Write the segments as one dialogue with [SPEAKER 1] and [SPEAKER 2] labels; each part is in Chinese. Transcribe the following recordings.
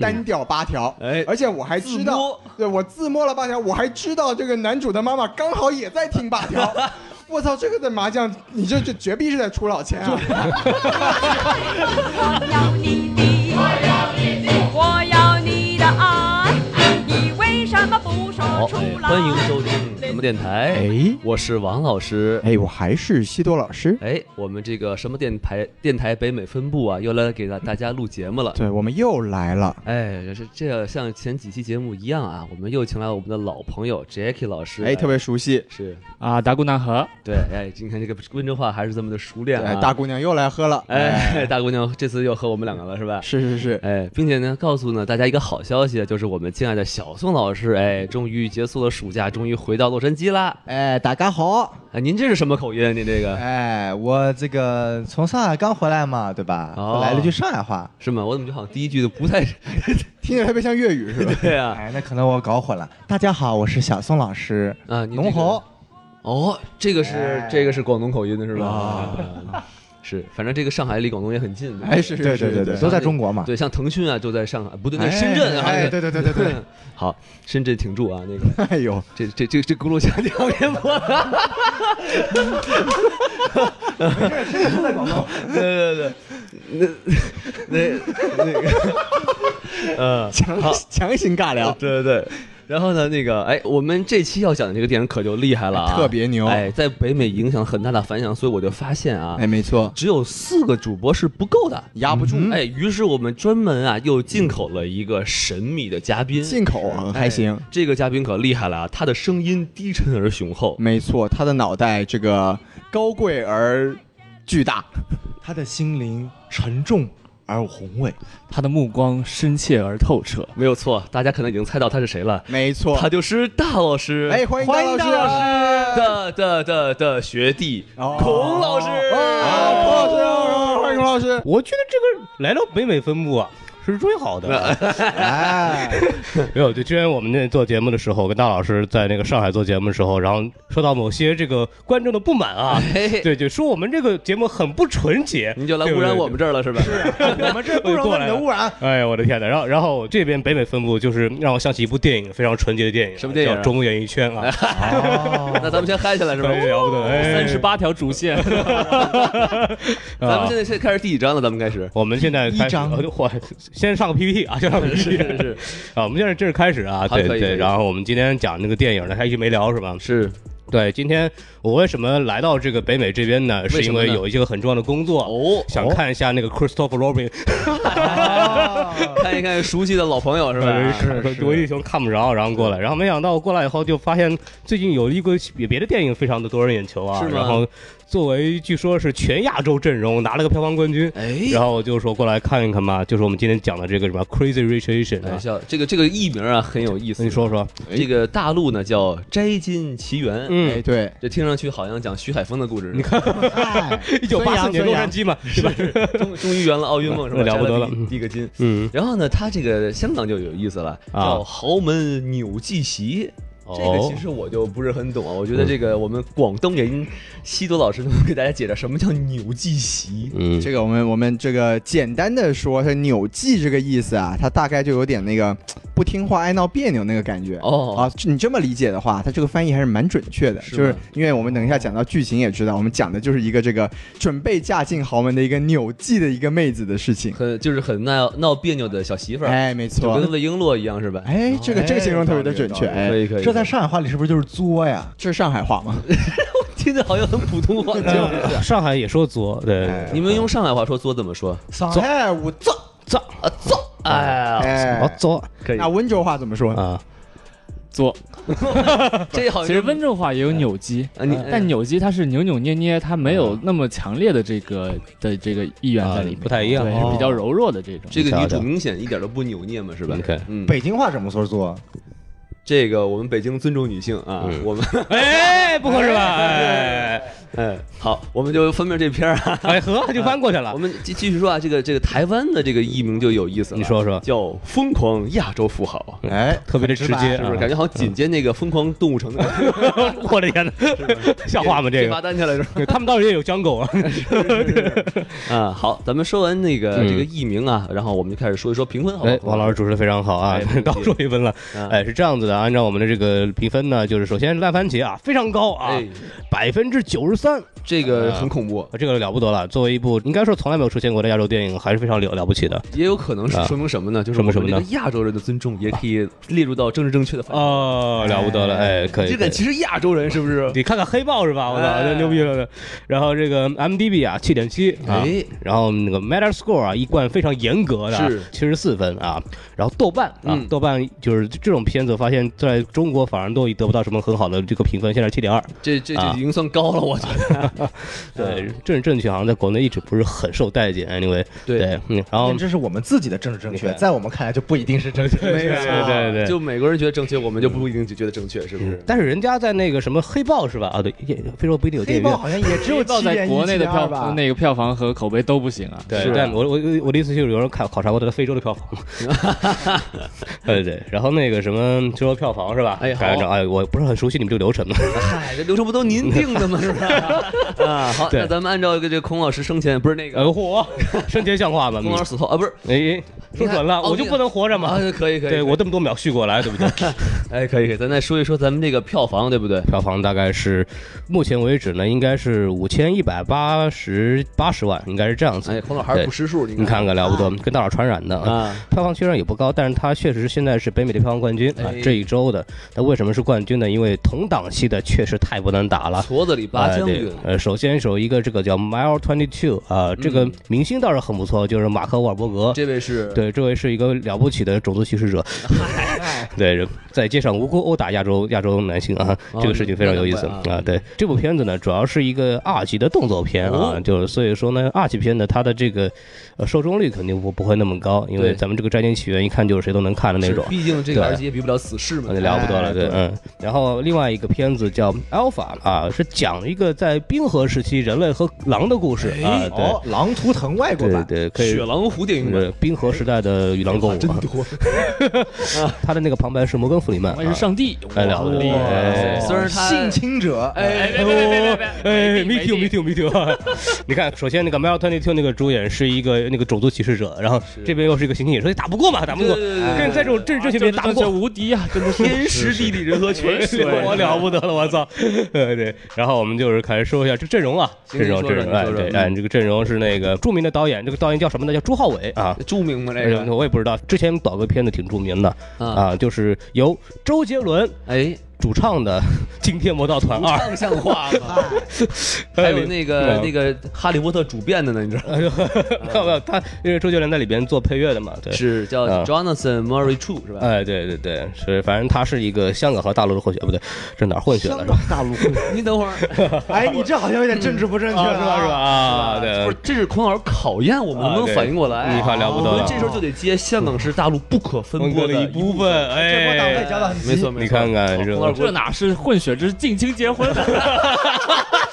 [SPEAKER 1] 干掉八条，
[SPEAKER 2] 哎
[SPEAKER 1] 而且我还知道，对我自嗯摸了八条，我还知道这个男主的妈妈刚好也在听八 条。我操，这个的麻将，你这这绝逼是在出老千啊！
[SPEAKER 3] 我要你的，我要你的爱，你为什么不
[SPEAKER 2] 好
[SPEAKER 3] 说，出
[SPEAKER 2] 哎，
[SPEAKER 3] 来？
[SPEAKER 2] 欢迎收听什么电台？
[SPEAKER 1] 哎
[SPEAKER 2] 我是王老师。
[SPEAKER 1] 哎，我还是西多老师。
[SPEAKER 2] 哎，我们这个什么电台电台北美分部啊，又来给大大家录节目了。
[SPEAKER 1] 对，我们又来了。
[SPEAKER 2] 哎，这是这像前几期节目一样啊，我们又请来我们的老朋友 Jackie 老师。
[SPEAKER 1] 哎，特别熟悉。
[SPEAKER 2] 是
[SPEAKER 4] 啊，达姑纳河，
[SPEAKER 2] 对，哎，今天这个温州话还是这么的熟练
[SPEAKER 1] 哎，
[SPEAKER 2] 啊。
[SPEAKER 1] 大姑娘又来喝了。
[SPEAKER 2] 哎，大姑娘这次又和我们两个了是吧？
[SPEAKER 1] 是是是，
[SPEAKER 2] 哎，并且呢，告诉呢大家一个好消息，啊就是我们亲爱的小宋老师，哎，终于结束了暑假，终于回到洛杉矶啦！
[SPEAKER 5] 哎，大家好！
[SPEAKER 2] 哎，您这是什么口音？您这个
[SPEAKER 5] 哎，我这个从上海刚回来嘛，对吧？
[SPEAKER 2] 哦
[SPEAKER 5] 我来了句上海话。
[SPEAKER 2] 是吗？我怎么就好像第一句就不太
[SPEAKER 1] 听着特别像粤语是吧？
[SPEAKER 2] 对啊？
[SPEAKER 5] 哎，那可能我搞混了。大家好，我是小宋老师，
[SPEAKER 2] 啊，您这个
[SPEAKER 5] 农猴。
[SPEAKER 2] 哦，这个是
[SPEAKER 5] 哎
[SPEAKER 2] 这个是广东口音的是吧？啊 是，反正这个上海离广东也很近。
[SPEAKER 1] 哎，是是
[SPEAKER 5] 对
[SPEAKER 1] 是
[SPEAKER 5] 对对
[SPEAKER 1] 是
[SPEAKER 5] 对，
[SPEAKER 1] 是
[SPEAKER 5] 都在中国嘛。
[SPEAKER 2] 对，像腾讯啊，就在上海，不对，那深圳啊，好像
[SPEAKER 5] 哎，
[SPEAKER 2] 是
[SPEAKER 5] 对对对对对，
[SPEAKER 2] 好，深圳挺住啊，那个
[SPEAKER 1] 哎呦，
[SPEAKER 2] 这这这这轱辘下掉烟 波了。对对对，那那那个， 呃，
[SPEAKER 1] 强
[SPEAKER 2] 好
[SPEAKER 1] 强行尬聊。
[SPEAKER 2] 对对对。然后呢，那个，哎，我们这期要讲的这个电影可就厉害了啊，
[SPEAKER 1] 特别牛
[SPEAKER 2] 哎，在北美影响很大的反响，所以我就发现啊，
[SPEAKER 1] 哎，没错，
[SPEAKER 2] 只有四个主播是不够的，
[SPEAKER 1] 压不住，
[SPEAKER 2] 哎，于是我们专门啊又进口了一个神秘的嘉宾，
[SPEAKER 1] 进口啊还行
[SPEAKER 2] 哎。这个嘉宾可厉害了啊，他的声音低沉而雄厚，
[SPEAKER 1] 没错，他的脑袋这个高贵而巨大，
[SPEAKER 5] 他的心灵沉重而宏伟。
[SPEAKER 4] 他的目光深切而透彻。
[SPEAKER 2] 没有错，大家可能已经猜到他是谁了，
[SPEAKER 1] 没错
[SPEAKER 2] 他。就是大老师，啊
[SPEAKER 1] 哎，欢迎
[SPEAKER 5] 欢迎
[SPEAKER 1] 大
[SPEAKER 5] 大老
[SPEAKER 1] 师。
[SPEAKER 2] 的的的的学弟
[SPEAKER 1] 哦
[SPEAKER 2] 孔老师，
[SPEAKER 1] 啊，孔老师哦，欢迎孔老师。
[SPEAKER 6] 我觉得这个来到北美分部啊是最好 的。
[SPEAKER 5] 哎，
[SPEAKER 6] 没有，就之前我们那做节目的时候，跟大老师在那个上海做节目的时候，然后受到某些这个观众的不满 啊，
[SPEAKER 2] 哎
[SPEAKER 6] 对，就说我们这个节目很不纯洁，
[SPEAKER 2] 您就来污染我们这儿了是吧？
[SPEAKER 6] 我们这
[SPEAKER 5] 不容
[SPEAKER 6] 过
[SPEAKER 5] 你
[SPEAKER 6] 来
[SPEAKER 5] 的
[SPEAKER 6] 了。
[SPEAKER 5] 污染。
[SPEAKER 6] 哎，我的天哪！然后，然后这边北美分部就是让我想起一部电影，非常纯洁的电影，
[SPEAKER 2] 什么电影啊
[SPEAKER 6] 叫《中国演艺圈》 啊，
[SPEAKER 2] 那咱们先嗨起来是吧？
[SPEAKER 6] 哎了不得，哎
[SPEAKER 4] 三十，八条主线，
[SPEAKER 2] 咱们
[SPEAKER 6] 啊
[SPEAKER 2] 现在先开始第几章了？咱们开始。
[SPEAKER 6] 我们现在开
[SPEAKER 5] 一
[SPEAKER 6] 始，
[SPEAKER 5] 张
[SPEAKER 6] 呃 我先上个 PPT 啊，先上 个 PPT，
[SPEAKER 2] 是是
[SPEAKER 6] 啊，我们现在正式开始啊，
[SPEAKER 2] 好
[SPEAKER 6] 对
[SPEAKER 2] 可以可以
[SPEAKER 6] 对，然后我们今天讲那个电影呢，还一直没聊是吧？
[SPEAKER 2] 是，
[SPEAKER 6] 对，今天我为什么来到这个北美这边呢？
[SPEAKER 2] 为
[SPEAKER 6] 是
[SPEAKER 2] 什
[SPEAKER 6] 因
[SPEAKER 2] 么呢
[SPEAKER 6] 为有一个很重要的工作，
[SPEAKER 2] 哦
[SPEAKER 6] 想看一下那个 Christopher Robin，
[SPEAKER 2] 看一看熟悉的老朋友是吧？
[SPEAKER 6] 哎是我一直呃看不着，然后过来，然后没想到过来以后就发现最近有一个别的电影非常的夺人眼球啊
[SPEAKER 2] 是，吗
[SPEAKER 6] 然后作为据说是全亚洲阵容拿了个票房冠军。
[SPEAKER 2] 哎，
[SPEAKER 6] 然后我就说过来看一看嘛，就是我们今天讲的这个什么 Crazy Rich Asian
[SPEAKER 2] 哎
[SPEAKER 6] 啊，
[SPEAKER 2] 笑，这个这个艺名啊很有意思。
[SPEAKER 6] 你说 说，
[SPEAKER 2] 这个大陆呢叫《摘金奇缘》，
[SPEAKER 1] 哎，
[SPEAKER 6] 哎嗯，
[SPEAKER 1] 对，
[SPEAKER 2] 这听上去好像讲徐海峰的故事。你看，
[SPEAKER 6] 一九八四年洛杉矶嘛，是 吧？
[SPEAKER 2] 终终于圆了奥运梦是吧？
[SPEAKER 6] 了不得
[SPEAKER 2] 摘
[SPEAKER 6] 了
[SPEAKER 2] 第一第一个金。
[SPEAKER 6] 嗯，
[SPEAKER 2] 然后呢，他这个香港就有意思了，
[SPEAKER 6] 啊
[SPEAKER 2] 叫豪门扭计席。这个
[SPEAKER 6] 哦
[SPEAKER 2] 其实我就不是很懂，啊我觉得这个我们广东人西多老师能给大家解释什么叫扭计席。
[SPEAKER 6] 嗯
[SPEAKER 1] 这个我们我们这个简单的说，它扭计这个意思啊，它大概就有点那个不听话、爱闹别扭那个感觉。
[SPEAKER 2] 哦
[SPEAKER 1] 啊，你这么理解的话，它这个翻译还是蛮准确的，
[SPEAKER 2] 是吗
[SPEAKER 1] 就是因为我们等一下讲到剧情也知道，我们讲的就是一个这个准备嫁进豪门的一个扭计的一个妹子的事情。
[SPEAKER 2] 很就是很闹闹别扭的小媳妇儿，
[SPEAKER 1] 哎，没
[SPEAKER 2] 就
[SPEAKER 1] 错
[SPEAKER 2] 跟。魏璎珞一样是吧？
[SPEAKER 1] 哎，这个这个形容特别的准确。
[SPEAKER 2] 可
[SPEAKER 1] 哎，
[SPEAKER 2] 以可以，
[SPEAKER 5] 这在上海话里是不是就是作呀？
[SPEAKER 1] 这是上海话吗？
[SPEAKER 2] 听着好像很普通话。
[SPEAKER 6] 上海也说作，对，
[SPEAKER 5] 哎
[SPEAKER 2] 你们用上海话说作怎么说？
[SPEAKER 5] 上海我造
[SPEAKER 6] 作
[SPEAKER 2] 啊作，哎呀，
[SPEAKER 1] 哎
[SPEAKER 6] 啊，作
[SPEAKER 2] 可以
[SPEAKER 1] 那。温州话怎么说呢？
[SPEAKER 6] 啊，
[SPEAKER 4] 做。
[SPEAKER 2] 这好像
[SPEAKER 4] 其实温州话也有扭机，
[SPEAKER 2] 啊你
[SPEAKER 4] 但扭机它是扭扭捏捏，它没有那么强烈的这个的这个意愿在里面，
[SPEAKER 6] 啊不太一样
[SPEAKER 4] 对，是比较柔弱的这种。
[SPEAKER 2] 这个女主明显一点都不扭捏嘛，是吧
[SPEAKER 6] OK
[SPEAKER 2] 嗯，
[SPEAKER 5] 北京话怎么说作？
[SPEAKER 2] 这个我们北京尊重女性啊，
[SPEAKER 6] 嗯
[SPEAKER 2] 我们
[SPEAKER 6] 哎，不合适吧？哎，
[SPEAKER 2] 哎，好，我们就分辨这篇儿啊。
[SPEAKER 6] 哎呵，就翻过去了
[SPEAKER 2] 我。们继继续说啊，这个这个台湾的这个译名就有意思了，啊
[SPEAKER 6] 你说啊说
[SPEAKER 2] 叫《疯狂亚洲富豪》。
[SPEAKER 1] 哎，
[SPEAKER 6] 特别的直接，
[SPEAKER 2] 是不是感觉好像紧接那个《疯狂动物城》的
[SPEAKER 6] 我的天哪，像话吗？ 这
[SPEAKER 2] 发
[SPEAKER 6] 个，
[SPEAKER 2] 单去了是吧？
[SPEAKER 6] 对他们当时也有江狗啊，
[SPEAKER 2] 啊，好，咱们说完那个
[SPEAKER 6] 嗯
[SPEAKER 2] 这个译名啊，然后我们就开始说一说评分，好不
[SPEAKER 6] 哎
[SPEAKER 2] 好？，
[SPEAKER 6] 王老师主持的非常好
[SPEAKER 2] 哦
[SPEAKER 6] 啊
[SPEAKER 2] 哎没问题，
[SPEAKER 6] 到处一分了。
[SPEAKER 2] 啊，
[SPEAKER 6] 哎，是这样子的，按照我们的这个评分呢，就是首先烂番茄啊，非常高啊
[SPEAKER 2] 哎，，
[SPEAKER 6] 百分之九十三，啊
[SPEAKER 2] 这个很恐怖，
[SPEAKER 6] 这个了不得了。作为一部应该说从来没有出现过的亚洲电影，还是非常了了不起的。
[SPEAKER 2] 也有可能是
[SPEAKER 6] 啊
[SPEAKER 2] 说明什么呢？就是
[SPEAKER 6] 什
[SPEAKER 2] 我
[SPEAKER 6] 么
[SPEAKER 2] 们这个
[SPEAKER 6] 什么
[SPEAKER 2] 亚洲人的尊重也可以列入到政治正确的范畴。
[SPEAKER 6] 哦，了不得了，哎，可以。
[SPEAKER 2] 这个
[SPEAKER 6] 可以
[SPEAKER 2] 其实亚洲人是不是？
[SPEAKER 6] 你看看黑豹是吧？我操，
[SPEAKER 2] 哎
[SPEAKER 6] 这牛逼了！然后这个 M D B 啊，七点七啊
[SPEAKER 2] 哎，
[SPEAKER 6] 然后那个 Metascore 啊，一贯非常严格
[SPEAKER 2] 是
[SPEAKER 6] 的，七十四分啊。然后豆瓣啊
[SPEAKER 2] 嗯，
[SPEAKER 6] 豆瓣就是这种片子，发现在中国反而都得不到什么很好的这个评分，现在七点二。
[SPEAKER 2] 这这这
[SPEAKER 6] 啊
[SPEAKER 2] 已经算高了，我觉得。
[SPEAKER 6] 对，政治正确好像在国内一直不是很受待见。Anyway，
[SPEAKER 2] 对，
[SPEAKER 6] 对，嗯，然后
[SPEAKER 5] 这是我们自己的政治正
[SPEAKER 6] 你
[SPEAKER 5] 确，
[SPEAKER 6] 看
[SPEAKER 5] 在我们看来就不一定是正确。
[SPEAKER 2] 没错，
[SPEAKER 6] 对嗯对
[SPEAKER 2] 啊就美国人觉得正确，我们就不一定就觉得正确，是不是？
[SPEAKER 6] 但是人家在那个什么黑豹是吧？啊，对，也非说不一定有电
[SPEAKER 5] 黑
[SPEAKER 6] 影
[SPEAKER 5] 豹
[SPEAKER 6] 院。
[SPEAKER 5] 好像也只有
[SPEAKER 4] 到
[SPEAKER 5] 七
[SPEAKER 4] 在
[SPEAKER 5] 点一啊
[SPEAKER 4] 国内的票
[SPEAKER 5] 吧？
[SPEAKER 4] 那个票房和口碑都不行啊。
[SPEAKER 6] 对
[SPEAKER 2] 是，
[SPEAKER 6] 但我我我的意思就是有人考考察过他的非洲的 票房，对对，然后那个什么就说票房是吧？
[SPEAKER 2] 哎好
[SPEAKER 6] 感染者哎，我不是很熟悉你们这个 流程的，
[SPEAKER 2] 嗨，这流程不都您定的吗？是 吧？啊，好，
[SPEAKER 6] 对
[SPEAKER 2] 那咱们按照这个孔老师生前不是那
[SPEAKER 6] 呃，
[SPEAKER 2] 个
[SPEAKER 6] 嚯，生前 像话吗？嗯
[SPEAKER 2] 孔老师死后啊，不是
[SPEAKER 6] 哎，说准了，
[SPEAKER 2] 你看
[SPEAKER 6] 我就不能活着
[SPEAKER 2] 啊
[SPEAKER 6] 吗？，
[SPEAKER 2] 可以可以，
[SPEAKER 6] 对
[SPEAKER 2] 可以
[SPEAKER 6] 我这么多秒续过来，对不 对？
[SPEAKER 2] 哎可以可以，咱再说一说咱们这个票房，对不对？
[SPEAKER 6] 票房大概是目前为止呢，应该是五千一百八十八十万，应该是这样子。
[SPEAKER 2] 哎，孔啊老师还是不识数，
[SPEAKER 6] 你看看了不得，跟大脑传染的。
[SPEAKER 2] 啊，
[SPEAKER 6] 票房虽然也不高，但是它确实现在是北美的票房冠军啊
[SPEAKER 2] 哎，
[SPEAKER 6] 这一周的。那为什么是冠军呢？因为同档期的确实太不能打了。
[SPEAKER 2] 矬子里拔
[SPEAKER 6] 呃
[SPEAKER 2] 将
[SPEAKER 6] 对
[SPEAKER 2] 军，
[SPEAKER 6] 呃，首先有一个这个叫 Mile Twenty Two 啊，
[SPEAKER 2] 嗯
[SPEAKER 6] 这个明星倒是很不错，就是马克沃尔伯格。
[SPEAKER 2] 这位是，
[SPEAKER 6] 对，这位是一个了不起的种族歧视者，
[SPEAKER 2] 哎
[SPEAKER 6] 对，在街上无辜殴打亚洲亚洲男性啊，
[SPEAKER 2] 哦
[SPEAKER 6] 这个事情非常有意思
[SPEAKER 2] 那难怪啊
[SPEAKER 6] 啊。对，这部片子呢，主要是一个二级的动作片啊
[SPEAKER 2] 哦，
[SPEAKER 6] 就是所以说呢，二级片呢，它的这个呃受众率肯定不不会那么高，因为
[SPEAKER 2] 对
[SPEAKER 6] 咱们这个《摘金起源》一看就是谁都能看的那
[SPEAKER 2] 是
[SPEAKER 6] 种。
[SPEAKER 2] 毕竟这个
[SPEAKER 6] 对
[SPEAKER 2] 儿子也比不了死士嘛
[SPEAKER 6] 那就，了不得了，
[SPEAKER 5] 哎
[SPEAKER 6] 对，
[SPEAKER 5] 对
[SPEAKER 6] 嗯。然后另外一个片子叫《Alpha》啊，是讲一个在冰河时期人类和狼的故事
[SPEAKER 7] 哎
[SPEAKER 6] 啊，
[SPEAKER 2] 哎
[SPEAKER 5] 哦，狼图腾外国
[SPEAKER 6] 对，对
[SPEAKER 5] 版，
[SPEAKER 6] 对，可以
[SPEAKER 2] 雪狼湖电影
[SPEAKER 6] 呃
[SPEAKER 2] 版，
[SPEAKER 6] 冰河时代的与狼共舞
[SPEAKER 1] 真
[SPEAKER 6] 啊，
[SPEAKER 1] 多，
[SPEAKER 6] 他的那个旁白是摩根·弗里曼
[SPEAKER 4] 我也是
[SPEAKER 6] 啊，
[SPEAKER 4] 上帝，
[SPEAKER 6] 哎了不得
[SPEAKER 4] 哇
[SPEAKER 6] 哎
[SPEAKER 2] 虽然他
[SPEAKER 5] 性侵者，
[SPEAKER 2] 哎
[SPEAKER 4] 别别别别别没地
[SPEAKER 6] 哎，me too，me
[SPEAKER 4] 没地
[SPEAKER 6] too，me too。你看，首先那个 Mel t w e n t y Two 那个主演是一个那个种族歧视者，然后这边又是一个猩猩野兽，打不过嘛，打不
[SPEAKER 2] 对
[SPEAKER 6] 过。
[SPEAKER 2] 对对
[SPEAKER 6] 跟在这种政治正确面打不
[SPEAKER 4] 啊政治正确
[SPEAKER 6] 过，
[SPEAKER 4] 无敌啊，真的是
[SPEAKER 2] 天时地利人和全是
[SPEAKER 6] 我了不得了，我操！呃对，然后我们就是开始说一下这阵容啊，
[SPEAKER 2] 行
[SPEAKER 6] 阵容
[SPEAKER 2] 你说
[SPEAKER 6] 阵
[SPEAKER 2] 说
[SPEAKER 6] 容，哎
[SPEAKER 2] 你说
[SPEAKER 6] 对，
[SPEAKER 2] 说
[SPEAKER 6] 哎这个阵容是那个著名的导演，这个导演叫什么呢？叫朱浩伟啊。
[SPEAKER 2] 著名吗？这
[SPEAKER 6] 哎
[SPEAKER 2] 个
[SPEAKER 6] 我也不知道，之前导个片子挺著名的
[SPEAKER 2] 啊，
[SPEAKER 6] 啊，就是由周杰伦
[SPEAKER 2] 哎，
[SPEAKER 6] 主唱的《惊天魔盗团二》，
[SPEAKER 2] 不像话吗？嗯还有那个
[SPEAKER 6] 嗯
[SPEAKER 2] 那个哈利波特主编的呢，你知道吗？
[SPEAKER 6] 哎呦， 没有没有，他因为周杰伦在里边做配乐的嘛，对。
[SPEAKER 2] 是叫
[SPEAKER 6] 啊
[SPEAKER 2] Jonathan Murray True 是吧？
[SPEAKER 6] 哎，对对对，是，反正他是一个香港和大陆的混血，不对，这哪儿混血
[SPEAKER 5] 香
[SPEAKER 6] 了是
[SPEAKER 5] 港
[SPEAKER 6] 吧？
[SPEAKER 5] 大陆混
[SPEAKER 2] 你等会儿，
[SPEAKER 5] 哎，你这好像有
[SPEAKER 2] 嗯
[SPEAKER 5] 点政治不正确
[SPEAKER 6] 啊是吧？是吧？？啊，
[SPEAKER 2] 不
[SPEAKER 6] 对
[SPEAKER 2] 是，，这是孔老师考验我们能
[SPEAKER 6] 啊
[SPEAKER 2] 不能
[SPEAKER 6] 对
[SPEAKER 2] 反应过来。
[SPEAKER 6] 你看了不得
[SPEAKER 2] 我们
[SPEAKER 6] 了，
[SPEAKER 2] 这时候就得接香港是大陆不可分
[SPEAKER 6] 分割
[SPEAKER 2] 割
[SPEAKER 6] 的一
[SPEAKER 2] 的
[SPEAKER 6] 部分，
[SPEAKER 5] 这波党
[SPEAKER 6] 哎
[SPEAKER 5] 被，教的很
[SPEAKER 2] 没错没错，
[SPEAKER 6] 你看看是
[SPEAKER 2] 孔老师？
[SPEAKER 6] 吧
[SPEAKER 4] 这哪是混血，这是近亲结婚啊的。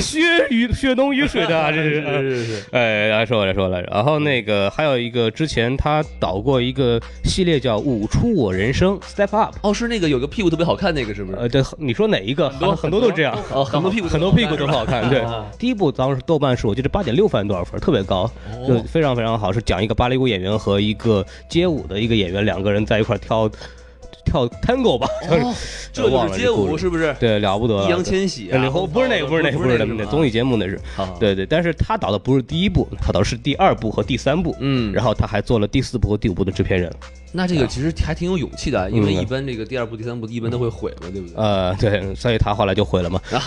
[SPEAKER 6] 血雨血浓于水的啊，这是。嗯
[SPEAKER 2] 是是是，
[SPEAKER 6] 哎，来说来说来，然后那个还有一个，之前他导过一个系列叫《舞出我人生》（Step Up）。
[SPEAKER 2] 哦，是那个有个屁股特别好看那个是不
[SPEAKER 6] 呃，
[SPEAKER 2] 是？
[SPEAKER 6] 对，你说哪一个？很多很多都这样。
[SPEAKER 2] 哦，很多屁股
[SPEAKER 6] 很多屁股都不好看。对，第一部当时豆瓣是我记得八点六分多少分，特别高，就非常非常好，是讲一个芭蕾舞演员和一个街舞的一个演员，两个人在一块儿跳跳 tango 吧，
[SPEAKER 2] 哦，这
[SPEAKER 6] 忘
[SPEAKER 2] 就是
[SPEAKER 6] 了这
[SPEAKER 2] 街
[SPEAKER 6] 故
[SPEAKER 2] 舞
[SPEAKER 6] 事
[SPEAKER 2] 是不是？
[SPEAKER 6] 对，了不得了。
[SPEAKER 2] 易烊千玺
[SPEAKER 6] 对
[SPEAKER 2] 啊，
[SPEAKER 6] 然后不是那个，不是那个，
[SPEAKER 2] 不
[SPEAKER 6] 不是
[SPEAKER 2] 那
[SPEAKER 6] 那
[SPEAKER 2] 个
[SPEAKER 6] 个，啊
[SPEAKER 2] 吗
[SPEAKER 6] 综艺，节目那是，
[SPEAKER 2] 好，
[SPEAKER 6] 对对，但是他导的不是第一部，他导的是第二部和第三部，
[SPEAKER 2] 嗯，
[SPEAKER 6] 然后他还做了第四部和第五部的制片人，
[SPEAKER 2] 那这个其实还挺有勇气的，啊因为
[SPEAKER 6] 啊嗯啊
[SPEAKER 2] 一般这个第二部、第三部一般都会毁嘛，对不对？
[SPEAKER 6] 呃，对，所以他后来就毁了嘛，
[SPEAKER 2] 啊，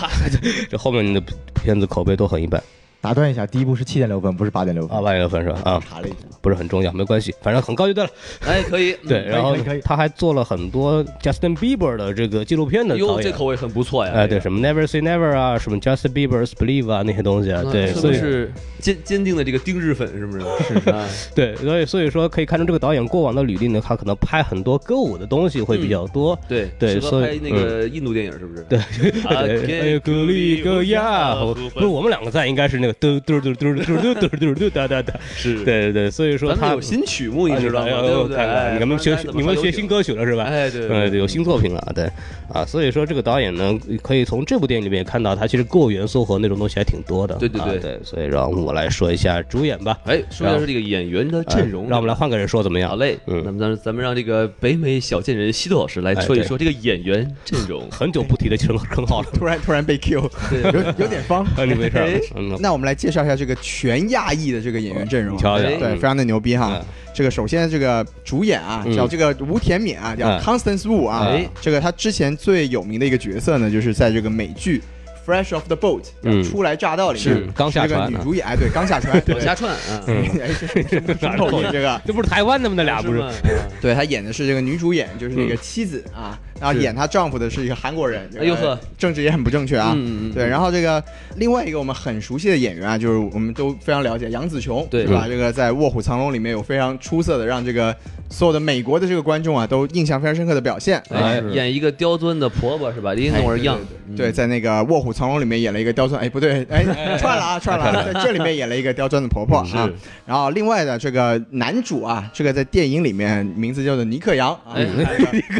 [SPEAKER 6] 这后面的片子口碑都很一般，
[SPEAKER 7] 打断一下，第一部是七点六分，不是八点六分
[SPEAKER 6] 啊，。八点六分是吧？啊，
[SPEAKER 7] 查了一下，
[SPEAKER 6] 不是很重要，没关系，反正很高就对了。
[SPEAKER 2] 哎，可以，
[SPEAKER 6] 对，
[SPEAKER 7] 可以
[SPEAKER 6] 然后
[SPEAKER 7] 可以可以
[SPEAKER 6] 他还做了很多 Justin Bieber 的这个纪录片的导
[SPEAKER 2] 哟，这
[SPEAKER 6] 演。
[SPEAKER 2] 口味很不错呀。
[SPEAKER 6] 哎，对，
[SPEAKER 2] 这
[SPEAKER 6] 什么 Never Say Never 啊，什么 Justin Bieber's Believe 啊，那些东西啊，
[SPEAKER 2] 个
[SPEAKER 6] 对，
[SPEAKER 2] 是
[SPEAKER 6] 所
[SPEAKER 2] 不
[SPEAKER 6] 以
[SPEAKER 2] 是坚坚定的这个丁日粉是不是？是啊，
[SPEAKER 6] 对，所以所以说可以看出这个导演过往的履历呢，他可能拍很多歌舞的东西会比较多。
[SPEAKER 2] 对
[SPEAKER 6] 对
[SPEAKER 2] 适合
[SPEAKER 6] 所以嗯
[SPEAKER 2] 拍那个印度电影是不是？
[SPEAKER 6] 对
[SPEAKER 2] 啊，
[SPEAKER 6] 哎，格力格呀，不是我们两个在应该是那个嘟嘟嘟嘟嘟嘟嘟嘟嘟哒哒哒，
[SPEAKER 2] 是，
[SPEAKER 6] 对对对，所以说
[SPEAKER 2] 咱们
[SPEAKER 6] 他
[SPEAKER 2] 有新曲目，你知道吗？
[SPEAKER 6] 哎
[SPEAKER 2] 对不对？
[SPEAKER 6] 看看你们学
[SPEAKER 2] 哎
[SPEAKER 6] 你们学新，歌曲了是吧？
[SPEAKER 2] 哎，对，
[SPEAKER 6] 呃，
[SPEAKER 2] 对
[SPEAKER 6] 有新作品了，对啊，所以说这个导演呢，可以从这部电影里面也看到，他其实过元素和那种东西还挺多的。
[SPEAKER 2] 对对
[SPEAKER 6] 啊
[SPEAKER 2] 对
[SPEAKER 6] 对，所以让我来说一下主演吧，
[SPEAKER 2] 哎，说一下是这个演员的阵容，
[SPEAKER 6] 啊哎让我们来换个人说怎么
[SPEAKER 2] 好
[SPEAKER 6] 样？
[SPEAKER 2] 嘞，
[SPEAKER 6] 嗯哎
[SPEAKER 2] 那么咱咱们让这个北美小贱人西多老师来说一说这个演员阵 容。
[SPEAKER 6] 很久不提的称称 号了，
[SPEAKER 1] 突然突然被 Q，
[SPEAKER 2] 对
[SPEAKER 1] 有有点 方。
[SPEAKER 6] 啊，你没事儿
[SPEAKER 2] 哎，
[SPEAKER 6] 嗯，
[SPEAKER 1] 那我们来介绍一下这个全亚裔的这个演员阵容啊
[SPEAKER 6] 你，瞧瞧，
[SPEAKER 2] 哎
[SPEAKER 1] 对，
[SPEAKER 6] 嗯
[SPEAKER 1] 非常的牛逼哈
[SPEAKER 6] 嗯。
[SPEAKER 1] 这个首先这个主演啊，
[SPEAKER 6] 嗯
[SPEAKER 1] 叫这个吴甜敏啊，叫
[SPEAKER 6] 嗯
[SPEAKER 1] Constance Wu 啊
[SPEAKER 2] 哎，
[SPEAKER 1] 这个她之前最有名的一个角色呢，就是在这个美剧。Fresh off the boat，
[SPEAKER 6] 嗯
[SPEAKER 1] 初来乍到里面
[SPEAKER 6] 是刚下
[SPEAKER 1] 这个
[SPEAKER 6] 船啊
[SPEAKER 1] 女主演，哎对，刚下 船，
[SPEAKER 2] 往
[SPEAKER 1] 对，
[SPEAKER 2] 下串啊，
[SPEAKER 6] 嗯
[SPEAKER 1] 哎，这这
[SPEAKER 6] 哪儿
[SPEAKER 1] 口
[SPEAKER 6] 口
[SPEAKER 1] 音
[SPEAKER 6] 音
[SPEAKER 1] 这个，
[SPEAKER 6] 这不是台湾的吗？那俩不是
[SPEAKER 2] 吗？
[SPEAKER 1] 对她演的是这个女主演，就是那个妻子啊，然后
[SPEAKER 2] 嗯是
[SPEAKER 1] 演她丈夫的是一个韩国人，这个
[SPEAKER 2] 哎呦呵，
[SPEAKER 1] 政治也很不正确啊。
[SPEAKER 2] 嗯嗯嗯
[SPEAKER 1] 对，然后这个另外一个我们很熟悉的演员啊，就是我们都非常了解杨紫琼，
[SPEAKER 2] 对嗯
[SPEAKER 1] 是吧？这个在《卧虎藏龙》里面有非常出色的，让这个所有的美国的这个观众啊都印象非常深刻的表现。
[SPEAKER 2] 哎
[SPEAKER 6] 哎，是
[SPEAKER 2] 演一个刁钻的婆婆是吧？
[SPEAKER 6] 哎
[SPEAKER 2] 林总儿样，
[SPEAKER 6] 嗯
[SPEAKER 1] 对，在那个《卧虎藏龙》里面演了一个刁钻，哎，不对， 哎，串了啊，串了、啊，在这里面演了一个刁钻的婆婆啊。然后另外的这个男主啊，这个在电影里面名字叫做尼克杨啊，
[SPEAKER 2] 哎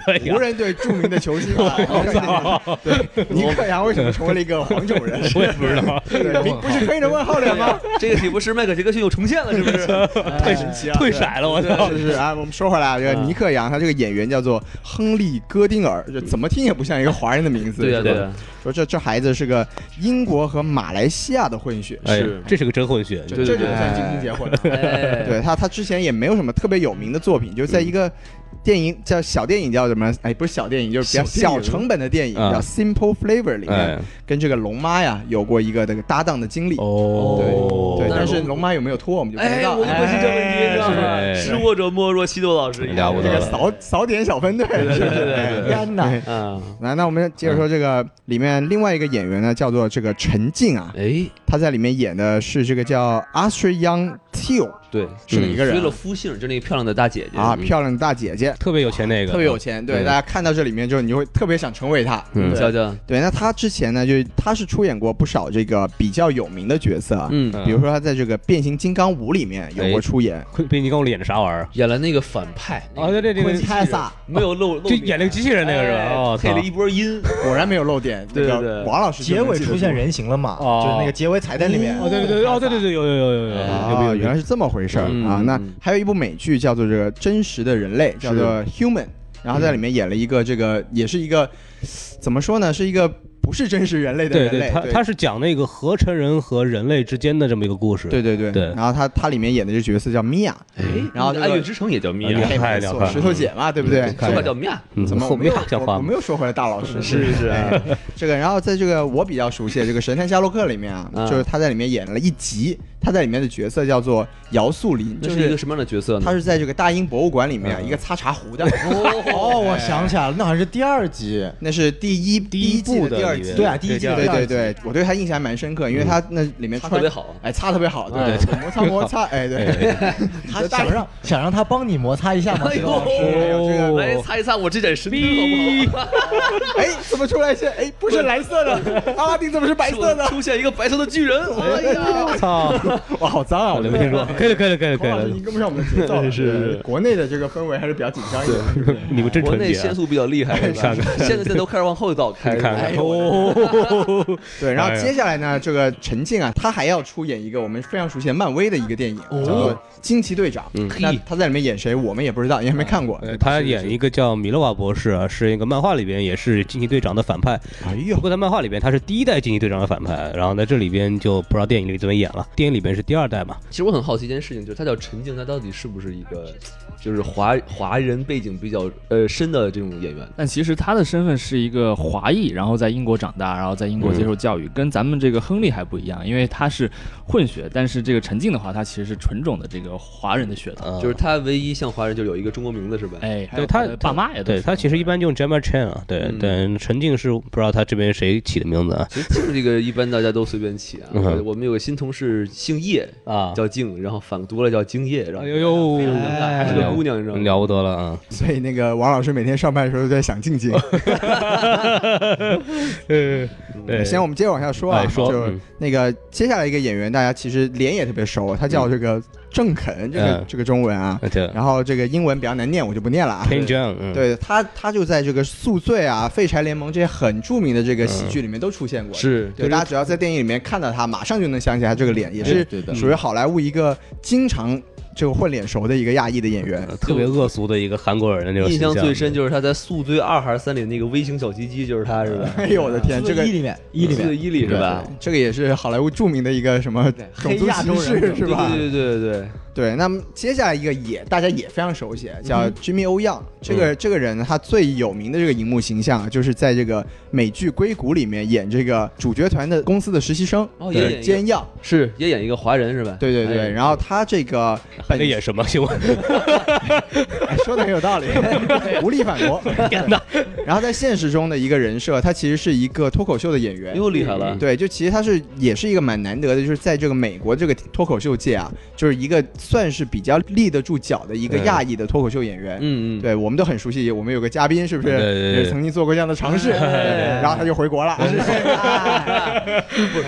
[SPEAKER 6] 可以
[SPEAKER 1] 湖人队著名的球星 啊，对，尼克杨为什么成为了一个黄种人？
[SPEAKER 6] 我也不知道，
[SPEAKER 1] 对，你不是黑人问号脸吗？
[SPEAKER 2] 这个岂不是迈克尔杰克逊又重现了？是不是？哎
[SPEAKER 1] 太神奇啊！
[SPEAKER 6] 退色 了，我操！嗯
[SPEAKER 1] 是是啊，我们说回来啊，这个尼克杨，他这个演员叫做亨利·戈丁尔，这怎么听也不像一个华人的名字。
[SPEAKER 2] 对呀
[SPEAKER 6] 啊
[SPEAKER 1] 是吧
[SPEAKER 2] 对呀，
[SPEAKER 1] 说这这孩子是个英国和马来西亚的混血，
[SPEAKER 6] 哎
[SPEAKER 2] 是，
[SPEAKER 6] 这是个真混血，
[SPEAKER 1] 这
[SPEAKER 2] 对
[SPEAKER 1] 这
[SPEAKER 2] 对
[SPEAKER 1] 就
[SPEAKER 2] 对
[SPEAKER 1] 算精英结婚了。
[SPEAKER 2] 哎，
[SPEAKER 1] 对嗯他，他之前也没有什么特别有名的作品，就是在一个电影叫小电影叫什么？哎，不是小电影，嗯就是比较
[SPEAKER 2] 小电
[SPEAKER 1] 小
[SPEAKER 2] 影
[SPEAKER 1] 成本的电影
[SPEAKER 6] 啊
[SPEAKER 1] 叫《Simple Flavor》里
[SPEAKER 6] 哎
[SPEAKER 1] 面，，跟这个龙妈呀有过一个这个搭档的经历。
[SPEAKER 2] 哦
[SPEAKER 1] 对，
[SPEAKER 2] 那
[SPEAKER 1] 但是
[SPEAKER 2] 龙
[SPEAKER 1] 龙妈有没有脱我们就不知
[SPEAKER 2] 哎，
[SPEAKER 1] 道
[SPEAKER 2] 我就
[SPEAKER 1] 了。
[SPEAKER 2] 关心这问题，知道吗？
[SPEAKER 6] 哎
[SPEAKER 2] 失握者莫若西多老师一样
[SPEAKER 6] 了不
[SPEAKER 1] 这
[SPEAKER 6] 得
[SPEAKER 1] 个
[SPEAKER 6] 了
[SPEAKER 1] 扫扫点小分队，对嗯对
[SPEAKER 2] 对对对
[SPEAKER 1] 天哪！
[SPEAKER 2] 啊，
[SPEAKER 1] 来，那我们接着说这个里面另外一个演员呢，叫做这个陈静啊，
[SPEAKER 2] 哎，
[SPEAKER 1] 他在里面演的是这个叫 Asher Young Teal
[SPEAKER 2] 对，嗯
[SPEAKER 1] 是哪一个人
[SPEAKER 2] 追了夫姓，就那个漂亮的大姐姐
[SPEAKER 1] 啊，
[SPEAKER 2] 嗯
[SPEAKER 1] 漂亮的大姐姐，
[SPEAKER 6] 特别有钱那个，
[SPEAKER 1] 特别有钱。对，
[SPEAKER 6] 对
[SPEAKER 1] 大家看到这里面之后，你就会特别想成为她。
[SPEAKER 6] 嗯
[SPEAKER 2] 嗯，
[SPEAKER 1] 对
[SPEAKER 2] 娇娇，
[SPEAKER 1] 对，那她之前呢，就是她是出演过不少这个比较有名的角色啊，
[SPEAKER 2] 嗯，
[SPEAKER 6] 嗯
[SPEAKER 1] 比如说她在这个《变形金刚五》里面有过出演，
[SPEAKER 6] 昆比你跟我演的啥玩意儿？
[SPEAKER 2] 演了那个反派，那
[SPEAKER 6] 哦，
[SPEAKER 2] 个
[SPEAKER 6] 对对对，哦
[SPEAKER 1] 昆泰萨
[SPEAKER 2] 没有露露
[SPEAKER 6] 就
[SPEAKER 2] 脸，
[SPEAKER 6] 演那个机器人那个是吧？
[SPEAKER 2] 哎
[SPEAKER 6] 哦，
[SPEAKER 2] 配
[SPEAKER 6] 操
[SPEAKER 2] 了一波音，
[SPEAKER 1] 果然没有漏点。
[SPEAKER 2] 对
[SPEAKER 1] 那个
[SPEAKER 2] 对对
[SPEAKER 1] 王老师就
[SPEAKER 7] 结
[SPEAKER 1] 能
[SPEAKER 7] 尾
[SPEAKER 1] 记得
[SPEAKER 7] 出现
[SPEAKER 1] 住
[SPEAKER 7] 人形了嘛？
[SPEAKER 6] 哦
[SPEAKER 7] 就是那个结尾彩蛋里面。
[SPEAKER 6] 哦，对对对，哦，对对对，有有有有有，
[SPEAKER 1] 啊，原来是这么回事儿
[SPEAKER 2] 嗯
[SPEAKER 1] 啊
[SPEAKER 2] 嗯！
[SPEAKER 1] 那
[SPEAKER 2] 嗯
[SPEAKER 1] 还有一部美剧叫做《这个真实的人类》，叫做《Human》，然
[SPEAKER 6] 嗯
[SPEAKER 1] 后在里面演了一个这个，也是一个怎么说呢，是一个不是真实人类的
[SPEAKER 6] 对
[SPEAKER 1] 人
[SPEAKER 6] 对，
[SPEAKER 1] 类，
[SPEAKER 6] 他
[SPEAKER 1] 对
[SPEAKER 6] 他是讲那个合成人和人类之间的这么一个故事，
[SPEAKER 1] 对对对
[SPEAKER 6] 对
[SPEAKER 1] 然后他他里面演的这个角色叫米娅，
[SPEAKER 2] 哎，
[SPEAKER 1] 然后这
[SPEAKER 2] 《
[SPEAKER 1] 个
[SPEAKER 2] 爱乐之城》也叫米娅
[SPEAKER 6] 哎，
[SPEAKER 1] 哎
[SPEAKER 6] 厉害
[SPEAKER 1] 没
[SPEAKER 6] 厉
[SPEAKER 1] 错
[SPEAKER 6] 害
[SPEAKER 1] 石头姐嘛，对不对？
[SPEAKER 6] 看
[SPEAKER 2] 说话
[SPEAKER 6] 一下
[SPEAKER 2] 叫米啊娅，
[SPEAKER 6] 嗯，
[SPEAKER 1] 怎么我
[SPEAKER 6] 后
[SPEAKER 1] 没
[SPEAKER 6] 面
[SPEAKER 1] 有
[SPEAKER 6] 讲
[SPEAKER 1] 我
[SPEAKER 6] 话
[SPEAKER 1] 我
[SPEAKER 6] 吗
[SPEAKER 1] 没？有说回来大老师
[SPEAKER 2] 是是
[SPEAKER 1] 哎这个，然后在这个我比较熟悉的这个《神探夏洛克》里面啊，
[SPEAKER 2] 嗯
[SPEAKER 1] 就是他在里面演了一集，他在里面的角色叫做姚素林，
[SPEAKER 2] 这
[SPEAKER 1] 就是
[SPEAKER 2] 一个什么样的角色呢？
[SPEAKER 1] 他是在这个大英博物馆里面啊
[SPEAKER 6] 嗯
[SPEAKER 1] 一个擦茶壶的，
[SPEAKER 7] 哦，我想起来了，那好像是第二集。
[SPEAKER 1] 那是第一第
[SPEAKER 6] 一
[SPEAKER 1] 季
[SPEAKER 6] 部
[SPEAKER 1] 的
[SPEAKER 6] 的
[SPEAKER 1] 第二
[SPEAKER 6] 里
[SPEAKER 1] 集，
[SPEAKER 6] 面
[SPEAKER 7] 对啊，第一季的
[SPEAKER 1] 对
[SPEAKER 7] 第二
[SPEAKER 1] 对
[SPEAKER 7] 集
[SPEAKER 1] 对，我对他印象还蛮深刻，因为他那里面
[SPEAKER 2] 他
[SPEAKER 1] 穿
[SPEAKER 2] 特别，好，
[SPEAKER 1] 哎，擦特别好，
[SPEAKER 2] 哎
[SPEAKER 1] 对对，摩擦摩擦，哎，对，
[SPEAKER 7] 他想让想让他帮你摩擦一下嘛，
[SPEAKER 2] 哎
[SPEAKER 7] 这个老师
[SPEAKER 2] 呦，
[SPEAKER 1] 这个
[SPEAKER 2] 来擦一擦我这点神经好不好？
[SPEAKER 1] 哎，怎么出来一些？哎，不是蓝色的，阿拉丁怎么是白色的？
[SPEAKER 2] 出现一个白色的巨人，哎呀，
[SPEAKER 6] 操，
[SPEAKER 1] 哇，好脏啊！
[SPEAKER 6] 我
[SPEAKER 1] 我的
[SPEAKER 6] 都没听说，可以了可以了可以了
[SPEAKER 1] 孔
[SPEAKER 6] 可以
[SPEAKER 1] 老师，
[SPEAKER 6] 了
[SPEAKER 1] 你，跟不上我们的节奏了。是国内的这个氛围还是比较紧张一点。
[SPEAKER 6] 你们真
[SPEAKER 2] 国
[SPEAKER 6] 纯
[SPEAKER 2] 内
[SPEAKER 6] 洁
[SPEAKER 2] 限
[SPEAKER 6] 啊。
[SPEAKER 2] 速比较厉害，是吧
[SPEAKER 6] 看看
[SPEAKER 2] 现在都开始往后倒开
[SPEAKER 6] 你
[SPEAKER 2] 了，
[SPEAKER 6] 看
[SPEAKER 2] 哎
[SPEAKER 6] 看，
[SPEAKER 2] 呦
[SPEAKER 6] 哦，
[SPEAKER 1] 对，然后
[SPEAKER 6] 哎呀
[SPEAKER 1] 接下来呢，这个陈静啊，她还要出演一个我们非常熟悉的漫威的一个电影，
[SPEAKER 6] 哦
[SPEAKER 1] 叫做《惊奇队长》。
[SPEAKER 6] 嗯
[SPEAKER 1] 那她在里面演谁，我们也不知道，因为没看过。
[SPEAKER 6] 呃他演一个叫米勒瓦博士啊，是一个漫画里边也是惊奇队长的反派。
[SPEAKER 1] 哎
[SPEAKER 6] 不
[SPEAKER 1] 呦，
[SPEAKER 6] 过在漫画里边他是第一代惊奇队长的反派，然后在这里边就不知道电影里怎么演了。电影里本是第二代嘛，
[SPEAKER 2] 其实我很好奇一件事情，就是他叫陈静，他到底是不是一个就是华华人背景比较呃深的这种演员？
[SPEAKER 4] 但其实他的身份是一个华裔，然后在英国长大，然后在英国接受教
[SPEAKER 6] 嗯
[SPEAKER 4] 育，跟咱们这个亨利还不一样，因为他是混血。但是这个陈静的话，他其实是纯种的这个华人的血统。
[SPEAKER 6] 啊
[SPEAKER 2] 就是他唯一像华人就有一个中国名字是吧？
[SPEAKER 4] 哎，还有
[SPEAKER 6] 对他
[SPEAKER 4] 的爸妈也都
[SPEAKER 6] 对
[SPEAKER 4] 是
[SPEAKER 6] 他其实一般就用 Gemma Chan 啊，对
[SPEAKER 2] 嗯
[SPEAKER 6] 对，陈静是不知道他这边谁起的名字啊
[SPEAKER 2] 其实静这个一般大家都随便起啊。
[SPEAKER 6] 嗯
[SPEAKER 2] 我我们有个新同事姓叶，
[SPEAKER 6] 啊，
[SPEAKER 2] 叫静，然后反读了叫静叶，然后
[SPEAKER 6] 哎呦
[SPEAKER 2] 非常尴尬，还是个姑娘，你知道吗？
[SPEAKER 6] 了不得了啊！
[SPEAKER 1] 所以那个王老师每天上班的时候都在想静静。
[SPEAKER 6] 对，
[SPEAKER 1] 嗯 行，我们接着往下说啊，
[SPEAKER 6] 哎说
[SPEAKER 1] 就
[SPEAKER 6] 嗯
[SPEAKER 1] 那个接下来一个演员，大家其实脸也特别熟，他叫这个郑肯，这个
[SPEAKER 6] 嗯
[SPEAKER 1] 这个中文啊，
[SPEAKER 6] 啊对
[SPEAKER 1] 然后这个英文比较难念，我就不念了啊。
[SPEAKER 6] ，Ken Jeong，嗯，
[SPEAKER 1] 对他，他就在这个《宿醉》啊、《废柴联盟》这些很著名的这
[SPEAKER 6] 嗯
[SPEAKER 1] 个喜剧里面都出现过。
[SPEAKER 2] 是
[SPEAKER 1] 对，大家只要在电影里面看到他，马上就能想起他这个脸，也是
[SPEAKER 7] 对的
[SPEAKER 1] 属于好莱坞一个经常就混脸熟的一个亚裔的演员。
[SPEAKER 6] 呃特别恶俗的一个韩国人的那种
[SPEAKER 2] 印
[SPEAKER 6] 形象
[SPEAKER 2] 象最深就是他在《宿醉二》还是三里那个微型小鸡鸡，就是他是 吧？
[SPEAKER 1] 哎呦我的天，这个
[SPEAKER 7] 一里面一里
[SPEAKER 2] 宿醉
[SPEAKER 7] 面
[SPEAKER 2] 一里是吧？
[SPEAKER 1] 这个也是好莱坞著名的一个什么种族
[SPEAKER 7] 黑亚洲
[SPEAKER 1] 歧
[SPEAKER 7] 人
[SPEAKER 1] 视是吧？
[SPEAKER 2] 对对对对对，
[SPEAKER 1] 对，那么接下来一个也大家也非常熟悉，
[SPEAKER 7] 嗯
[SPEAKER 1] 叫 Jimmy O Young。这个这个人呢，他最有名的这个荧幕形象啊，就是在这个美剧《硅谷》里面演这个主角团的公司的实习生，
[SPEAKER 2] 哦
[SPEAKER 1] 就
[SPEAKER 2] 也
[SPEAKER 1] 是
[SPEAKER 2] 演
[SPEAKER 1] 煎药。
[SPEAKER 2] 是也演一个华人是吧？
[SPEAKER 1] 对对对，
[SPEAKER 2] 哎
[SPEAKER 1] 然后他这个
[SPEAKER 6] 还
[SPEAKER 1] 本
[SPEAKER 6] 得演什么？请问
[SPEAKER 1] 哎 说的很有道 理，无力反驳。然后在现实中的一个人设，他其实是一个脱口秀的演员，
[SPEAKER 2] 又厉害了。
[SPEAKER 1] 对，就其实他是也是一个蛮难得的，就是在这个美国这个脱口秀界啊，就是一个算是比较立得住脚的一个亚裔的脱口秀演员。
[SPEAKER 2] 嗯嗯，
[SPEAKER 1] 对，我们都很熟悉，我们有个嘉宾是不是
[SPEAKER 6] 对对对
[SPEAKER 1] 也曾经做过这样的尝试， 然后他就回国了。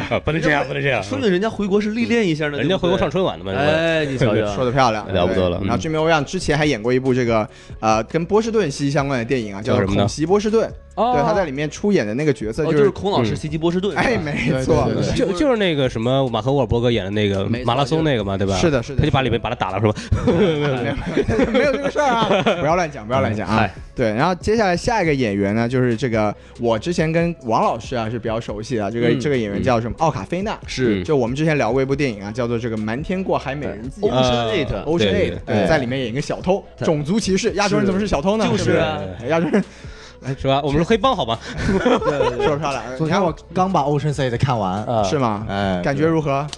[SPEAKER 6] 啊不能这样，不能这样，
[SPEAKER 2] 说明人家回国是历练一下呢，
[SPEAKER 6] 人家回国上春晚的嘛，对不对
[SPEAKER 2] 哎，你瞧瞧，
[SPEAKER 1] 说的漂亮，
[SPEAKER 6] 了不得
[SPEAKER 1] 对
[SPEAKER 6] 了嗯
[SPEAKER 1] 然后 Jimmy O Yang 之前还演过一部这个呃跟波士顿息息相关的电影啊，叫
[SPEAKER 6] 叫
[SPEAKER 1] 做
[SPEAKER 6] 什
[SPEAKER 1] 《
[SPEAKER 6] 么呢
[SPEAKER 1] 恐袭波士顿》。
[SPEAKER 2] 哦
[SPEAKER 1] 对，他在里面出演的那个角色就
[SPEAKER 2] 哦，就是
[SPEAKER 1] 是，
[SPEAKER 2] 孔老师
[SPEAKER 6] 嗯
[SPEAKER 2] 袭击波士顿，是吧
[SPEAKER 1] 哎，没错
[SPEAKER 7] 对，对
[SPEAKER 6] 就就是那个什么马克沃尔伯格演的那个
[SPEAKER 1] 没错
[SPEAKER 6] 马拉松那个嘛，对吧？
[SPEAKER 1] 是的是的
[SPEAKER 6] 他就把里面把他打了是吧？
[SPEAKER 1] 没有这个事儿啊，不要乱讲，不要乱讲啊
[SPEAKER 2] 嗨。
[SPEAKER 1] 对，然后接下来下一个演员呢，就是这个我之前跟王老师啊是比较熟悉的，这个
[SPEAKER 2] 嗯
[SPEAKER 1] 这个演员叫什么？奥卡菲娜。
[SPEAKER 2] 是
[SPEAKER 1] 就我们之前聊过一部电影啊，叫做这个《瞒天过海，美人计》
[SPEAKER 2] Ocean
[SPEAKER 1] 啊。
[SPEAKER 2] Eight
[SPEAKER 1] Ocean
[SPEAKER 6] 对
[SPEAKER 1] Eight，
[SPEAKER 6] 对
[SPEAKER 1] 对，
[SPEAKER 6] 对
[SPEAKER 1] 在里面演一个小偷，
[SPEAKER 2] 对
[SPEAKER 1] 种族歧视，亚洲人怎么是小偷呢？
[SPEAKER 2] 就是
[SPEAKER 1] 不
[SPEAKER 2] 啊
[SPEAKER 1] 亚洲人 哎
[SPEAKER 6] 是吧？我们是黑帮好吧？
[SPEAKER 1] 说不上来。
[SPEAKER 7] 昨天我刚把 Ocean s i d 的看完，
[SPEAKER 6] 啊
[SPEAKER 1] 是吗？
[SPEAKER 7] 哎，
[SPEAKER 1] 嗯感觉如何啊？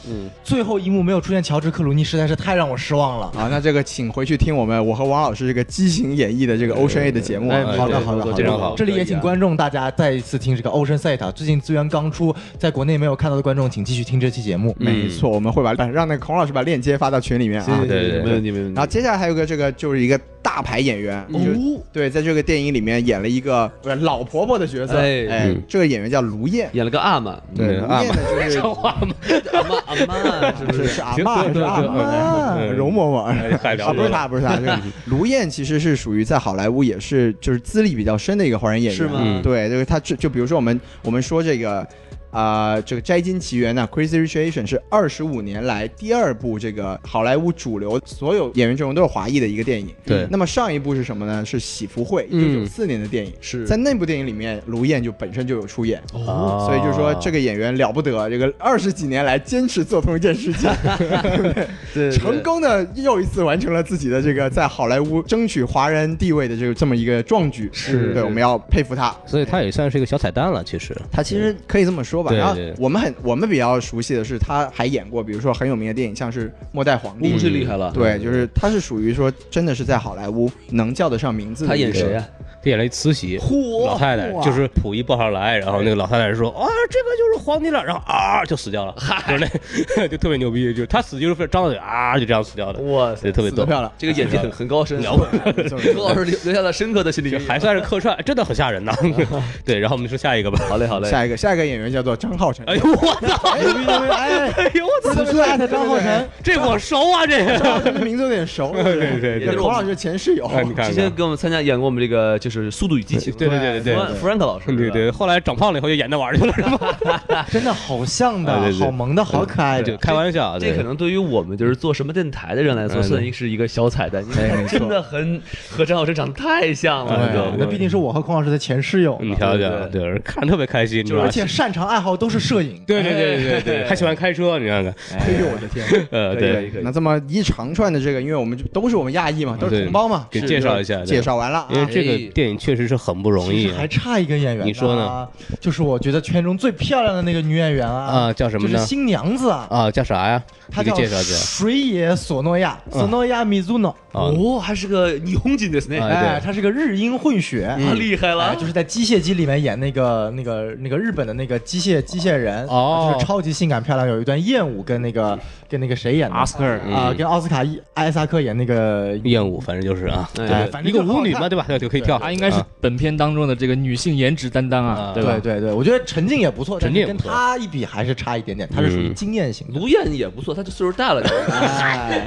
[SPEAKER 7] 最后一幕没有出现乔治克鲁尼，实在是太让我失望了。
[SPEAKER 1] 那这个请回去听我们我和王老师这个激情演绎的这个 Ocean A 的节目啊。
[SPEAKER 7] 哎
[SPEAKER 1] 好
[SPEAKER 7] 好的好的
[SPEAKER 6] 对对
[SPEAKER 7] 好的
[SPEAKER 6] 非常好。
[SPEAKER 7] 这里也
[SPEAKER 2] 可以
[SPEAKER 7] 请
[SPEAKER 2] 啊
[SPEAKER 7] 观众大家再一次听这个 Ocean s i d 最近资源刚出，在国内没有看到的观众，请继续听这期节目。
[SPEAKER 6] 嗯
[SPEAKER 1] 没错，我们会把哎让那个孔老师把链接发到群里面啊。
[SPEAKER 6] 对对
[SPEAKER 2] 没
[SPEAKER 6] 对，
[SPEAKER 2] 问题没问题。哦
[SPEAKER 1] 然后接下来还有个这个就是一个大牌演员，
[SPEAKER 6] 嗯
[SPEAKER 1] 就对，在这个电影里面演了一个不是老婆婆的角色，
[SPEAKER 2] 哎
[SPEAKER 1] 哎
[SPEAKER 6] 嗯，
[SPEAKER 1] 这个演员叫卢燕，
[SPEAKER 2] 演了 个阿玛，
[SPEAKER 1] 对，卢
[SPEAKER 6] 阿
[SPEAKER 1] 燕呢就是
[SPEAKER 6] 啊
[SPEAKER 2] 阿玛阿玛 是不
[SPEAKER 1] 是
[SPEAKER 2] 是？
[SPEAKER 1] 是阿妈，是阿妈，
[SPEAKER 6] 对对哎
[SPEAKER 1] 容嬷嬷。
[SPEAKER 6] 太
[SPEAKER 1] 啊，
[SPEAKER 6] 了
[SPEAKER 1] 不
[SPEAKER 6] 不
[SPEAKER 1] 是
[SPEAKER 6] 得了。
[SPEAKER 1] 她，不是她，就是 卢燕，其实是属于在好莱坞也是就是资历比较深的一个华人演员，
[SPEAKER 2] 是吗
[SPEAKER 6] 嗯
[SPEAKER 1] 对，就是她，就就比如说我们我们说这个。啊、这个《摘金奇缘》呢，《Crazy Rich Asian》是二十五年来第二部这个好莱坞主流所有演员阵容都是华裔的一个电影。
[SPEAKER 6] 对
[SPEAKER 1] 那么上一部是什么呢？是《喜福会》，一九九四年的电影。
[SPEAKER 2] 嗯是
[SPEAKER 1] 在那部电影里面，卢燕就本身就有出演。
[SPEAKER 6] 哦
[SPEAKER 1] 所以就说这个演员了不得，这个二十几年来坚持做同一件事 情，
[SPEAKER 2] 对对
[SPEAKER 1] 成功的又一次完成了自己的这个在好莱坞争取华人地位的这个这么一个壮举，
[SPEAKER 2] 是
[SPEAKER 1] 对，我们要佩服他。
[SPEAKER 6] 所以他也算是一个小彩蛋了，其实。
[SPEAKER 1] 他其实可以这么说吧，
[SPEAKER 6] 对
[SPEAKER 1] 然后
[SPEAKER 6] 对
[SPEAKER 1] 我们很我们比较熟悉的是，他还演过，比如说很有名的电影，像是《末代皇帝
[SPEAKER 2] 哦》，这厉害了
[SPEAKER 6] 嗯
[SPEAKER 1] 对，就是他是属于说真的是在好莱坞能叫得上名字的
[SPEAKER 2] 他
[SPEAKER 1] 一个。
[SPEAKER 2] 演谁啊？
[SPEAKER 6] 他演了一慈禧，老太太
[SPEAKER 1] 嚯
[SPEAKER 6] 就是溥仪抱上来，然后那个老太太说啊，这个就是皇帝了，然后啊就死掉了，就是那 就特别牛逼，就是他死就是张大嘴啊就这样死掉的，
[SPEAKER 2] 哇
[SPEAKER 6] 所以特别
[SPEAKER 1] 死得
[SPEAKER 6] 逗，
[SPEAKER 1] 漂亮？
[SPEAKER 2] 这个演技很很 高深，
[SPEAKER 6] 了不
[SPEAKER 1] 没错没
[SPEAKER 2] 孔
[SPEAKER 1] 错
[SPEAKER 2] 老师留留下了深刻的心理
[SPEAKER 6] 就
[SPEAKER 2] 阴影。
[SPEAKER 6] 还算是客串，真的很吓人呐。 对，然后我们说下一个吧。
[SPEAKER 2] 好嘞好嘞，
[SPEAKER 1] 下一个下一个演员叫做张浩辰，
[SPEAKER 6] 哎呦我操！
[SPEAKER 1] 哎，哎，
[SPEAKER 6] 哎呦我操！
[SPEAKER 1] 此处艾特
[SPEAKER 7] 张浩辰，
[SPEAKER 6] 这我熟啊，这个。
[SPEAKER 1] 这个名字有点熟，对
[SPEAKER 6] 对对
[SPEAKER 1] 孔老师前室友，
[SPEAKER 6] 哎你看
[SPEAKER 2] 之前
[SPEAKER 6] 看，
[SPEAKER 2] 给我们参加演过我们这个就是就是《速度与激情》
[SPEAKER 6] 对对对对
[SPEAKER 2] 弗兰弗兰克老师，
[SPEAKER 6] 对对，后来长胖了以后就演那玩意儿去了，是吧？
[SPEAKER 7] 真的好像
[SPEAKER 6] 哎
[SPEAKER 7] 的
[SPEAKER 6] 对，对
[SPEAKER 7] 好萌的，好可爱
[SPEAKER 6] 就
[SPEAKER 7] 的。
[SPEAKER 6] 开玩笑，
[SPEAKER 2] 这
[SPEAKER 6] 对
[SPEAKER 2] 可能对于我们就是做什么电台的人来说，
[SPEAKER 6] 嗯
[SPEAKER 2] 算是一个小彩蛋，因
[SPEAKER 6] 哎
[SPEAKER 2] 为真的很和张老师长得太像了，
[SPEAKER 7] 对那
[SPEAKER 2] 都
[SPEAKER 7] 毕竟是我和孔老师的前室友，
[SPEAKER 6] 嗯你瞧
[SPEAKER 2] 对
[SPEAKER 6] 瞧，
[SPEAKER 2] 对
[SPEAKER 6] 对，看着特别开心，你知道
[SPEAKER 7] 而
[SPEAKER 6] 吧？
[SPEAKER 7] 且擅长爱好都是摄影。
[SPEAKER 6] 对对对对对，还喜欢开车，你看看，
[SPEAKER 7] 哎呦我的天！
[SPEAKER 6] 呃，
[SPEAKER 2] 可以可
[SPEAKER 6] 对
[SPEAKER 2] 以，可以
[SPEAKER 1] 那。这么一长串的这个，因为我们就都是我们亚裔嘛，都是同胞嘛，
[SPEAKER 6] 给介绍一下，对
[SPEAKER 1] 介，绍完了啊，
[SPEAKER 6] 因为这个电影确实是很不容
[SPEAKER 7] 哎其
[SPEAKER 6] 易啊
[SPEAKER 7] 实还差一个演员，啊
[SPEAKER 6] 你说呢？
[SPEAKER 7] 就是我觉得圈中最漂亮的那个女演员啊，
[SPEAKER 6] 啊，叫什么
[SPEAKER 7] 就是
[SPEAKER 6] 呢？
[SPEAKER 7] 新娘子啊，
[SPEAKER 6] 啊，叫啥呀？
[SPEAKER 7] 她
[SPEAKER 6] 你给
[SPEAKER 7] 叫
[SPEAKER 6] 介绍介绍
[SPEAKER 7] 水野索诺亚，索诺亚米祖诺。
[SPEAKER 6] 啊，
[SPEAKER 2] 哦，还是个霓虹锦的 snake，
[SPEAKER 6] 哎
[SPEAKER 7] 哎，
[SPEAKER 6] 对
[SPEAKER 7] 她是个日英混血，
[SPEAKER 6] 嗯
[SPEAKER 2] 啊厉害
[SPEAKER 7] 哎
[SPEAKER 2] 了，
[SPEAKER 7] 就是在《机械姬》里面演那个那个那个日本的那个机械机械人，
[SPEAKER 6] 哦
[SPEAKER 7] 就是超级性感漂亮，有一段艳舞跟那个跟那个谁演的
[SPEAKER 4] 阿斯克
[SPEAKER 6] 嗯
[SPEAKER 7] 啊，跟奥斯卡伊艾萨克演那个，
[SPEAKER 6] 厌恶，反正就是啊，
[SPEAKER 2] 哎
[SPEAKER 7] 哎，
[SPEAKER 2] 对
[SPEAKER 7] 反
[SPEAKER 6] 一
[SPEAKER 7] 正
[SPEAKER 6] 个
[SPEAKER 7] 就是好
[SPEAKER 6] 舞女
[SPEAKER 7] 看
[SPEAKER 6] 嘛，对吧？对，就可以跳，
[SPEAKER 4] 她应该是
[SPEAKER 6] 啊
[SPEAKER 4] 本片当中的这个女性颜值担当啊吧
[SPEAKER 6] 啊，
[SPEAKER 7] 对？对对，我觉得陈静也不错，
[SPEAKER 6] 陈静也
[SPEAKER 7] 但
[SPEAKER 6] 不
[SPEAKER 7] 是
[SPEAKER 6] 错
[SPEAKER 7] 跟她一比还是差一点点，她是属于
[SPEAKER 6] 嗯
[SPEAKER 7] 经验型的。
[SPEAKER 2] 卢燕也不错，她就岁数大了点儿，
[SPEAKER 7] 哎，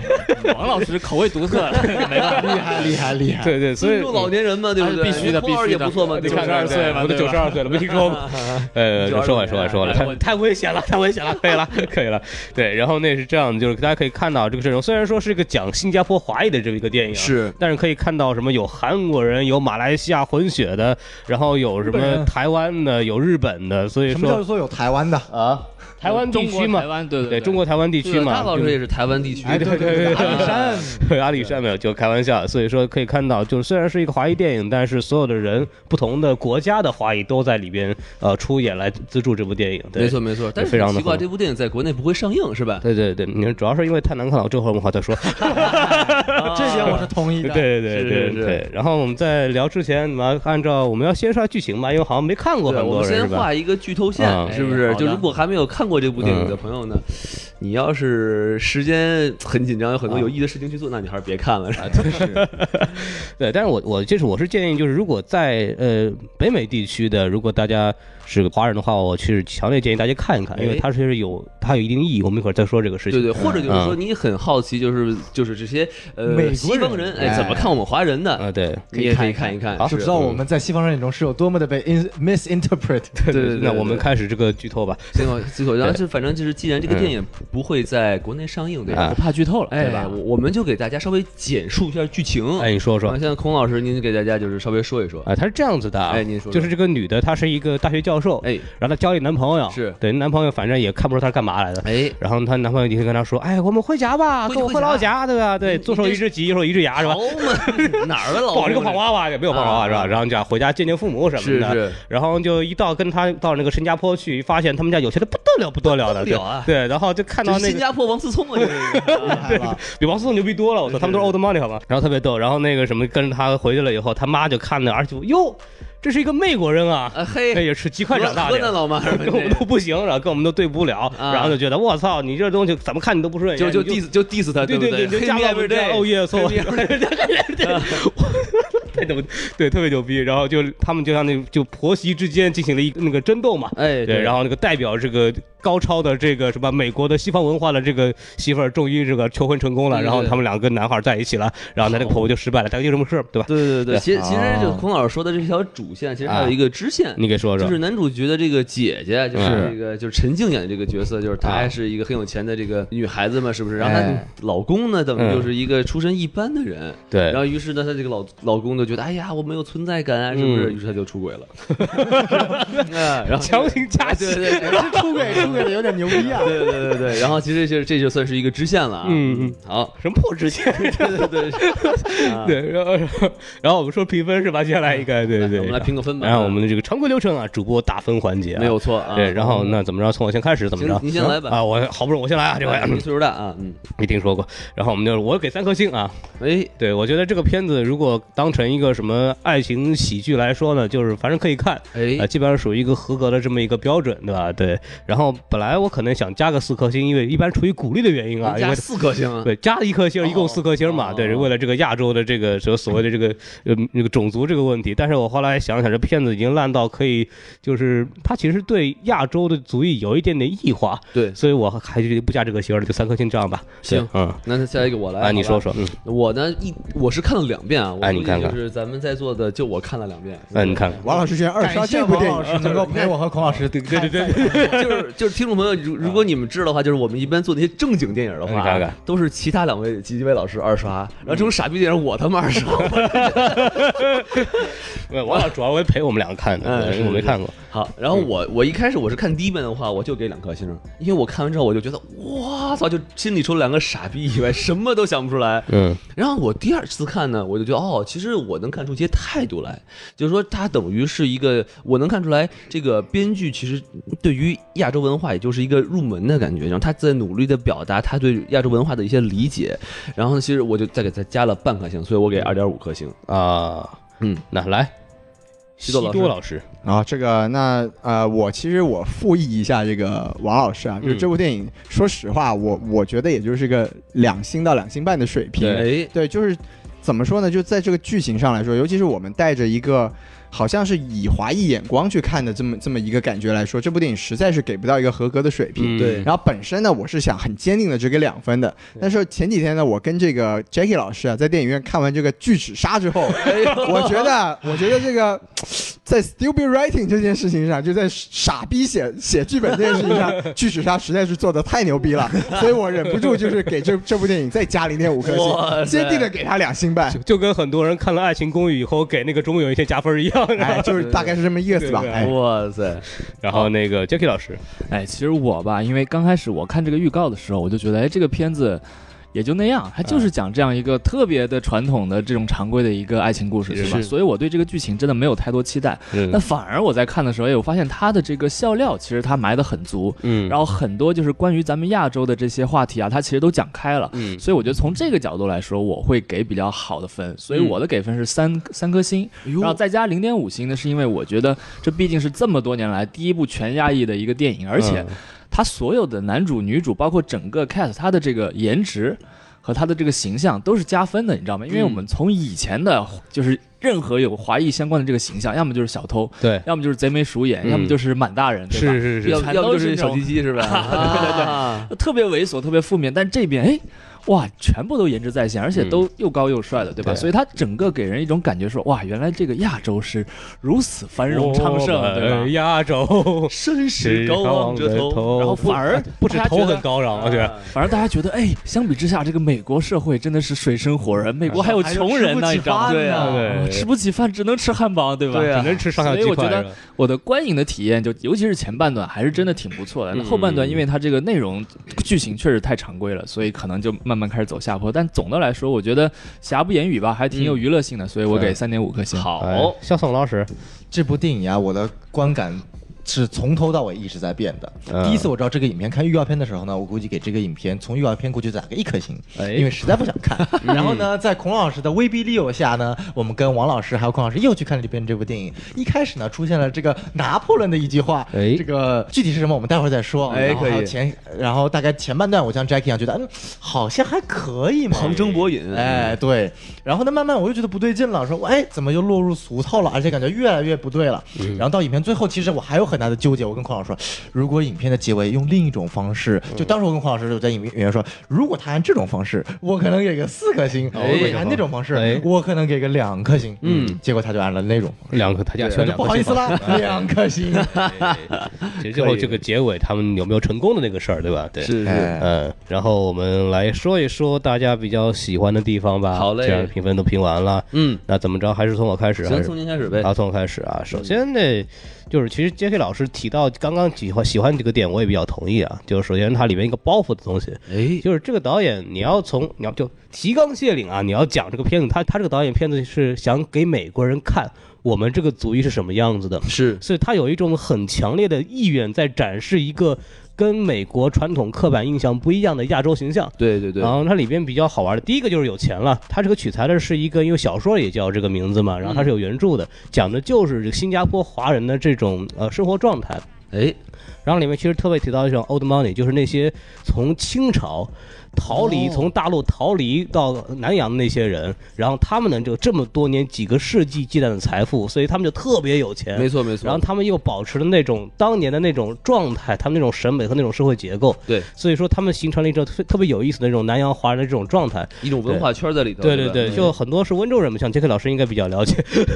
[SPEAKER 4] 王老师口味独特，没办
[SPEAKER 7] 厉
[SPEAKER 4] 法。
[SPEAKER 7] 害厉害厉害！
[SPEAKER 6] 对对， 所
[SPEAKER 2] 尊
[SPEAKER 6] 以
[SPEAKER 2] 重老年人嘛，对不对？
[SPEAKER 4] 哎必须的
[SPEAKER 2] 空二
[SPEAKER 4] 必须的
[SPEAKER 2] 也不错嘛，
[SPEAKER 6] 你
[SPEAKER 2] 对不
[SPEAKER 6] 看
[SPEAKER 2] 对
[SPEAKER 6] 看，
[SPEAKER 4] 92岁嘛
[SPEAKER 6] 我都
[SPEAKER 4] 对
[SPEAKER 6] 九
[SPEAKER 4] 吧
[SPEAKER 6] 十二岁了，没听说过。呃，
[SPEAKER 2] 92
[SPEAKER 6] 说完说完说完了，
[SPEAKER 4] 哎
[SPEAKER 6] 太
[SPEAKER 4] 我
[SPEAKER 6] 太危险了，太危险了，可以了， 可以了。对，然后那是这样的，就是大家可以看到这个阵容，虽然说是一个讲新加坡华裔的这么一个电影，
[SPEAKER 2] 是，
[SPEAKER 6] 但是可以看到什么有韩国人，有马来西亚混血的，然后有什
[SPEAKER 7] 日本
[SPEAKER 6] 么
[SPEAKER 7] 人
[SPEAKER 6] 台湾的，有日本的，所以
[SPEAKER 7] 什么叫
[SPEAKER 6] 说
[SPEAKER 7] 做有台湾的？
[SPEAKER 6] 啊，台湾地
[SPEAKER 4] 中
[SPEAKER 6] 区
[SPEAKER 4] 国
[SPEAKER 6] 嘛
[SPEAKER 4] 台，湾对
[SPEAKER 6] 对中国台湾地
[SPEAKER 2] 对
[SPEAKER 6] 区嘛，
[SPEAKER 2] 大老师也是台湾地区，
[SPEAKER 6] 哎对对对
[SPEAKER 7] 阿里山，
[SPEAKER 6] 对 阿里山没有，就开玩笑。所以说可以看到，就是虽然是一个华裔电影，但是所有的人、不同的国家的华裔都在里边呃出演来资助这部电影。对
[SPEAKER 2] 没错，没错。但是
[SPEAKER 6] 非常
[SPEAKER 2] 很
[SPEAKER 6] 地
[SPEAKER 2] 奇怪，
[SPEAKER 6] 好
[SPEAKER 2] 这部电影在国内不会上映是吧？
[SPEAKER 6] 对对对，你说主要是因为太难看了，这会儿我们好 再说。
[SPEAKER 2] 啊
[SPEAKER 7] 这点我是同意
[SPEAKER 6] 对
[SPEAKER 7] 的。
[SPEAKER 6] 对对
[SPEAKER 2] 是
[SPEAKER 6] 对
[SPEAKER 2] 是是
[SPEAKER 6] 对。然后我们在聊之前，你们按照我们要先说下剧情吧，因为好像没看过
[SPEAKER 2] 对，
[SPEAKER 6] 很
[SPEAKER 2] 我
[SPEAKER 6] 多
[SPEAKER 2] 们
[SPEAKER 6] 人是
[SPEAKER 2] 先
[SPEAKER 6] 吧？
[SPEAKER 2] 画一个剧透
[SPEAKER 6] 啊
[SPEAKER 2] 线，是不
[SPEAKER 4] 哎
[SPEAKER 2] 是？
[SPEAKER 4] 好
[SPEAKER 2] 就
[SPEAKER 4] 的
[SPEAKER 2] 如果还没有看过这部电影的
[SPEAKER 6] 嗯
[SPEAKER 2] 朋友呢，你要是时间很紧张，有很多有意义的事情去做，那你还是别看了。是吧
[SPEAKER 6] 对，但是我我就是我是建议，就是如果在呃北美地区的，如果大家是华人的话，我是强烈建议大家看一看，因为
[SPEAKER 2] 哎
[SPEAKER 6] 它是有它有一定意义。我们一会儿再说这个事
[SPEAKER 2] 对对，
[SPEAKER 6] 情。
[SPEAKER 2] 或者就是说你很好奇，就是就是这些呃
[SPEAKER 7] 美国人
[SPEAKER 2] 西方人哎
[SPEAKER 7] 哎
[SPEAKER 2] 怎么看我们华人的，
[SPEAKER 6] 啊，对，
[SPEAKER 2] 你也可以
[SPEAKER 7] 看
[SPEAKER 2] 看一看，啊
[SPEAKER 7] 就是知道我们在西方人眼中是有多么的被 in misinterpret。
[SPEAKER 2] 对对对。
[SPEAKER 6] 那我们
[SPEAKER 2] 对
[SPEAKER 6] 开始这个剧透吧。
[SPEAKER 2] 最后，最后，然后就反正就是，既然这个电影不会在国内上映，对吧
[SPEAKER 6] 啊？
[SPEAKER 4] 怕剧透了，
[SPEAKER 2] 哎
[SPEAKER 4] 对，吧
[SPEAKER 2] 我？我们就给大家稍微简述一下剧情。
[SPEAKER 6] 哎，你说说
[SPEAKER 2] 啊，像孔老师，您给大家就是稍微说一说。
[SPEAKER 6] 啊，他是这样子的啊，
[SPEAKER 2] 哎您说说
[SPEAKER 6] 就是这个女的，她是一个大学教授，
[SPEAKER 2] 哎
[SPEAKER 6] 然后她交一男朋友，
[SPEAKER 2] 是
[SPEAKER 6] 对，男朋友反正也看不出她是干嘛来的。
[SPEAKER 2] 哎，
[SPEAKER 6] 然后她男朋友就跟她说：“哎，我们回家吧，
[SPEAKER 2] 回
[SPEAKER 6] 跟我
[SPEAKER 2] 回
[SPEAKER 6] 回老
[SPEAKER 2] 家
[SPEAKER 6] 家，对吧？对，
[SPEAKER 2] 你
[SPEAKER 6] 左手
[SPEAKER 2] 你
[SPEAKER 6] 一
[SPEAKER 2] 这
[SPEAKER 6] 只鸡，右手一只啊牙，是吧？
[SPEAKER 2] 嘛，哪儿的老
[SPEAKER 6] 抱着个
[SPEAKER 2] 公
[SPEAKER 6] 胖娃娃也没有胖娃娃是吧？
[SPEAKER 2] 啊
[SPEAKER 6] 然后就回家见见父母什么
[SPEAKER 2] 是
[SPEAKER 6] 的。
[SPEAKER 2] 是，
[SPEAKER 6] 然后就一到跟她到那个新加坡去，发现他们家有钱的不得了，不得了的，
[SPEAKER 2] 不得了啊
[SPEAKER 6] 对对。然后就看
[SPEAKER 2] 这
[SPEAKER 6] 到
[SPEAKER 2] 是
[SPEAKER 6] 那
[SPEAKER 2] 新
[SPEAKER 6] 个
[SPEAKER 2] 加坡王思聪啊，这是
[SPEAKER 6] 比王思聪牛逼多了，我操，他们都是 old money 好吧？然后特别逗，然后那个什么跟着他回去了以后，他妈就看那儿就哟，这是一个美国人啊，
[SPEAKER 2] 啊
[SPEAKER 6] 那
[SPEAKER 2] 嘿，
[SPEAKER 6] 也是极快长大
[SPEAKER 2] 河南
[SPEAKER 6] 的。
[SPEAKER 2] 老妈 是吧
[SPEAKER 6] 跟我们都不行，然后跟我们都对不了，
[SPEAKER 2] 啊
[SPEAKER 6] 然后就觉得我操，你这东西怎么看你都不顺眼，
[SPEAKER 2] 就就
[SPEAKER 6] 哎你
[SPEAKER 2] diss 就
[SPEAKER 6] 就
[SPEAKER 2] diss 他，
[SPEAKER 6] 对
[SPEAKER 2] 不
[SPEAKER 6] 对，你就
[SPEAKER 2] 黑
[SPEAKER 6] 加
[SPEAKER 2] 面
[SPEAKER 6] 到
[SPEAKER 2] 不
[SPEAKER 6] 不
[SPEAKER 2] 对
[SPEAKER 6] 哦耶，错，
[SPEAKER 2] 黑面不对
[SPEAKER 6] 太牛，对，特别牛逼。然后就他们就像那就婆媳之间进行了一那个争斗嘛，
[SPEAKER 2] 哎
[SPEAKER 6] 对，
[SPEAKER 2] 后
[SPEAKER 6] 然后那个代表这个高超的这个什么美国的西方文化的这个媳妇儿，终于这个求婚成功了，
[SPEAKER 2] 对
[SPEAKER 6] 然后
[SPEAKER 2] 对
[SPEAKER 6] 他们两个男孩儿在一起了，然后他这个婆婆就失败了，大概就这么个事儿，对吧？
[SPEAKER 2] 对对对，
[SPEAKER 6] 对
[SPEAKER 2] 其实其实就
[SPEAKER 7] 哦
[SPEAKER 2] 孔老师说的这条主线，其实还
[SPEAKER 6] 啊
[SPEAKER 2] 有一个支线，
[SPEAKER 6] 你给说说
[SPEAKER 2] 就，是男主角的这个姐姐，就是
[SPEAKER 6] 嗯
[SPEAKER 2] 这个就是陈静演的这个角色，就是她
[SPEAKER 6] 啊
[SPEAKER 2] 还是一个很有钱的这个女孩子嘛，是不是？然后
[SPEAKER 6] 哎
[SPEAKER 2] 她老公呢，等
[SPEAKER 6] 嗯
[SPEAKER 2] 于就是一个出身一般的人，
[SPEAKER 6] 对
[SPEAKER 2] 然后于是呢，她这个老老公就觉得，哎呀，我没有存在感啊，是不是？
[SPEAKER 6] 嗯
[SPEAKER 2] 于是他就出轨 了，哎然后
[SPEAKER 6] 强行加
[SPEAKER 2] 哎
[SPEAKER 6] 戏
[SPEAKER 2] 对，对对。
[SPEAKER 7] 这出轨出轨的有点牛逼啊！
[SPEAKER 2] 对对对对对，然后其实这这就算是一个支线了啊。
[SPEAKER 6] 嗯嗯，
[SPEAKER 2] 好，
[SPEAKER 6] 什么破之前，
[SPEAKER 2] 对对对，
[SPEAKER 6] 对，然后然后然后我们说评分是吧？接下来一个，对对对，
[SPEAKER 2] 我们来评个分吧。
[SPEAKER 6] 然后我们的这个常规流程啊，主播打分环节、啊，
[SPEAKER 2] 没有错啊。
[SPEAKER 6] 对，然后那怎么着？从我先开始，怎么着
[SPEAKER 2] 行？您先来吧
[SPEAKER 6] 啊，我好不容易我先来啊，这回
[SPEAKER 2] 哎你
[SPEAKER 6] 嗯
[SPEAKER 2] 岁数大啊，嗯，
[SPEAKER 6] 没听说过。然后我们就我给三颗星啊。
[SPEAKER 2] 哎，
[SPEAKER 6] 对，我觉得这个片子如果当成一个什么爱情喜剧来说呢，就是反正可以看，
[SPEAKER 2] 哎
[SPEAKER 6] 呃，基本上属于一个合格的这么一个标准，对吧？对。然后本来我可能想加个四颗星，因为一般出于鼓励的原因啊，因
[SPEAKER 2] 加
[SPEAKER 6] 为
[SPEAKER 2] 四颗星啊，
[SPEAKER 6] 对，加了一颗星，一共四颗星嘛，
[SPEAKER 2] 哦
[SPEAKER 6] 对，为了这个亚洲的这个所所谓的这个呃那个种族这个问题。但是我后来想想，这片子已经烂到可以，就是它其实对亚洲的族裔有一点点异化，
[SPEAKER 2] 对，
[SPEAKER 6] 所以我还是不加这个星了，就三颗星这样吧。对
[SPEAKER 2] 行，
[SPEAKER 6] 嗯，
[SPEAKER 2] 那下一个我来，
[SPEAKER 6] 啊，你
[SPEAKER 2] 好吧
[SPEAKER 6] 说说，嗯，
[SPEAKER 2] 我呢一我是看了两遍啊，我
[SPEAKER 6] 哎你
[SPEAKER 2] 估计
[SPEAKER 6] 看看
[SPEAKER 2] 就是咱们在座的就我看了两遍，
[SPEAKER 6] 那你看看，
[SPEAKER 1] 王老师之前二刷
[SPEAKER 7] 感谢
[SPEAKER 1] 这部
[SPEAKER 7] 王
[SPEAKER 1] 电
[SPEAKER 7] 老
[SPEAKER 1] 影，
[SPEAKER 7] 师能够陪我和孔老师对对对对，
[SPEAKER 2] 就是就是听众朋友，如如果你们知道的话，就是我们一般做那些正经电影的话
[SPEAKER 6] 你看看，
[SPEAKER 2] 都是其他两位几位老师二刷，然后这种傻逼电影我他妈二刷。
[SPEAKER 6] 对王老师主要为陪我们两个看
[SPEAKER 2] 嗯
[SPEAKER 6] 的，
[SPEAKER 2] 是
[SPEAKER 6] 因为我没看过。
[SPEAKER 2] 好，然后我我一开始我是看第一遍的话，我就给两颗星，因为我看完之后我就觉得，哇操，就心里除了两个傻逼以外，什么都想不出来。
[SPEAKER 6] 嗯，
[SPEAKER 2] 然后我第二次看呢，我就觉得哦，其实我能看出一些态度来，就是说它等于是一个，我能看出来这个编剧其实对于亚洲文化也就是一个入门的感觉，然后他在努力的表达他对亚洲文化的一些理解。然后呢，其实我就再给他加了半颗星，所以我
[SPEAKER 6] 嗯
[SPEAKER 2] 给二点五颗星。
[SPEAKER 6] 啊，
[SPEAKER 2] 嗯，
[SPEAKER 6] 那来，
[SPEAKER 2] 西多老师
[SPEAKER 6] 多老师，
[SPEAKER 1] 啊，这个那呃，我其实我复议一下这个王老师啊，就是
[SPEAKER 6] 嗯
[SPEAKER 1] 这部电影，说实话，我我觉得也就是个两星到两星半的水平。
[SPEAKER 2] 哎，
[SPEAKER 1] 对，就是怎么说呢？就在这个剧情上来说，尤其是我们带着一个好像是以华裔眼光去看的这么这么一个感觉来说，这部电影实在是给不到一个合格的水平。
[SPEAKER 6] 嗯
[SPEAKER 2] 对
[SPEAKER 1] 然后本身呢，我是想很坚定的只给两分的，但是前几天呢，我跟这个 Jackie 老师啊，在电影院看完这个《巨齿鲨》之后，我觉得，我觉得这个在 stupid writing 这件事情上，就在傻逼写写剧本这件事情上，《巨齿鲨》实在是做的太牛逼了，所以我忍不住就是给这这部电影再加零点五颗
[SPEAKER 2] 哇
[SPEAKER 1] 星，
[SPEAKER 2] 塞
[SPEAKER 1] 坚定的给他两星 半
[SPEAKER 6] 就。就跟很多人看了《爱情公寓》以后给那个中有一些加分一样。然
[SPEAKER 1] 哎，
[SPEAKER 6] 后
[SPEAKER 1] 就是大概是这么意思吧
[SPEAKER 6] 对。对
[SPEAKER 1] 哎，
[SPEAKER 2] 哇塞，
[SPEAKER 6] 然后那个 Jackie 老师，
[SPEAKER 4] 哎，其实我吧，因为刚开始我看这个预告的时候，我就觉得，哎，这个片子也就那样，它
[SPEAKER 6] 嗯
[SPEAKER 4] 就是讲这样一个特别的传统的这种常规的一个爱情故事，
[SPEAKER 6] 是
[SPEAKER 4] 吧？所以我对这个剧情真的没有太多期待。
[SPEAKER 6] 嗯
[SPEAKER 4] 那反而我在看的时候，哎，我发现它的这个笑料其实它埋得很足，
[SPEAKER 6] 嗯
[SPEAKER 4] 然后很多就是关于咱们亚洲的这些话题啊，它其实都讲开了。
[SPEAKER 6] 嗯
[SPEAKER 4] 所以我觉得从这个角度来说，我会给比较好的分，所以
[SPEAKER 6] 嗯
[SPEAKER 4] 我的给分是三、三颗星，
[SPEAKER 6] 哎
[SPEAKER 4] 然后再加零点五星呢，是因为我觉得这毕竟是这么多年来第一部全亚裔的一个电影，而
[SPEAKER 6] 嗯
[SPEAKER 4] 且它所有的男主、女主，包括整个 cast，它的这个颜值。和他的这个形象都是加分的，你知道吗？因
[SPEAKER 6] 嗯
[SPEAKER 4] 为我们从以前的，就是任何有华裔相关的这个形象，要么就是小偷，
[SPEAKER 6] 对，
[SPEAKER 4] 要么就是贼眉鼠眼，
[SPEAKER 6] 嗯
[SPEAKER 4] 要么就是满大人，对吧？
[SPEAKER 6] 是
[SPEAKER 2] 要
[SPEAKER 4] 全
[SPEAKER 2] 要不
[SPEAKER 4] 都
[SPEAKER 2] 就是是
[SPEAKER 4] 这种
[SPEAKER 2] 小鸡鸡 是吧？啊
[SPEAKER 4] 特别猥琐，特别负面，但这边哎。哇，全部都颜值在线，而且都又高又帅的，对吧？
[SPEAKER 6] 嗯对
[SPEAKER 4] 所以他整个给人一种感觉说，哇，原来这个亚洲是如此繁荣昌盛，
[SPEAKER 6] 我们
[SPEAKER 4] 对吧？
[SPEAKER 6] 亚洲
[SPEAKER 2] 绅士高昂着头，
[SPEAKER 4] 然后
[SPEAKER 6] 哎不哎
[SPEAKER 4] 反而
[SPEAKER 6] 不止
[SPEAKER 4] 大家
[SPEAKER 6] 头
[SPEAKER 4] 觉得
[SPEAKER 6] 很高昂，我觉啊得。
[SPEAKER 4] 反而大家觉得，哎，相比之下，这个美国社会真的是水深火热，美国还有穷人呢，你知道吗？
[SPEAKER 2] 对啊，
[SPEAKER 4] 啊吃不起饭，只能吃汉堡，对吧？
[SPEAKER 2] 对啊
[SPEAKER 6] 只能 吃上下
[SPEAKER 4] 所以
[SPEAKER 6] 几
[SPEAKER 4] 我觉
[SPEAKER 6] 块
[SPEAKER 4] 得
[SPEAKER 6] 是吧。
[SPEAKER 4] 我的观影的体验就，尤其是前半段，还是真的挺不错的。那
[SPEAKER 6] 嗯
[SPEAKER 4] 后半段，因为它这个内容剧情确实太常规了，所以可能就慢慢开始走下坡。但总的来说，我觉得瑕不掩瑜吧，还挺有娱乐性的，所以我给
[SPEAKER 6] 嗯
[SPEAKER 4] 三点五颗星。好
[SPEAKER 6] 哎，小宋老师，
[SPEAKER 7] 这部电影啊，我的观感是从头到尾一直在变的。
[SPEAKER 6] 嗯
[SPEAKER 7] 第一次我知道这个影片，看预告片的时候呢，我估计给这个影片从预告片过去打个一颗星，
[SPEAKER 6] 哎
[SPEAKER 7] 因为实在不想看。然后呢，在孔老师的威逼利诱下呢，我们跟王老师还有孔老师又去看了一遍这部电影。一开始呢，出现了这个拿破仑的一句话，
[SPEAKER 6] 哎
[SPEAKER 7] 这个具体是什么我们待会儿再说。
[SPEAKER 2] 哎
[SPEAKER 7] 然后
[SPEAKER 2] 可以
[SPEAKER 7] 还有前，然后大概前半段，我像 Jackie 一样觉得，嗯，好像还可以嘛，
[SPEAKER 2] 旁征博引
[SPEAKER 7] 哎，对。然后呢，慢慢我就觉得不对劲了，说，哎，怎么又落入俗套了？而且感觉越来越不对了。然后到影片最后，其实我还有很大的纠结。我跟孔老师说，如果影片的结尾用另一种方式，就当时我跟孔老师我在影影院说，如果他按这种方式，我可能给个四颗星；如果按那种方
[SPEAKER 6] 哎
[SPEAKER 7] 式，我可能给个两颗星。
[SPEAKER 6] 嗯，
[SPEAKER 7] 结果他就按了那种方式，
[SPEAKER 6] 两个他家全两
[SPEAKER 7] 不
[SPEAKER 6] 个
[SPEAKER 7] 好意思
[SPEAKER 6] 姓
[SPEAKER 7] 啦，两颗星。
[SPEAKER 6] 房。其实最后这个结尾，他们有没有成功的那个事儿，对吧？对，
[SPEAKER 2] 是是，
[SPEAKER 7] 哎
[SPEAKER 6] 嗯，然后我们来说一说大家比较喜欢的地方吧。
[SPEAKER 2] 好嘞
[SPEAKER 6] 既然评分都评完了，
[SPEAKER 2] 嗯，
[SPEAKER 6] 那怎么着？还是从我开始？还
[SPEAKER 2] 行，
[SPEAKER 6] 是
[SPEAKER 2] 从您开始呗。
[SPEAKER 6] 好，从我开始啊。首先呢，就是其实 J.K. 老师提到刚刚喜欢喜欢这个点，我也比较同意啊。就是首先它里面一个包袱的东西，
[SPEAKER 2] 哎，
[SPEAKER 6] 就是这个导演你要从你要就提纲挈领啊，你要讲这个片子，他他这个导演片子是想给美国人看我们这个族裔是什么样子的，
[SPEAKER 2] 是
[SPEAKER 6] 所以他有一种很强烈的意愿在展示一个跟美国传统刻板印象不一样的亚洲形象。
[SPEAKER 2] 对对对
[SPEAKER 6] 然，后它里边比较好玩的，第一个就是有钱了。它这个取材的是一个，因为小说也叫这个
[SPEAKER 2] 嗯
[SPEAKER 6] 名字嘛，然后它是有原著的，讲的就是这个新加坡华人的这种呃生活状态。
[SPEAKER 2] 哎，
[SPEAKER 6] 然后里面其实特别提到一种 old money，就是那些从清朝逃离、
[SPEAKER 2] 哦
[SPEAKER 6] 从大陆逃离到南洋的那些人，然后他们呢就这么多年几个世纪积攒的财富，所以他们就特别有钱。
[SPEAKER 2] 没错没错。
[SPEAKER 6] 然后他们又保持了那种当年的那种状态，他们那种审美和那种社会结构，
[SPEAKER 2] 对
[SPEAKER 6] 所以说他们形成了一种特特别有意思的那种南洋华人的这种状态。
[SPEAKER 2] 一种文化圈在里头，
[SPEAKER 6] 对
[SPEAKER 2] 对
[SPEAKER 6] 对
[SPEAKER 2] 吧嗯
[SPEAKER 6] 对，就很多是温州人嘛，像杰克老师应该比较了解。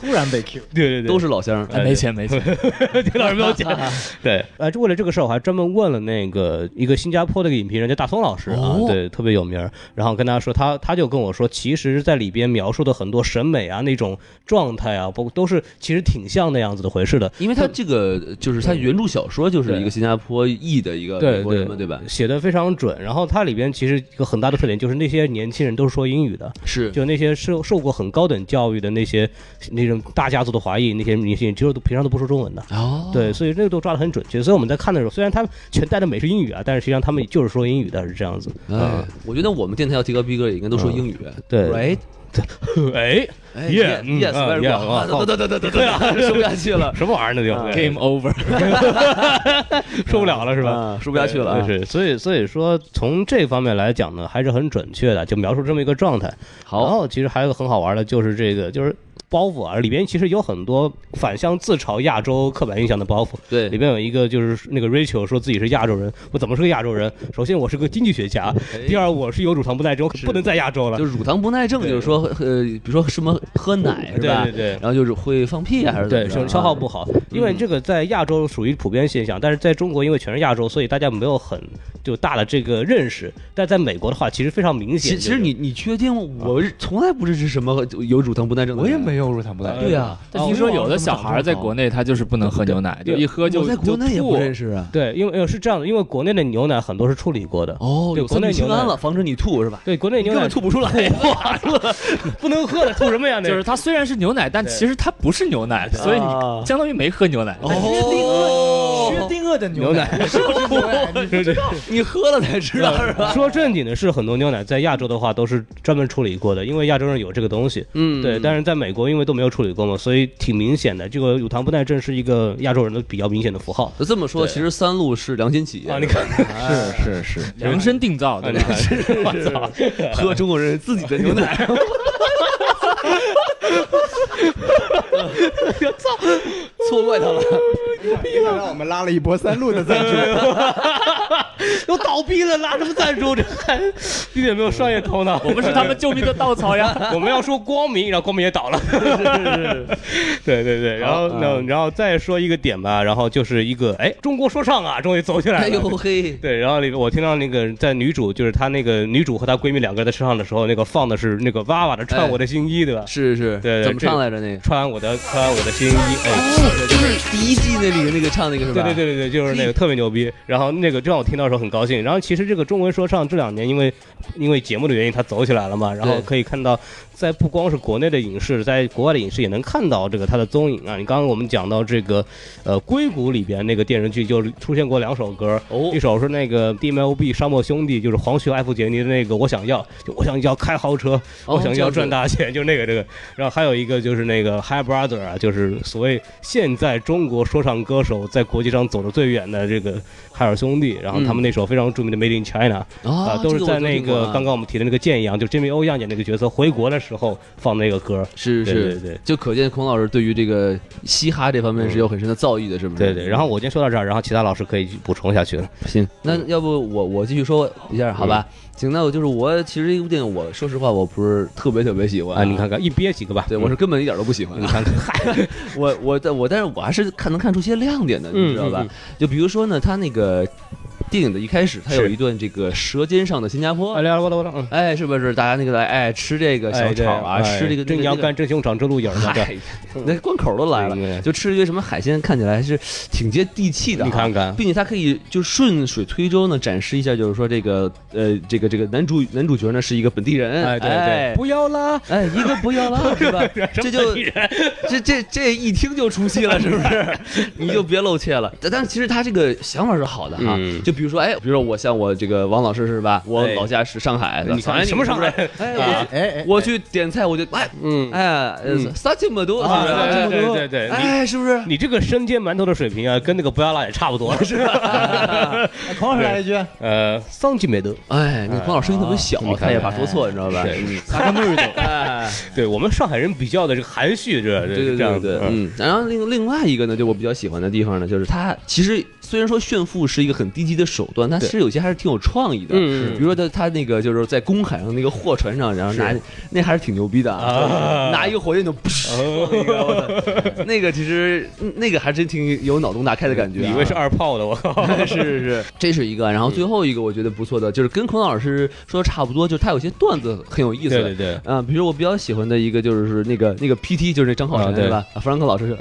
[SPEAKER 7] 突然被 Q，
[SPEAKER 6] 对对对，
[SPEAKER 2] 都是老乡，
[SPEAKER 4] 哎没钱没钱，
[SPEAKER 6] 听老师没 有讲。对，呃，就为了这个事儿，我还专门问了那个一个新加坡的一个影评人，叫大松老师啊，
[SPEAKER 2] 哦
[SPEAKER 6] 对，特别有名儿。然后跟他说，他他就跟我说，其实，在里边描述的很多审美啊，那种状态啊，包括都是其实挺像那样子的回事的。
[SPEAKER 2] 因为他这个就是他原著小说就是一个新加坡裔的一个美
[SPEAKER 6] 对
[SPEAKER 2] 国
[SPEAKER 6] 对
[SPEAKER 2] 人嘛，对吧？
[SPEAKER 6] 写的非常准。然后它里边其实一个很大的特点就是那些年轻人都是说英语的，
[SPEAKER 2] 是，
[SPEAKER 6] 就那些受受过很高等教育的那些那种大家族的华裔，那些明星其实都平常都不说中文的。
[SPEAKER 2] 哦，
[SPEAKER 6] 对，所以那个都抓得很准确。所以我们在看的时候，虽然他们全带的美是英语啊，但是实际上他们就是说英语的，是这样子。
[SPEAKER 2] 哎，我觉得我们电台要提高逼格，也应该都说英语，
[SPEAKER 6] 对
[SPEAKER 2] ，right，
[SPEAKER 6] 哎，
[SPEAKER 2] 哎
[SPEAKER 6] Yeah，嗯
[SPEAKER 2] ，yes，
[SPEAKER 6] 啊
[SPEAKER 2] very
[SPEAKER 6] yeah，
[SPEAKER 2] good，
[SPEAKER 6] 啊
[SPEAKER 2] 得得得得得得，说不下去了，
[SPEAKER 6] 什么玩意儿呢？
[SPEAKER 2] 啊
[SPEAKER 6] 就
[SPEAKER 4] Game over，
[SPEAKER 6] 受不了了是吧？
[SPEAKER 2] 啊说不下去了啊，
[SPEAKER 6] 就是，所以所以说从这方面来讲呢，还是很准确的，就描述这么一个状态。然
[SPEAKER 2] 好，
[SPEAKER 6] 后其实还有一个很好玩的，就是这个就是包袱啊，里边其实有很多反向自嘲亚洲刻板印象的包袱。
[SPEAKER 2] 对
[SPEAKER 6] 里，边有一个就是那个 Rachel 说自己是亚洲人，我怎么是个亚洲人？首先我是个经济学家，第二我是有乳糖不耐症，我不能在亚洲了
[SPEAKER 2] 哎就。是乳糖不耐症，就是说，呃，比如说什么喝奶是
[SPEAKER 6] 对
[SPEAKER 2] 吧？
[SPEAKER 6] 对对
[SPEAKER 2] 然后就是会放屁啊，还嗯是怎么
[SPEAKER 6] 对，
[SPEAKER 2] 着
[SPEAKER 6] 消消耗不好，因为这个在亚洲属于普遍现象，但是在中国因为全是亚洲，所以大家没有很就大的这个认识。但在美国的话，其实非常明显。
[SPEAKER 2] 其其实你你确定我从来不支持什么有乳糖不耐症的
[SPEAKER 5] 我
[SPEAKER 2] 人？
[SPEAKER 5] 也没有乳糖不耐症。
[SPEAKER 2] 对呀，
[SPEAKER 4] 但听哦说有的小孩在国内他就是不能喝牛奶，就
[SPEAKER 6] 对
[SPEAKER 4] 一喝就
[SPEAKER 2] 我在国内也
[SPEAKER 4] 就
[SPEAKER 2] 不认
[SPEAKER 4] 吐。
[SPEAKER 2] 识啊。
[SPEAKER 6] 对，因为呃是这样的，因为国内的牛奶很多是处理过的。
[SPEAKER 2] 哦，
[SPEAKER 6] 对
[SPEAKER 2] 有三
[SPEAKER 6] 国内
[SPEAKER 2] 聚氰
[SPEAKER 6] 牛奶
[SPEAKER 2] 胺了，防止你吐是吧？
[SPEAKER 6] 对，国内牛
[SPEAKER 2] 根
[SPEAKER 6] 奶
[SPEAKER 2] 本吐不出来，
[SPEAKER 6] 不能喝的，吐 什么呀？那
[SPEAKER 4] 就是它虽然是牛奶，但其实它不是牛奶，所以你相当于没喝牛奶。
[SPEAKER 2] 哦
[SPEAKER 7] 薛定谔的牛奶，
[SPEAKER 2] 你喝了才知道是吧？
[SPEAKER 6] 说正经的是，很多牛奶在亚洲的话都是专门处理过的，因为亚洲人有这个东西。
[SPEAKER 2] 嗯
[SPEAKER 6] 对，但是在美国因为都没有处理过嘛，所以挺明显的。这个乳糖不耐症是一个亚洲人的比较明显的符号。
[SPEAKER 2] 那这么说，
[SPEAKER 6] 对
[SPEAKER 2] 其实三鹿是良心企业
[SPEAKER 6] 啊，你看，
[SPEAKER 1] 哎
[SPEAKER 5] 是是 是，
[SPEAKER 4] 量身定造，对吧？
[SPEAKER 2] 喝中国人自己的牛 奶， 错怪他了。
[SPEAKER 1] 看来我们拉了一波三路的赞助，
[SPEAKER 6] 都倒闭了，拉什么赞助？这还一点没有商业头脑。
[SPEAKER 4] 我们是他们救命的稻草呀！
[SPEAKER 6] 我们要说光明，然后光明也倒了。对对对，然后那然后再说一个点吧，然后就是一个哎，中国说唱啊，终于走起来了。
[SPEAKER 2] 哎呦嘿，
[SPEAKER 6] 对，然后里我听到那个在女主，就是她那个女主和她闺蜜两个人在车上的时候，那个放的是那个娃娃的《穿我的新衣》，对吧？
[SPEAKER 2] 是是，
[SPEAKER 6] 对对
[SPEAKER 2] 怎么
[SPEAKER 6] 这个
[SPEAKER 2] 唱来着那个？
[SPEAKER 6] 穿我的穿我的新衣，哎，
[SPEAKER 2] 就是第一季那里的那个唱那个是吧？
[SPEAKER 6] 对对对对对，就是那个特别 牛逼。然后那个就让我听到的时候很高兴。然后其实这个中文说唱这两年因为因为节目的原因，它走起来了嘛。然后
[SPEAKER 2] 对
[SPEAKER 6] 可以看到，在不光是国内的影视，在国外的影视也能看到这个它的踪影啊。你刚刚我们讲到这个呃硅谷里边那个电视剧就出现过两首歌，
[SPEAKER 2] 哦
[SPEAKER 6] 一首是那个 DMLB 沙漠兄弟，就是黄旭艾弗杰尼的那个我想要，就我想要开豪车，
[SPEAKER 2] 哦
[SPEAKER 6] 我想
[SPEAKER 2] 这
[SPEAKER 6] 要
[SPEAKER 2] 样子
[SPEAKER 6] 赚大钱，就那个这个。然后还有一个就是那个 Hi Brother 啊，就是所谓现在中国说唱歌手在国际上走得最远的这个海尔兄弟，然后他们那首非常著名的 Made in China 啊，
[SPEAKER 2] 啊，
[SPEAKER 6] 都是
[SPEAKER 2] 嗯这
[SPEAKER 6] 在
[SPEAKER 2] 我
[SPEAKER 6] 那
[SPEAKER 2] 听过
[SPEAKER 6] 个
[SPEAKER 2] 啊
[SPEAKER 6] 刚刚我们提的那个建阳，就 Jimmy O 样演那个角色回国的时候放那个歌。
[SPEAKER 2] 是是，
[SPEAKER 6] 对对对嗯
[SPEAKER 2] 就可见孔老师对于这个嘻哈这方面是有很深的造诣的，是不是？
[SPEAKER 6] 对对，然后我先说到这儿，然后其他老师可以补充下去了。
[SPEAKER 2] 行，那
[SPEAKER 6] 嗯
[SPEAKER 2] 要不我我继续说一下，好吧？行，那我就是我其实这部电影，我说实话我不是特别特别喜欢
[SPEAKER 6] 啊，你，看看一憋几个吧。
[SPEAKER 2] 对我是根本一点都不喜欢啊
[SPEAKER 6] 嗯。你看 看，
[SPEAKER 2] 我我但我但是我还是看能看出些亮点的，你知道吧？
[SPEAKER 6] 嗯嗯
[SPEAKER 2] 就比如说呢，他那个电影的一开始，他有
[SPEAKER 6] 是
[SPEAKER 2] 一段这个舌尖上的新加坡
[SPEAKER 6] 哎，。来我了我了，嗯。
[SPEAKER 2] 哎，是不是大家那个来哎吃这个小
[SPEAKER 6] 哎对
[SPEAKER 2] 炒啊，
[SPEAKER 6] 哎
[SPEAKER 2] 吃这个
[SPEAKER 6] 蒸羊
[SPEAKER 2] 干。
[SPEAKER 6] 肝、蒸熊掌、蒸鹿眼儿嘛，对
[SPEAKER 2] 嗨， 那关口都来了，
[SPEAKER 6] 嗯
[SPEAKER 2] 就吃一些什么海鲜，看起来还是挺接地气的啊。
[SPEAKER 6] 你看看
[SPEAKER 2] 并且它可以就顺水推舟呢，展示一下，就是说这个呃，这个这个男主男主角呢是一个本地人，
[SPEAKER 6] 哎对对，不要啦，
[SPEAKER 2] 哎，一个不要 了，是吧？这就
[SPEAKER 6] 啊
[SPEAKER 2] 这这这一 听就出戏了，是不是？你就别露怯了。但但是其实他这个想法是好的哈
[SPEAKER 6] 嗯，
[SPEAKER 2] 就比如说，哎，比如说我像我这个王老师是吧？我
[SPEAKER 6] 哎
[SPEAKER 2] 老家是上海的，
[SPEAKER 6] 你看什么上海？
[SPEAKER 2] 哎
[SPEAKER 6] 啊
[SPEAKER 2] 我
[SPEAKER 7] 哎哎，
[SPEAKER 2] 我去点菜，我就哎
[SPEAKER 6] 嗯，啊
[SPEAKER 2] 哎，撒这么多，啊是不
[SPEAKER 6] 对
[SPEAKER 2] 是？
[SPEAKER 6] 对对对对，你
[SPEAKER 2] 哎，是不是？
[SPEAKER 6] 你这个生煎馒头的水平啊，跟那个不要辣也差不多，是吧？
[SPEAKER 7] 哎孔老师来一句，
[SPEAKER 6] 呃，桑吉梅德，
[SPEAKER 2] 哎，你光老声音特别小，他也怕说错，你知道吧？
[SPEAKER 6] 对嗯
[SPEAKER 2] 撒个木头， 哎。
[SPEAKER 6] 对我们上海人比较的这个含蓄，这
[SPEAKER 2] 对
[SPEAKER 6] 这
[SPEAKER 2] 对
[SPEAKER 6] 这
[SPEAKER 2] 对
[SPEAKER 6] 样
[SPEAKER 2] 对
[SPEAKER 6] 子，，嗯
[SPEAKER 2] 嗯，然后另另外一个呢，就我比较喜欢的地方呢，就是它其实虽然说炫富是一个很低级的手段，但是有些还是挺有创意的，
[SPEAKER 6] 嗯
[SPEAKER 2] 比如说他他那个就是在公海上那个货船上，然后拿那还是挺牛逼的啊，拿一个火箭就噗，
[SPEAKER 6] 哦
[SPEAKER 2] 放一个我操那个其实嗯那个还真挺有脑洞大开的感觉啊，
[SPEAKER 6] 你以为 是嗯二炮的，我靠，
[SPEAKER 2] 是是是， 这是一个。然后最后一个我觉得不错的，就是跟孔老师说的差不多，就是他有些段子很有意思。
[SPEAKER 6] 对对对
[SPEAKER 2] 啊，比如我比较喜欢的一个就是那个那个 PT，就是那张浩
[SPEAKER 6] 啊
[SPEAKER 2] 晨
[SPEAKER 6] 对哎
[SPEAKER 2] 对吧？啊弗兰克老师是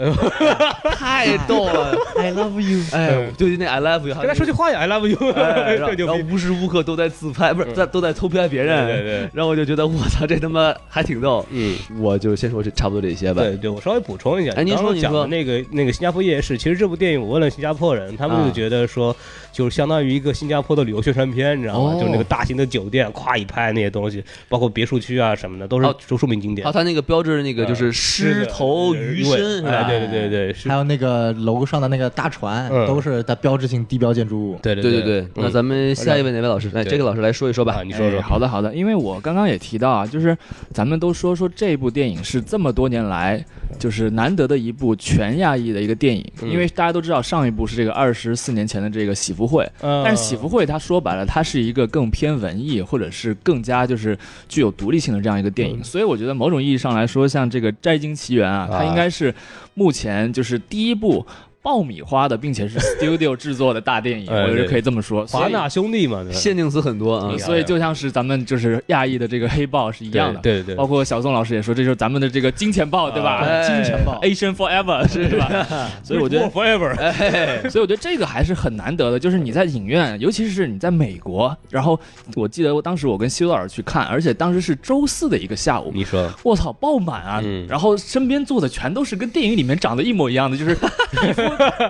[SPEAKER 2] 太逗了，I love you。哎，对对，那 I love you，
[SPEAKER 6] 跟他说句话呀，I love you，
[SPEAKER 2] 哎，然后然
[SPEAKER 6] 这牛
[SPEAKER 2] 后
[SPEAKER 6] 逼，嗯
[SPEAKER 2] 无时无刻都在自拍，不是在都在偷拍别人，
[SPEAKER 6] 对对对
[SPEAKER 2] 然后我就觉得我操，这他妈还挺逗。
[SPEAKER 6] 嗯。
[SPEAKER 2] 我就先说这差不多这些吧。
[SPEAKER 6] 对对，我稍微补充一下，
[SPEAKER 2] 哎您
[SPEAKER 6] 你刚
[SPEAKER 2] 说
[SPEAKER 6] 刚
[SPEAKER 2] 您
[SPEAKER 6] 讲
[SPEAKER 2] 说
[SPEAKER 6] 的那个那个新加坡夜市，其实这部电影我问了新加坡人，他们
[SPEAKER 2] 啊
[SPEAKER 6] 就觉得说，就是相当于一个新加坡的旅游宣传片，你知道吗？
[SPEAKER 2] 哦
[SPEAKER 6] 就是那个大型的酒店，咵一拍那些东西，包括别墅区啊什么的，都是
[SPEAKER 2] 哦
[SPEAKER 6] 都说明景点
[SPEAKER 2] 还有。他那个标志那个就是
[SPEAKER 6] 呃
[SPEAKER 2] 狮头鱼身，是
[SPEAKER 6] 哎
[SPEAKER 2] 吧？
[SPEAKER 6] 对对对对，是
[SPEAKER 7] 还，有那个楼上的那个大船，
[SPEAKER 6] 嗯
[SPEAKER 7] 都是它标志性地标建筑物。
[SPEAKER 6] 对
[SPEAKER 2] 对
[SPEAKER 6] 对
[SPEAKER 2] 对，
[SPEAKER 6] 嗯
[SPEAKER 2] 那咱们下一位哪位老师？来，
[SPEAKER 6] 对
[SPEAKER 2] 这个老师来说一说吧
[SPEAKER 6] 啊，。你说说，
[SPEAKER 4] 哎好的，好的，因为我刚刚也提到啊，就是咱们都说说这部电影是这么多年来就是难得的一部全亚裔的一个电影，
[SPEAKER 6] 嗯
[SPEAKER 4] 因为大家都知道上一部是这个二十四年前的这个《喜福会》，
[SPEAKER 6] 嗯
[SPEAKER 4] 但是《喜福会》它说白了，它是一个更偏文艺或者是更加就是具有独立性的这样一个
[SPEAKER 6] 嗯
[SPEAKER 4] 电影，所以我觉得某种意义上来说，像这个《摘金奇缘》啊，它应该是目前就是第一部。爆米花的，并且是 studio 制作的大电影，
[SPEAKER 6] 哎
[SPEAKER 4] 我觉得
[SPEAKER 6] 对
[SPEAKER 4] 可以这么说。所
[SPEAKER 6] 华
[SPEAKER 4] 以
[SPEAKER 6] 纳兄弟嘛，对吧
[SPEAKER 2] 限定词很多啊
[SPEAKER 4] 呃，所以就像是咱们就是亚裔的这个黑豹是一样的，哦
[SPEAKER 6] 对对对
[SPEAKER 4] 包括小宋老师也说，这就是咱们的这个金钱豹，对
[SPEAKER 6] 啊
[SPEAKER 4] 吧？
[SPEAKER 2] 哎金钱
[SPEAKER 4] 豹，Asian Forever，是吧？所以我觉得
[SPEAKER 6] Rich，War forever，
[SPEAKER 4] 所以我觉得这个还是很难得的，就是你在影院，尤其是你在美国，然后我记得我当时我跟希老师去看，而且当时是周四的一个下午，
[SPEAKER 6] 你说
[SPEAKER 4] 我操，爆满啊！
[SPEAKER 6] 嗯
[SPEAKER 4] 然后身边坐的全都是跟电影里面长得一模一样的，就是 皮肤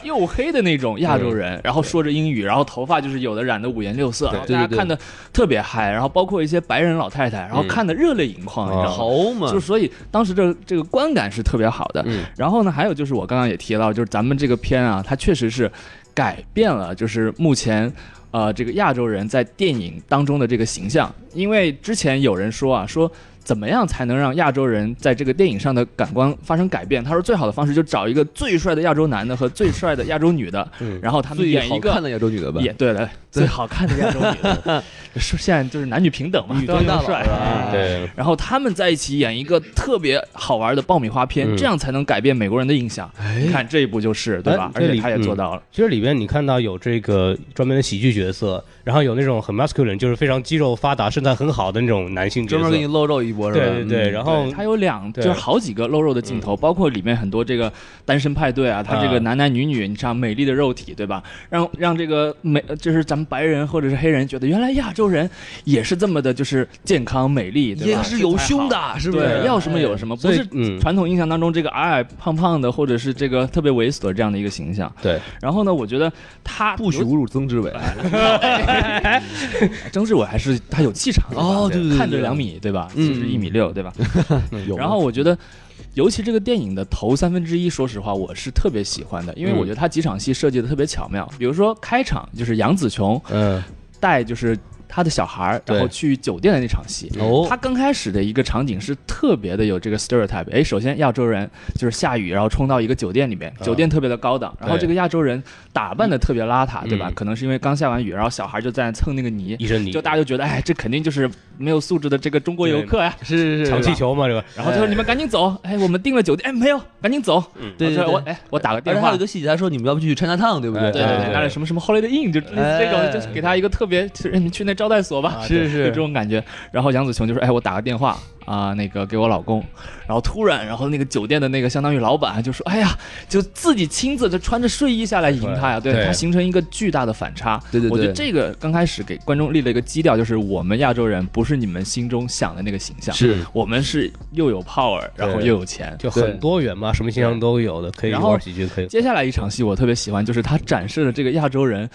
[SPEAKER 4] 黝黑的那种亚洲人，然后说着英语，然后头发就是有的染的五颜六色，然后
[SPEAKER 2] 对
[SPEAKER 4] 大
[SPEAKER 2] 对对嗯
[SPEAKER 4] 家看的特别嗨，然后包括一些白人老太太，然后看的热泪盈眶，你知道吗？
[SPEAKER 2] 好嘛
[SPEAKER 4] 就，所以当时这这个观感是特别好的。
[SPEAKER 2] 嗯
[SPEAKER 4] 然后呢，还有就是我刚刚也提到，就是咱们这个片啊，它确实是改变了，就是目前。呃，这个亚洲人在电影当中的这个形象，因为之前有人说啊，说怎么样才能让亚洲人在这个电影上的感官发生改变？他说最好的方式就找一个最帅的亚洲男的和最帅的亚洲女的，然后他
[SPEAKER 2] 嗯
[SPEAKER 4] 们
[SPEAKER 2] 最
[SPEAKER 4] 演
[SPEAKER 2] 好
[SPEAKER 4] 一个
[SPEAKER 2] 看的亚洲女的吧？
[SPEAKER 4] 也对了，最好看的亚洲女 的，说现在就是男女平等嘛，
[SPEAKER 2] 装大佬啊
[SPEAKER 4] 帅嗯
[SPEAKER 2] 是吧，
[SPEAKER 6] 对，
[SPEAKER 4] 然后他们在一起演一个特别好玩的爆米花片，
[SPEAKER 6] 嗯
[SPEAKER 4] 这样才能改变美国人的印象。你看这一部就是对吧？
[SPEAKER 6] 哎
[SPEAKER 4] 而
[SPEAKER 6] 这
[SPEAKER 4] 且
[SPEAKER 6] 里
[SPEAKER 4] 他也做到了。
[SPEAKER 6] 其实里边你看到有这个专门的喜剧角色，然后有那种很 masculine，就是非常肌肉发达、身材很好的那种男性角
[SPEAKER 2] 专
[SPEAKER 6] 色
[SPEAKER 2] 门给，你露肉一波是吧？嗯
[SPEAKER 6] 对对对，然后
[SPEAKER 4] 对，他有两就
[SPEAKER 6] 嗯对嗯
[SPEAKER 4] 是好几个露肉的镜头，包括里面很多这个单身派对啊，他这个
[SPEAKER 6] 啊
[SPEAKER 4] 男男女女，你像美丽的肉体，对吧？让让这个美，就是咱们白人或者是黑人觉得原来亚洲人也是这么的，就是健康美丽，对吧
[SPEAKER 2] 也是有胸的，是不
[SPEAKER 4] 对，
[SPEAKER 2] 是？
[SPEAKER 4] 要什么有什么，不
[SPEAKER 6] 所以
[SPEAKER 4] 是
[SPEAKER 6] 嗯
[SPEAKER 4] 传统印象当中这个矮矮胖胖的，或者是这个特别猥琐的这样的一个形象。
[SPEAKER 6] 对，
[SPEAKER 4] 然后呢，我觉得他
[SPEAKER 2] 不许侮辱曾志伟。
[SPEAKER 4] 曾志伟还是他有气场的吧
[SPEAKER 2] 哦对对对
[SPEAKER 4] 看着
[SPEAKER 2] 对
[SPEAKER 4] 两米对吧？
[SPEAKER 2] 嗯
[SPEAKER 4] 其实一米六对吧？
[SPEAKER 2] 有
[SPEAKER 4] 然后我觉得，尤其这个电影的头三分之一，说实话我是特别喜欢的，因为我觉得他几场戏设计的特别巧妙。
[SPEAKER 2] 嗯
[SPEAKER 4] 比如说开场就是杨紫琼
[SPEAKER 6] 嗯，
[SPEAKER 4] 带就是他的小孩儿，然后
[SPEAKER 6] 对
[SPEAKER 4] 去酒店的那场戏，
[SPEAKER 2] 哦
[SPEAKER 4] 他，刚开始的一个场景是特别的有这个 stereotype。哎，首先亚洲人就是下雨，然后冲到一个酒店里面，
[SPEAKER 2] 嗯
[SPEAKER 4] 酒店特别的高档，然后这个亚洲人打扮的特别邋遢，对吧？
[SPEAKER 6] 嗯
[SPEAKER 4] 可能是因为刚下完雨，然后小孩就在那蹭那个泥，
[SPEAKER 6] 一身泥，
[SPEAKER 4] 就大家就觉得，哎，这肯定就是没有素质的这个中国游客呀、
[SPEAKER 2] 是是
[SPEAKER 6] 抢
[SPEAKER 2] 是，
[SPEAKER 6] 气球嘛，这个
[SPEAKER 4] 然后他说：“你们赶紧走！哎，我们订了酒店，哎，没有，赶紧走。
[SPEAKER 2] 对对
[SPEAKER 4] 我说我
[SPEAKER 2] 对。
[SPEAKER 4] 哎，我打个
[SPEAKER 2] 而
[SPEAKER 4] 电
[SPEAKER 2] 且还
[SPEAKER 4] 话
[SPEAKER 2] 有一。个细节，他说你们要不去 China Town，对不对？
[SPEAKER 6] 哎
[SPEAKER 4] 对对对，
[SPEAKER 6] 哎
[SPEAKER 4] 拿了什么什么 Holiday Inn，就类似这
[SPEAKER 2] 哎
[SPEAKER 4] 种，就是给他一个特别，就是哎你去那招待所吧，
[SPEAKER 2] 是
[SPEAKER 4] 就是这，种感觉。然后杨紫琼就说：“哎，我打个电话，啊、那个给我老公，然后突然，然后那个酒店的那个相当于老板就说，哎呀，就自己亲自就穿着睡衣下来迎他呀，对
[SPEAKER 8] 对
[SPEAKER 4] 他形成一个巨大的反差。
[SPEAKER 2] 对对对
[SPEAKER 4] 我觉得这个刚开始给观众立了一个基调，就是我们亚洲人不是你们心中想的那个形象，
[SPEAKER 2] 是
[SPEAKER 4] 我们是又有 power，然后
[SPEAKER 6] 对
[SPEAKER 4] 又有钱。
[SPEAKER 6] 就很多元嘛，什么形象都有的，可以
[SPEAKER 4] 然后
[SPEAKER 6] 玩喜剧，可以
[SPEAKER 4] 接下来一场戏我特别喜欢，就是他展示了这个亚洲人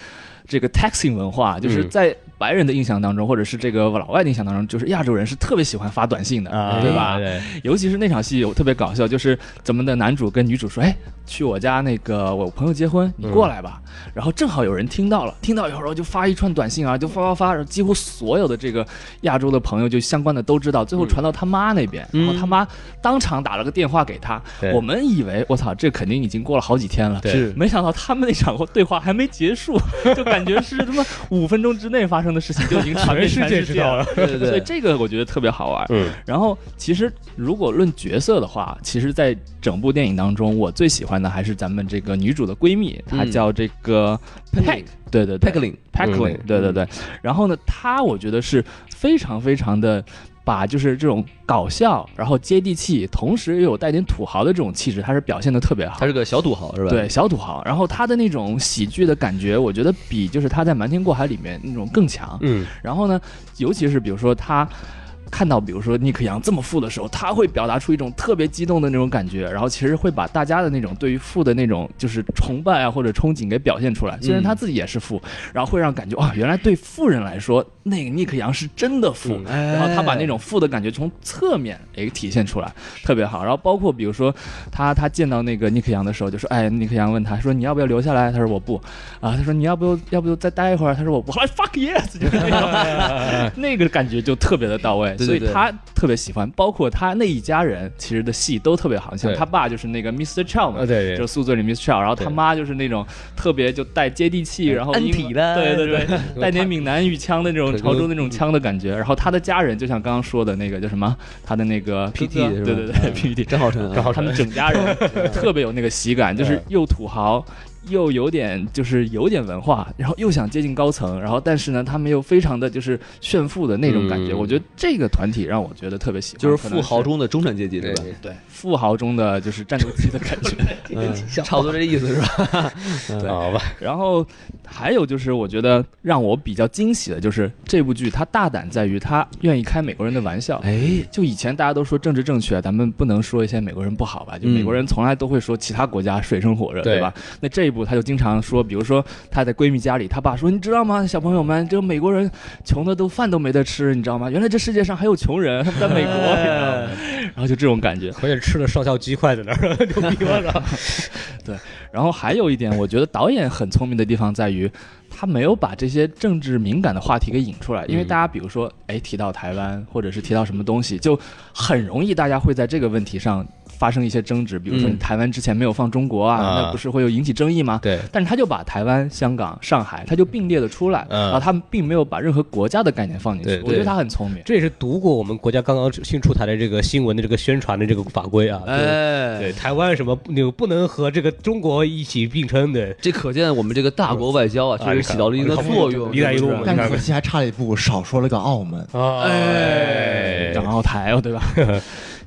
[SPEAKER 4] 这个 taxing 文化，就是在白人的印象当中，或者是这个老外的印象当中，就是亚洲人是特别喜欢发短信的，
[SPEAKER 7] 啊
[SPEAKER 4] 对吧？
[SPEAKER 6] 对，
[SPEAKER 4] 尤其是那场戏有特别搞笑，就是咱们的男主跟女主说：“哎，去我家那个我朋友结婚，你过来吧。然后正好有人听到了，听到以后然后就发一串短信啊，就发发发，然后几乎所有的这个亚洲的朋友就相关的都知道，最后传到他妈那边，然后他妈当场打了个电话给他。
[SPEAKER 6] 对
[SPEAKER 4] 我们以为我操，这肯定已经过了好几天了，
[SPEAKER 6] 对是
[SPEAKER 4] 没想到他们那场对话还没结束，就感觉是他妈五分钟之内发生的事情就已经传遍 全世界了。
[SPEAKER 2] 对对
[SPEAKER 4] 所以
[SPEAKER 2] 对，
[SPEAKER 4] 这个我觉得特别好玩。
[SPEAKER 6] 嗯，
[SPEAKER 4] 然后其实如果论角色的话，其实，在整部电影当中，我最喜欢的还是咱们这个女主的闺蜜，她
[SPEAKER 2] 嗯
[SPEAKER 4] 叫这个 Peg，、对对对
[SPEAKER 2] Pegling
[SPEAKER 4] Pegling，、对对对。然后呢，她我觉得是非常非常的。把就是这种搞笑，然后接地气，同时又有带点土豪的这种气质，她是表现的特别好。
[SPEAKER 2] 他是个小土豪是吧？
[SPEAKER 4] 对，小土豪。然后他的那种喜剧的感觉，我觉得比就是他在《瞒天过海》里面那种更强。
[SPEAKER 6] 嗯，
[SPEAKER 4] 然后呢，尤其是比如说他。看到比如说尼克杨这么富的时候，他会表达出一种特别激动的那种感觉，然后其实会把大家的那种对于富的那种就是崇拜啊或者憧憬给表现出来。虽然他自己也是富，然后会让感觉哇、哦原来对富人来说，那个尼克杨是真的富。然后他把那种富的感觉从侧面给体现出来，特别好。然后包括比如说他他见到那个尼克杨的时候，就说：“哎，尼克杨问他说你要不要留下来？”他说：“我不。”啊，他说：“你要不要不再待一会儿？”啊他说：“我不。”后来 fuck yes，就是 那种那个感觉就特别的到位，
[SPEAKER 2] 对对
[SPEAKER 4] 所
[SPEAKER 2] 对
[SPEAKER 4] 以他特别喜欢。包括他那一家人其实的戏都特别好，像
[SPEAKER 8] 对
[SPEAKER 4] 他爸就是那个 Mr. Chow 嘛
[SPEAKER 2] 呃
[SPEAKER 8] 啊，，对
[SPEAKER 4] 就
[SPEAKER 8] 对
[SPEAKER 4] 是宿醉里 Miss Chow，然后他
[SPEAKER 8] 对
[SPEAKER 4] 妈就是那种特别就带接地气，然后
[SPEAKER 2] 安
[SPEAKER 4] 英文
[SPEAKER 2] 体的
[SPEAKER 4] 对对对，带点闽南语腔的那种
[SPEAKER 2] 对
[SPEAKER 4] 潮州那种腔的感觉。然后他的家人就像刚刚说的那个叫什么，他的那个
[SPEAKER 2] PT 是吧
[SPEAKER 4] 哥哥对对对 PT，
[SPEAKER 2] 张浩辰啊，
[SPEAKER 4] 他们整家 人特别有那个喜感，就是
[SPEAKER 2] 嗯
[SPEAKER 4] 又土豪。又有点就是有点文化，然后又想接近高层，然后但是呢，他们又非常的就是炫富的那种感觉。
[SPEAKER 2] 嗯
[SPEAKER 4] 我觉得这个团体让我觉得特别喜欢，
[SPEAKER 2] 就是
[SPEAKER 4] 啊
[SPEAKER 2] 富
[SPEAKER 4] 可能
[SPEAKER 2] 豪中的中产阶级
[SPEAKER 8] 对
[SPEAKER 2] 是吧？
[SPEAKER 4] 对富豪中的就是战斗机的感 觉。
[SPEAKER 2] 嗯，差不多这意思是吧？
[SPEAKER 6] 嗯好吧，
[SPEAKER 4] 然后还有就是，我觉得让我比较惊喜的就是这部剧，它大胆在于它愿意开美国人的玩笑。
[SPEAKER 2] 哎，
[SPEAKER 4] 就以前大家都说政治正确，咱们不能说一些美国人不好吧？就美国人从来都会说其他国家水深火热，
[SPEAKER 8] 对
[SPEAKER 4] 对吧？那这一部他就经常说，比如说他在闺蜜家里，他爸说：“你知道吗，小朋友们，这个美国人穷的都饭都没得吃，你知道吗？原来这世界上还有穷人，在美国，你知道吗然后就这种感觉。
[SPEAKER 6] 回去吃了上校鸡块在那儿，牛逼了，
[SPEAKER 4] 然后还有一点，我觉得导演很聪明的地方在于，他没有把这些政治敏感的话题给引出来，因
[SPEAKER 8] 嗯
[SPEAKER 4] 为大家比如说，哎，提到台湾或者是提到什么东西，就很容易大家会在这个问题上发生一些争执，比如说你台湾之前没有放中国啊，
[SPEAKER 8] 嗯啊
[SPEAKER 4] 那不是会有引起争议吗？
[SPEAKER 8] 对，
[SPEAKER 4] 但是他就把台湾、香港、上海，他就并列的出来，
[SPEAKER 8] 嗯
[SPEAKER 4] 然后他们并没有把任何国家的概念放进
[SPEAKER 8] 对
[SPEAKER 4] 去，
[SPEAKER 8] 对
[SPEAKER 4] 我觉得他很聪明。
[SPEAKER 6] 这也是读过我们国家刚刚新出台的这个新闻的这个宣传的这个法规啊，对
[SPEAKER 2] 哎，
[SPEAKER 6] 对，台湾什么那个不能和这个中国一起并称的，
[SPEAKER 2] 这可见我们这个大国外交啊，确
[SPEAKER 6] 啊你
[SPEAKER 2] 实
[SPEAKER 6] 看
[SPEAKER 2] 起到了一定的作用。
[SPEAKER 6] 一带一路
[SPEAKER 2] 是不
[SPEAKER 7] 哎但
[SPEAKER 2] 是
[SPEAKER 7] 可惜还差了一步，少说了个澳门。
[SPEAKER 2] 哎，嗯
[SPEAKER 4] 港澳台哦，对吧？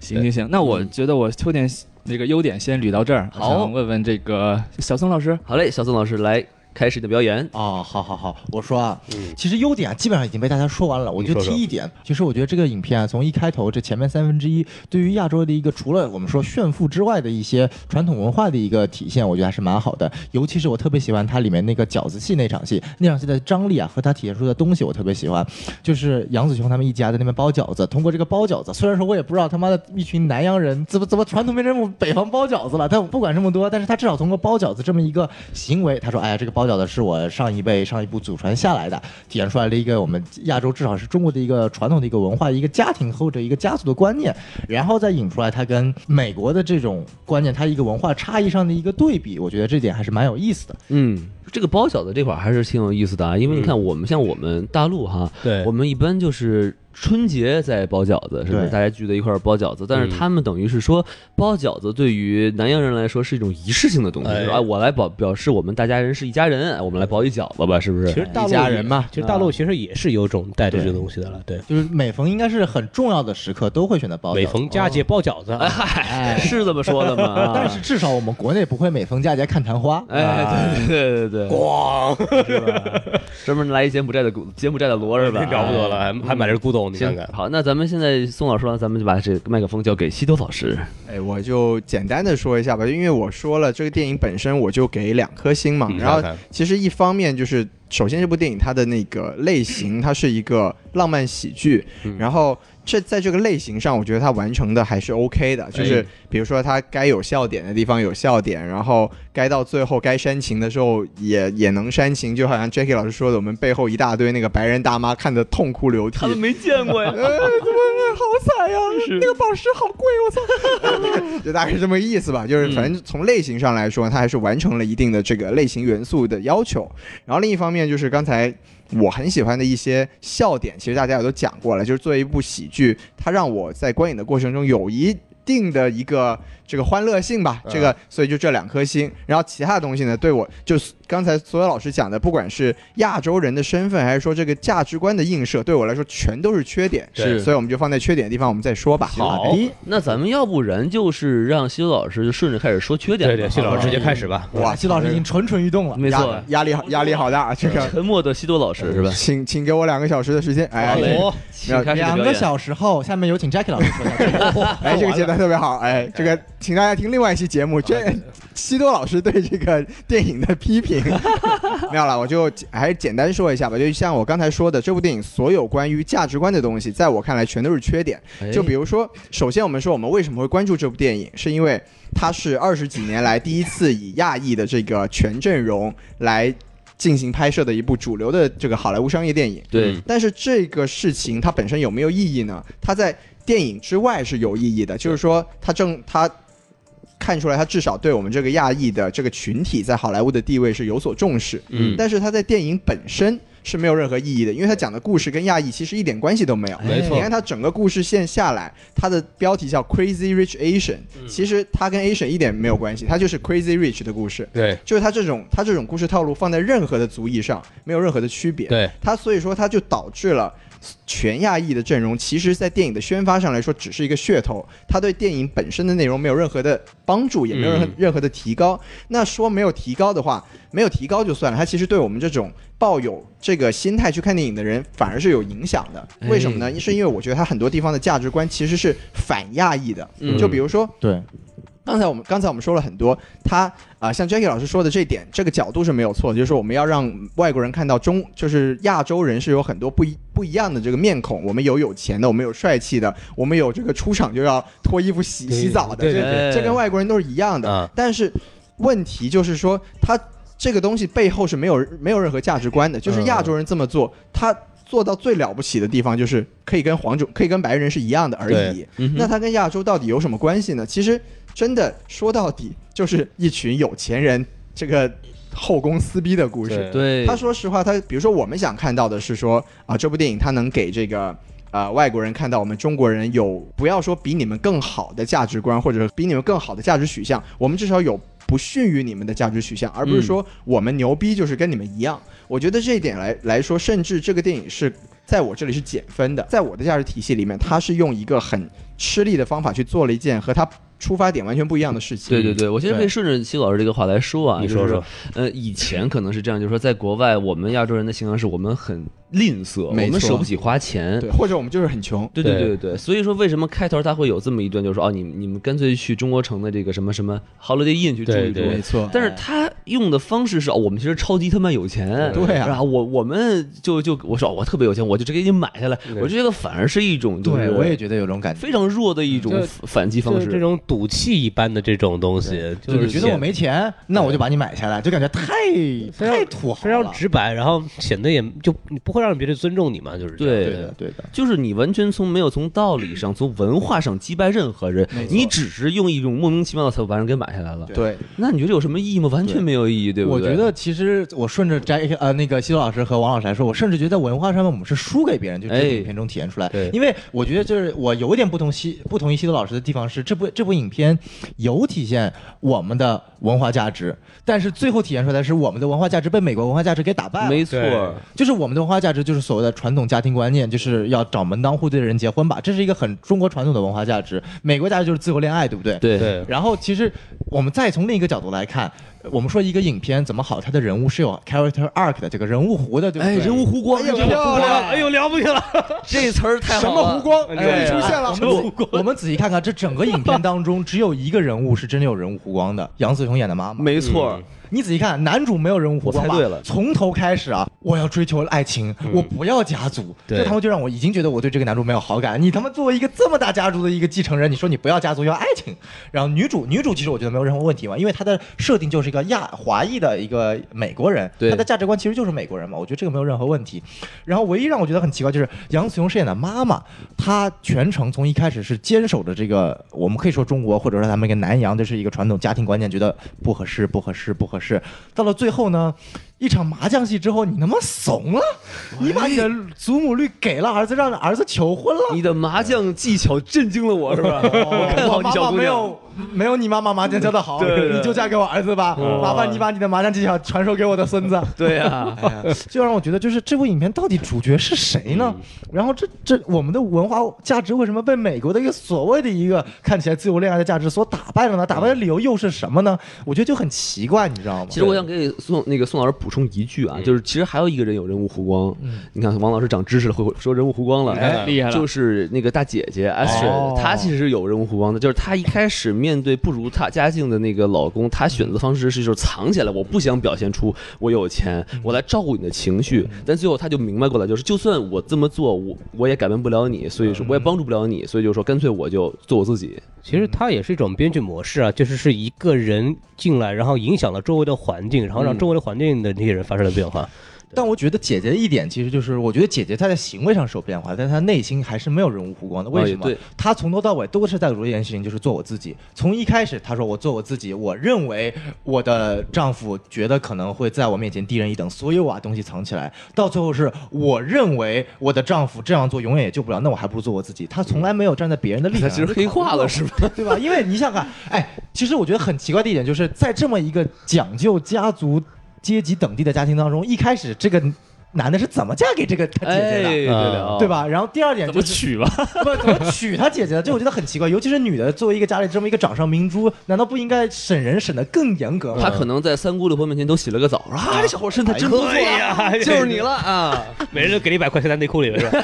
[SPEAKER 4] 行行行，那我觉得我秋点那个优点先捋到这儿，我
[SPEAKER 2] 好
[SPEAKER 4] 想问问这个小宋老师，
[SPEAKER 2] 好嘞，小宋老师来开始你的表演。
[SPEAKER 7] 哦，好好好，我说啊，
[SPEAKER 4] 嗯
[SPEAKER 7] 其实优点啊基本上已经被大家说完了，我就提一点。其实我觉得这个影片啊，从一开头这前面三分之一，对于亚洲的一个除了我们说炫富之外的一些传统文化的一个体现，我觉得还是蛮好的。尤其是我特别喜欢它里面那个饺子戏那场戏，那场戏的张力啊和它体现出的东西，我特别喜欢。就是杨子琼他们一家在那边包饺子，通过这个包饺子，虽然说我也不知道他妈的一群南洋人怎么怎么传统变成北方包饺子了，但我不管这么多，但是他至少通过包饺子这么一个行为，他说，哎呀，这个包饺子是我上一辈上一部祖传下来的，体现出来了一个我们亚洲至少是中国的一个传统的一个文化，一个家庭或者一个家族的观念，然后再引出来他跟美国的这种观念，它一个文化差异上的一个对比，我觉得这点还是蛮有意思的。
[SPEAKER 2] 嗯，这个包饺子这块儿还是挺有意思的啊，因为你看我们像我们大陆哈，
[SPEAKER 6] 嗯对
[SPEAKER 2] 我们一般就是春节在包饺子，是不是？
[SPEAKER 7] 对
[SPEAKER 2] 大家聚在一块儿包饺子，
[SPEAKER 6] 嗯
[SPEAKER 2] 但是他们等于是说包饺子对于南洋人来说是一种仪式性的东西，
[SPEAKER 6] 哎
[SPEAKER 2] 说啊，我来表表示我们大家人是一家人，哎我们来包一饺子吧，是不是？
[SPEAKER 6] 其实大陆
[SPEAKER 7] 一家人嘛
[SPEAKER 6] 其实大陆其实也是有种带着这个东西的了，对，
[SPEAKER 7] 就是每逢应该是很重要的时刻都会选择包饺子
[SPEAKER 6] 每逢佳节包饺子 啊，
[SPEAKER 2] 嗨，哎是这么说的吗？啊
[SPEAKER 7] 但是至少我们国内不会每逢佳节看昙花。
[SPEAKER 2] 哎，对
[SPEAKER 6] 啊
[SPEAKER 2] 对对对对，
[SPEAKER 6] 咣，
[SPEAKER 2] 专门来一柬埔寨的古柬埔寨的罗是吧？
[SPEAKER 6] 了不得了，
[SPEAKER 2] 哎。
[SPEAKER 6] 还还买了古董，你看
[SPEAKER 2] 行
[SPEAKER 6] 看，，
[SPEAKER 2] 好，那咱们现在宋老师完，咱们就把这个麦克风交给西多老师。
[SPEAKER 1] 哎，我就简单的说一下吧，因为我说了这个电影本身我就给两颗星嘛，
[SPEAKER 6] 嗯
[SPEAKER 1] 然后
[SPEAKER 6] 看看
[SPEAKER 1] 其实一方面就是，首先这部电影它的那个类型，它是一个浪漫喜剧，然后这在这个类型上，我觉得它完成的还是 OK 的，就是比如说它该有笑点的地方有笑点，然后该到最后该煽情的时候也也能煽情，就好像 Jackie 老师说的，我们背后一大堆那个白人大妈看得痛哭流涕，
[SPEAKER 2] 没见过呀，
[SPEAKER 1] 好惨呀、那个宝石好贵，我操！就大概是这么个意思吧。就是反正从类型上来说，它还是完成了一定的这个类型元素的要求。然后另一方面就是刚才我很喜欢的一些笑点，其实大家也都讲过了。就是作为一部喜剧，它让我在观影的过程中有一定的一个这个欢乐性吧，这个所以就这两颗星。然后其他的东西呢，对我就是刚才所有老师讲的，不管是亚洲人的身份，还是说这个价值观的映射，对我来说全都是缺点。
[SPEAKER 2] 是
[SPEAKER 1] 所以我们就放在缺点的地方我们再说吧。
[SPEAKER 2] 好，那咱们要不然就是让西多老师就顺着开始说缺点吧，啊
[SPEAKER 6] 对对，谢老师直接开始吧，
[SPEAKER 1] 哇，
[SPEAKER 7] 季老师已经蠢蠢欲动了。
[SPEAKER 2] 没
[SPEAKER 1] 压
[SPEAKER 2] 错，
[SPEAKER 1] 压力压力好大，这个
[SPEAKER 2] 沉默的西多老 师是吧？
[SPEAKER 1] 请请给我两个小时的时间。哎，
[SPEAKER 2] 嘞
[SPEAKER 6] 哦，
[SPEAKER 2] 请开始
[SPEAKER 7] 两
[SPEAKER 2] 表
[SPEAKER 7] 个
[SPEAKER 2] 演。
[SPEAKER 7] 小时后，下面有请 Jackie 老师说一下。
[SPEAKER 1] 哎，这个节目特别好，哎，这个请大家听另外一期节目，这西多老师对这个电影的批 评，没有了，我就还是简单说一下吧。就像我刚才说的，这部电影所有关于价值观的东西，在我看来全都是缺点。
[SPEAKER 2] 哎
[SPEAKER 1] 就比如说，首先我们说我们为什么会关注这部电影，是因为它是二十几年来第一次以亚裔的这个全阵容来进行拍摄的一部主流的这个好莱坞商业电影。
[SPEAKER 2] 对，
[SPEAKER 1] 但是这个事情它本身有没有意义呢？它在电影之外是有意义的，就是说它正它看出来，它至少对我们这个亚裔的这个群体在好莱坞的地位是有所重视。
[SPEAKER 2] 嗯
[SPEAKER 1] 但是它在电影本身。是没有任何意义的，因为它讲的故事跟亚裔其实一点关系都没有。
[SPEAKER 6] 没错
[SPEAKER 1] 你看它整个故事线下来，它的标题叫 Crazy Rich Asian，、其
[SPEAKER 6] 嗯
[SPEAKER 1] 实它跟 Asian 一点没有关系，它就是 Crazy Rich 的故事。
[SPEAKER 6] 对
[SPEAKER 1] 就是他这种他这种故事套路放在任何的族裔上没有任何的区别。
[SPEAKER 6] 对，
[SPEAKER 1] 他所以说他就导致了全亚裔的阵容，其实在电影的宣发上来说只是一个噱头，它对电影本身的内容没有任何的帮助，也没有任何、
[SPEAKER 6] 嗯
[SPEAKER 1] 任何的提高。那说没有提高的话，没有提高就算了，它其实对我们这种抱有这个心态去看电影的人反而是有影响的。为什么呢？是因为我觉得它很多地方的价值观其实是反亚裔的，就比如说。
[SPEAKER 7] 对，
[SPEAKER 1] 刚才我们刚才我们说了很多，他啊、像 Jackie 老师说的这点，这个角度是没有错的，就是我们要让外国人看到中，就是亚洲人是有很多不一不一样的这个面孔，我们有有钱的，我们有帅气的，我们有这个出场就要脱衣服洗洗澡的，
[SPEAKER 6] 对对
[SPEAKER 2] 对
[SPEAKER 1] 这这跟外国人都是一样的。
[SPEAKER 6] 啊
[SPEAKER 1] 但是问题就是说，他这个东西背后是没有没有任何价值观的，
[SPEAKER 6] 嗯
[SPEAKER 1] 就是亚洲人这么做，他。做到最了不起的地方，就是可以跟黄种、可以跟白人是一样的而已
[SPEAKER 6] 对。
[SPEAKER 2] 嗯
[SPEAKER 1] 那他跟亚洲到底有什么关系呢？其实真的说到底，就是一群有钱人这个后宫撕逼的故事。
[SPEAKER 2] 对，
[SPEAKER 1] 他说实话，他比如说我们想看到的是说啊，这部电影它能给这个呃外国人看到我们中国人有不要说比你们更好的价值观，或者比你们更好的价值取向，我们至少有。不逊于你们的价值取向，而
[SPEAKER 2] 嗯
[SPEAKER 1] 不是说我们牛逼就是跟你们一样。我觉得这一点来来说，甚至这个电影是在我这里是减分的。在我的价值体系里面，他是用一个很吃力的方法去做了一件和他出发点完全不一样的事情。
[SPEAKER 2] 对对对，我其实可以
[SPEAKER 1] 对
[SPEAKER 2] 顺着西老师这个话来说啊，
[SPEAKER 6] 你说
[SPEAKER 2] 就是
[SPEAKER 6] 说，
[SPEAKER 2] 呃，以前可能是这样，就是说，在国外，我们亚洲人的形象是我们很吝啬，我
[SPEAKER 1] 没
[SPEAKER 2] 们
[SPEAKER 1] 错
[SPEAKER 2] 舍不起花钱，
[SPEAKER 1] 对，或者我们就是很穷。
[SPEAKER 2] 对对对
[SPEAKER 6] 对
[SPEAKER 2] 对对，所以说为什么开头他会有这么一段，就是说哦，你们你们干脆去中国城的这个什么什么 Holiday Inn 去住一
[SPEAKER 6] 对
[SPEAKER 2] 住，
[SPEAKER 6] 对没
[SPEAKER 1] 错
[SPEAKER 2] 但是他用的方式是哦，我们其实超级他妈有钱，
[SPEAKER 1] 对啊
[SPEAKER 2] 是吧？我我们就就我说哦我特别有钱，我就直接给你买下来，我觉得反而是一种就是
[SPEAKER 7] 我也觉得有这种感觉。
[SPEAKER 2] 非常弱的一种
[SPEAKER 6] 这
[SPEAKER 2] 反击方
[SPEAKER 6] 就是
[SPEAKER 2] 式，
[SPEAKER 6] 这种赌气一般的这种东西，就
[SPEAKER 7] 我
[SPEAKER 6] 是
[SPEAKER 7] 觉得我没钱，那我就把你买下来，就感觉太
[SPEAKER 6] 非常
[SPEAKER 7] 太土豪
[SPEAKER 6] 非常
[SPEAKER 7] 了。
[SPEAKER 6] 直白，然后显得也就你不会让别人尊重你嘛，就是这样
[SPEAKER 2] 对
[SPEAKER 1] 对的，对的。
[SPEAKER 2] 就是你完全从没有从道理 上、从文化上击败任何人，你只是用一种莫名其妙的词把人给买下来了。
[SPEAKER 1] 对，
[SPEAKER 2] 那你觉得有什么意义吗？完全没有意义，对不
[SPEAKER 7] 我
[SPEAKER 2] 对？
[SPEAKER 7] 觉得其实我顺着摘呃那个西多老师和王老师来说，我甚至觉得在文化上面我们是输给别人，就这
[SPEAKER 2] 哎
[SPEAKER 7] 部影片中体现出来。
[SPEAKER 2] 对
[SPEAKER 7] 因为我觉得就是我有一点不同西不同于西多老师的地方是，这部这部影片有体现我们的文化价值，但是最后体现出来的是我们的文化价值被美国文化价值给打败了。
[SPEAKER 2] 没错，
[SPEAKER 6] 对
[SPEAKER 7] 就是我们的文化价值，就是所谓的传统家庭观念，就是要找门当户对的人结婚吧，这是一个很中国传统的文化价值。美国价值就是自由恋爱，对不对？
[SPEAKER 2] 对
[SPEAKER 6] 对
[SPEAKER 7] 然后其实我们再从另一个角度来看，我们说一个影片怎么好，它的人物是有 character arc 的，这个人物弧的，对不
[SPEAKER 2] 哎，
[SPEAKER 7] 对？
[SPEAKER 2] 人物弧光，
[SPEAKER 1] 哎呀漂亮
[SPEAKER 6] 哎呦，了不起了！
[SPEAKER 2] 这词儿太
[SPEAKER 1] 什
[SPEAKER 2] 好
[SPEAKER 1] 么
[SPEAKER 2] 了
[SPEAKER 1] 湖光终
[SPEAKER 2] 哎
[SPEAKER 1] 于出 现了？
[SPEAKER 7] 我们仔我们仔细看看，这整个影片当中，只有一个人物是真的有人物弧光的，杨紫琼演的妈妈。
[SPEAKER 2] 没错，
[SPEAKER 7] 你仔细看，男主没有人物弧光
[SPEAKER 2] 我
[SPEAKER 7] 吧？
[SPEAKER 2] 猜对了
[SPEAKER 7] 从头开始啊，我要追求爱情，我不要家族，
[SPEAKER 6] 对
[SPEAKER 7] 这他们就让我已经觉得我对这个男主没有好感。你他妈作为一个这么大家族的一个继承人，你说你不要家族要爱情，然后女主女主其实我觉得没有任何问题嘛，因为她的设定就是一个亚华裔的一个美国人，
[SPEAKER 2] 对
[SPEAKER 7] 她的价值观其实就是美国人嘛，我觉得这个没有任何问题。然后唯一让我觉得很奇怪就是杨紫琼饰演的妈妈，她全程从一开始是坚守着这个，我们可以说中国或者说咱们一个南洋，这是一个传统家庭观念，觉得不合适，不合适，不合适。到了最后呢，一场麻将戏之后，你他妈怂了，你把你的祖母绿给了儿子，让儿子求婚了。
[SPEAKER 2] 你的麻将技巧震惊了我，是吧？哦我看好
[SPEAKER 7] 哦我
[SPEAKER 2] 你
[SPEAKER 7] 妈
[SPEAKER 2] 小
[SPEAKER 7] 妈
[SPEAKER 2] 姑
[SPEAKER 7] 没
[SPEAKER 2] 娘。
[SPEAKER 7] 有没有你妈妈麻将教的好，
[SPEAKER 2] 对对对嗯
[SPEAKER 7] 你就嫁给我儿子吧。麻烦你把你的麻将技巧传授给我的 孙子。
[SPEAKER 2] 对啊呀，
[SPEAKER 7] 就让我觉得，就是这部影片到底主角是谁呢？
[SPEAKER 2] 嗯
[SPEAKER 7] 然后这这我们的文化价值为什么被美国的一个所谓的一个看起来自由恋爱的价值所打败了呢？打败的理由又是什么呢？我觉得就很奇怪，你知道吗？
[SPEAKER 2] 其实我想给宋那个宋老师补充一句啊，就是其实还有一个人有人物弧光，你看王老师长知识了，会会说人物弧光了，哦
[SPEAKER 4] 哎厉害了
[SPEAKER 2] 就是那个大姐姐 Astrid，她其实是有人物弧光的，就是她一开始面对不如她家境的那个老公，她选择方式是就是藏起来，我不想表现出我有钱，我来照顾你的情绪，但最后她就明白过来，就是就算我这么做，我我也改变不了你，所以说我也帮助不了你，所以就说干脆我就做我自己，
[SPEAKER 6] 其实它也是一种编剧模式啊，就是是一个人进来，然后影响了周围的环境，然后让周围的环境的那些人发生了变化。
[SPEAKER 7] 但我觉得姐姐一点其实就是，我觉得姐姐她在行为上是有变化，但她内心还是没有人物弧光的。为什么
[SPEAKER 2] 哦也对？
[SPEAKER 7] 她从头到尾都是在做一件事情，就是做我自己。从一开始她说我做我自己，我认为我的丈夫觉得可能会在我面前低人一等，所以我啊把东西藏起来。到最后是我认为我的丈夫这样做永远也救不了，那我还不如做我自己。她从来没有站在别人的立
[SPEAKER 2] 她
[SPEAKER 7] 场
[SPEAKER 2] 其
[SPEAKER 7] 上
[SPEAKER 2] 实
[SPEAKER 7] 去
[SPEAKER 2] 黑化
[SPEAKER 7] 考虑
[SPEAKER 2] 了
[SPEAKER 7] 过
[SPEAKER 2] 是吧？
[SPEAKER 7] 对吧？因为你想想看，哎，其实我觉得很奇怪的一点就是在这么一个讲究家族阶级等地的家庭当中，一开始这个男的是怎么嫁给这个他姐姐的？
[SPEAKER 2] 哎，
[SPEAKER 6] 嗯
[SPEAKER 2] 的，
[SPEAKER 7] 对？吧？然后第二点
[SPEAKER 4] 怎
[SPEAKER 7] 就
[SPEAKER 4] 么
[SPEAKER 7] 是
[SPEAKER 4] 取吧？
[SPEAKER 7] 不怎么娶他姐姐的，这我觉得很奇怪。尤其是女的，作为一个家里这么一个掌上明珠，难道不应该审人审得更严格吗？
[SPEAKER 2] 他可能在三姑六婆面前都洗了个澡，说啊，这小伙身材真不错
[SPEAKER 6] 哎呀
[SPEAKER 2] 啊， 就是你了啊！
[SPEAKER 6] 每人都给你一百块钱在内裤里面是吧？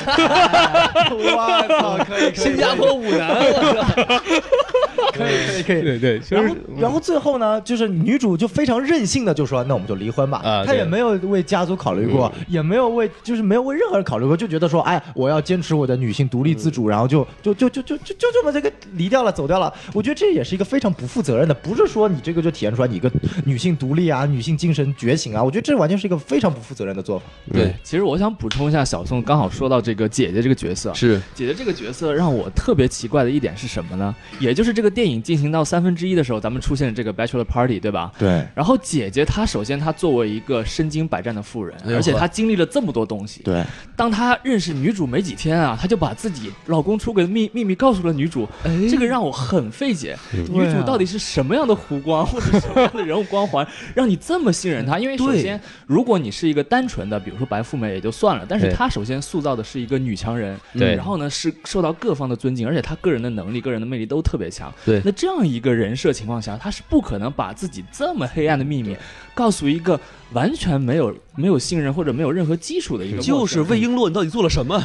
[SPEAKER 7] 我操，可以可以，
[SPEAKER 2] 新加坡舞男，我操
[SPEAKER 7] 可以可以可以，
[SPEAKER 6] 对对，
[SPEAKER 7] 然后，然后最后呢，就是女主就非常任性的就说：“那我们就离婚吧。
[SPEAKER 6] 啊
[SPEAKER 7] 她也
[SPEAKER 6] 对
[SPEAKER 7] 没有为家族考虑过，也没有为就是没有为任何人考虑过，就觉得说：“哎，我要坚持我的女性独立自主。然后就就就就就就就这么这个离掉了，走掉了。我觉得这也是一个非常不负责任的，不是说你这个就体现出来你一个女性独立啊、女性精神觉醒啊，我觉得这完全是一个非常不负责任的做法。
[SPEAKER 2] 对，
[SPEAKER 4] 其实我想补充一下，小宋刚好说到这个姐姐这个角色，
[SPEAKER 2] 是
[SPEAKER 4] 姐姐这个角色让我特别奇怪的一点是什么呢？也就是这个电影进行到三分之一的时候，咱们出现了这个 bachelor party，对吧？
[SPEAKER 7] 对，
[SPEAKER 4] 然后姐姐她首先她作为一个身经百战的妇人，
[SPEAKER 2] 哎呦
[SPEAKER 4] 而且她经历了这么多东西。
[SPEAKER 7] 对，
[SPEAKER 4] 当她认识女主没几天啊，她就把自己老公出轨的秘秘密告诉了女主，
[SPEAKER 2] 哎
[SPEAKER 4] 这个让我很费解。女主到底是什么样的弧光或者什么样的人物 光环，让你这么信任她？因为首
[SPEAKER 2] 对
[SPEAKER 4] 先，如果你是一个单纯的，比如说白富美也就算了，但是
[SPEAKER 6] 对
[SPEAKER 4] 她首先塑造的是一个女强人，
[SPEAKER 6] 对
[SPEAKER 4] 然后呢是受到各方的尊敬，而且她个人的能力、个人的魅力都特别强。
[SPEAKER 2] 对
[SPEAKER 4] 那这样一个人设情况下，她是不可能把自己这么黑暗的秘密告诉一个完全没有没有信任或者没有任何基础的一个陌生人，
[SPEAKER 2] 就是魏璎珞，你到底做了什么？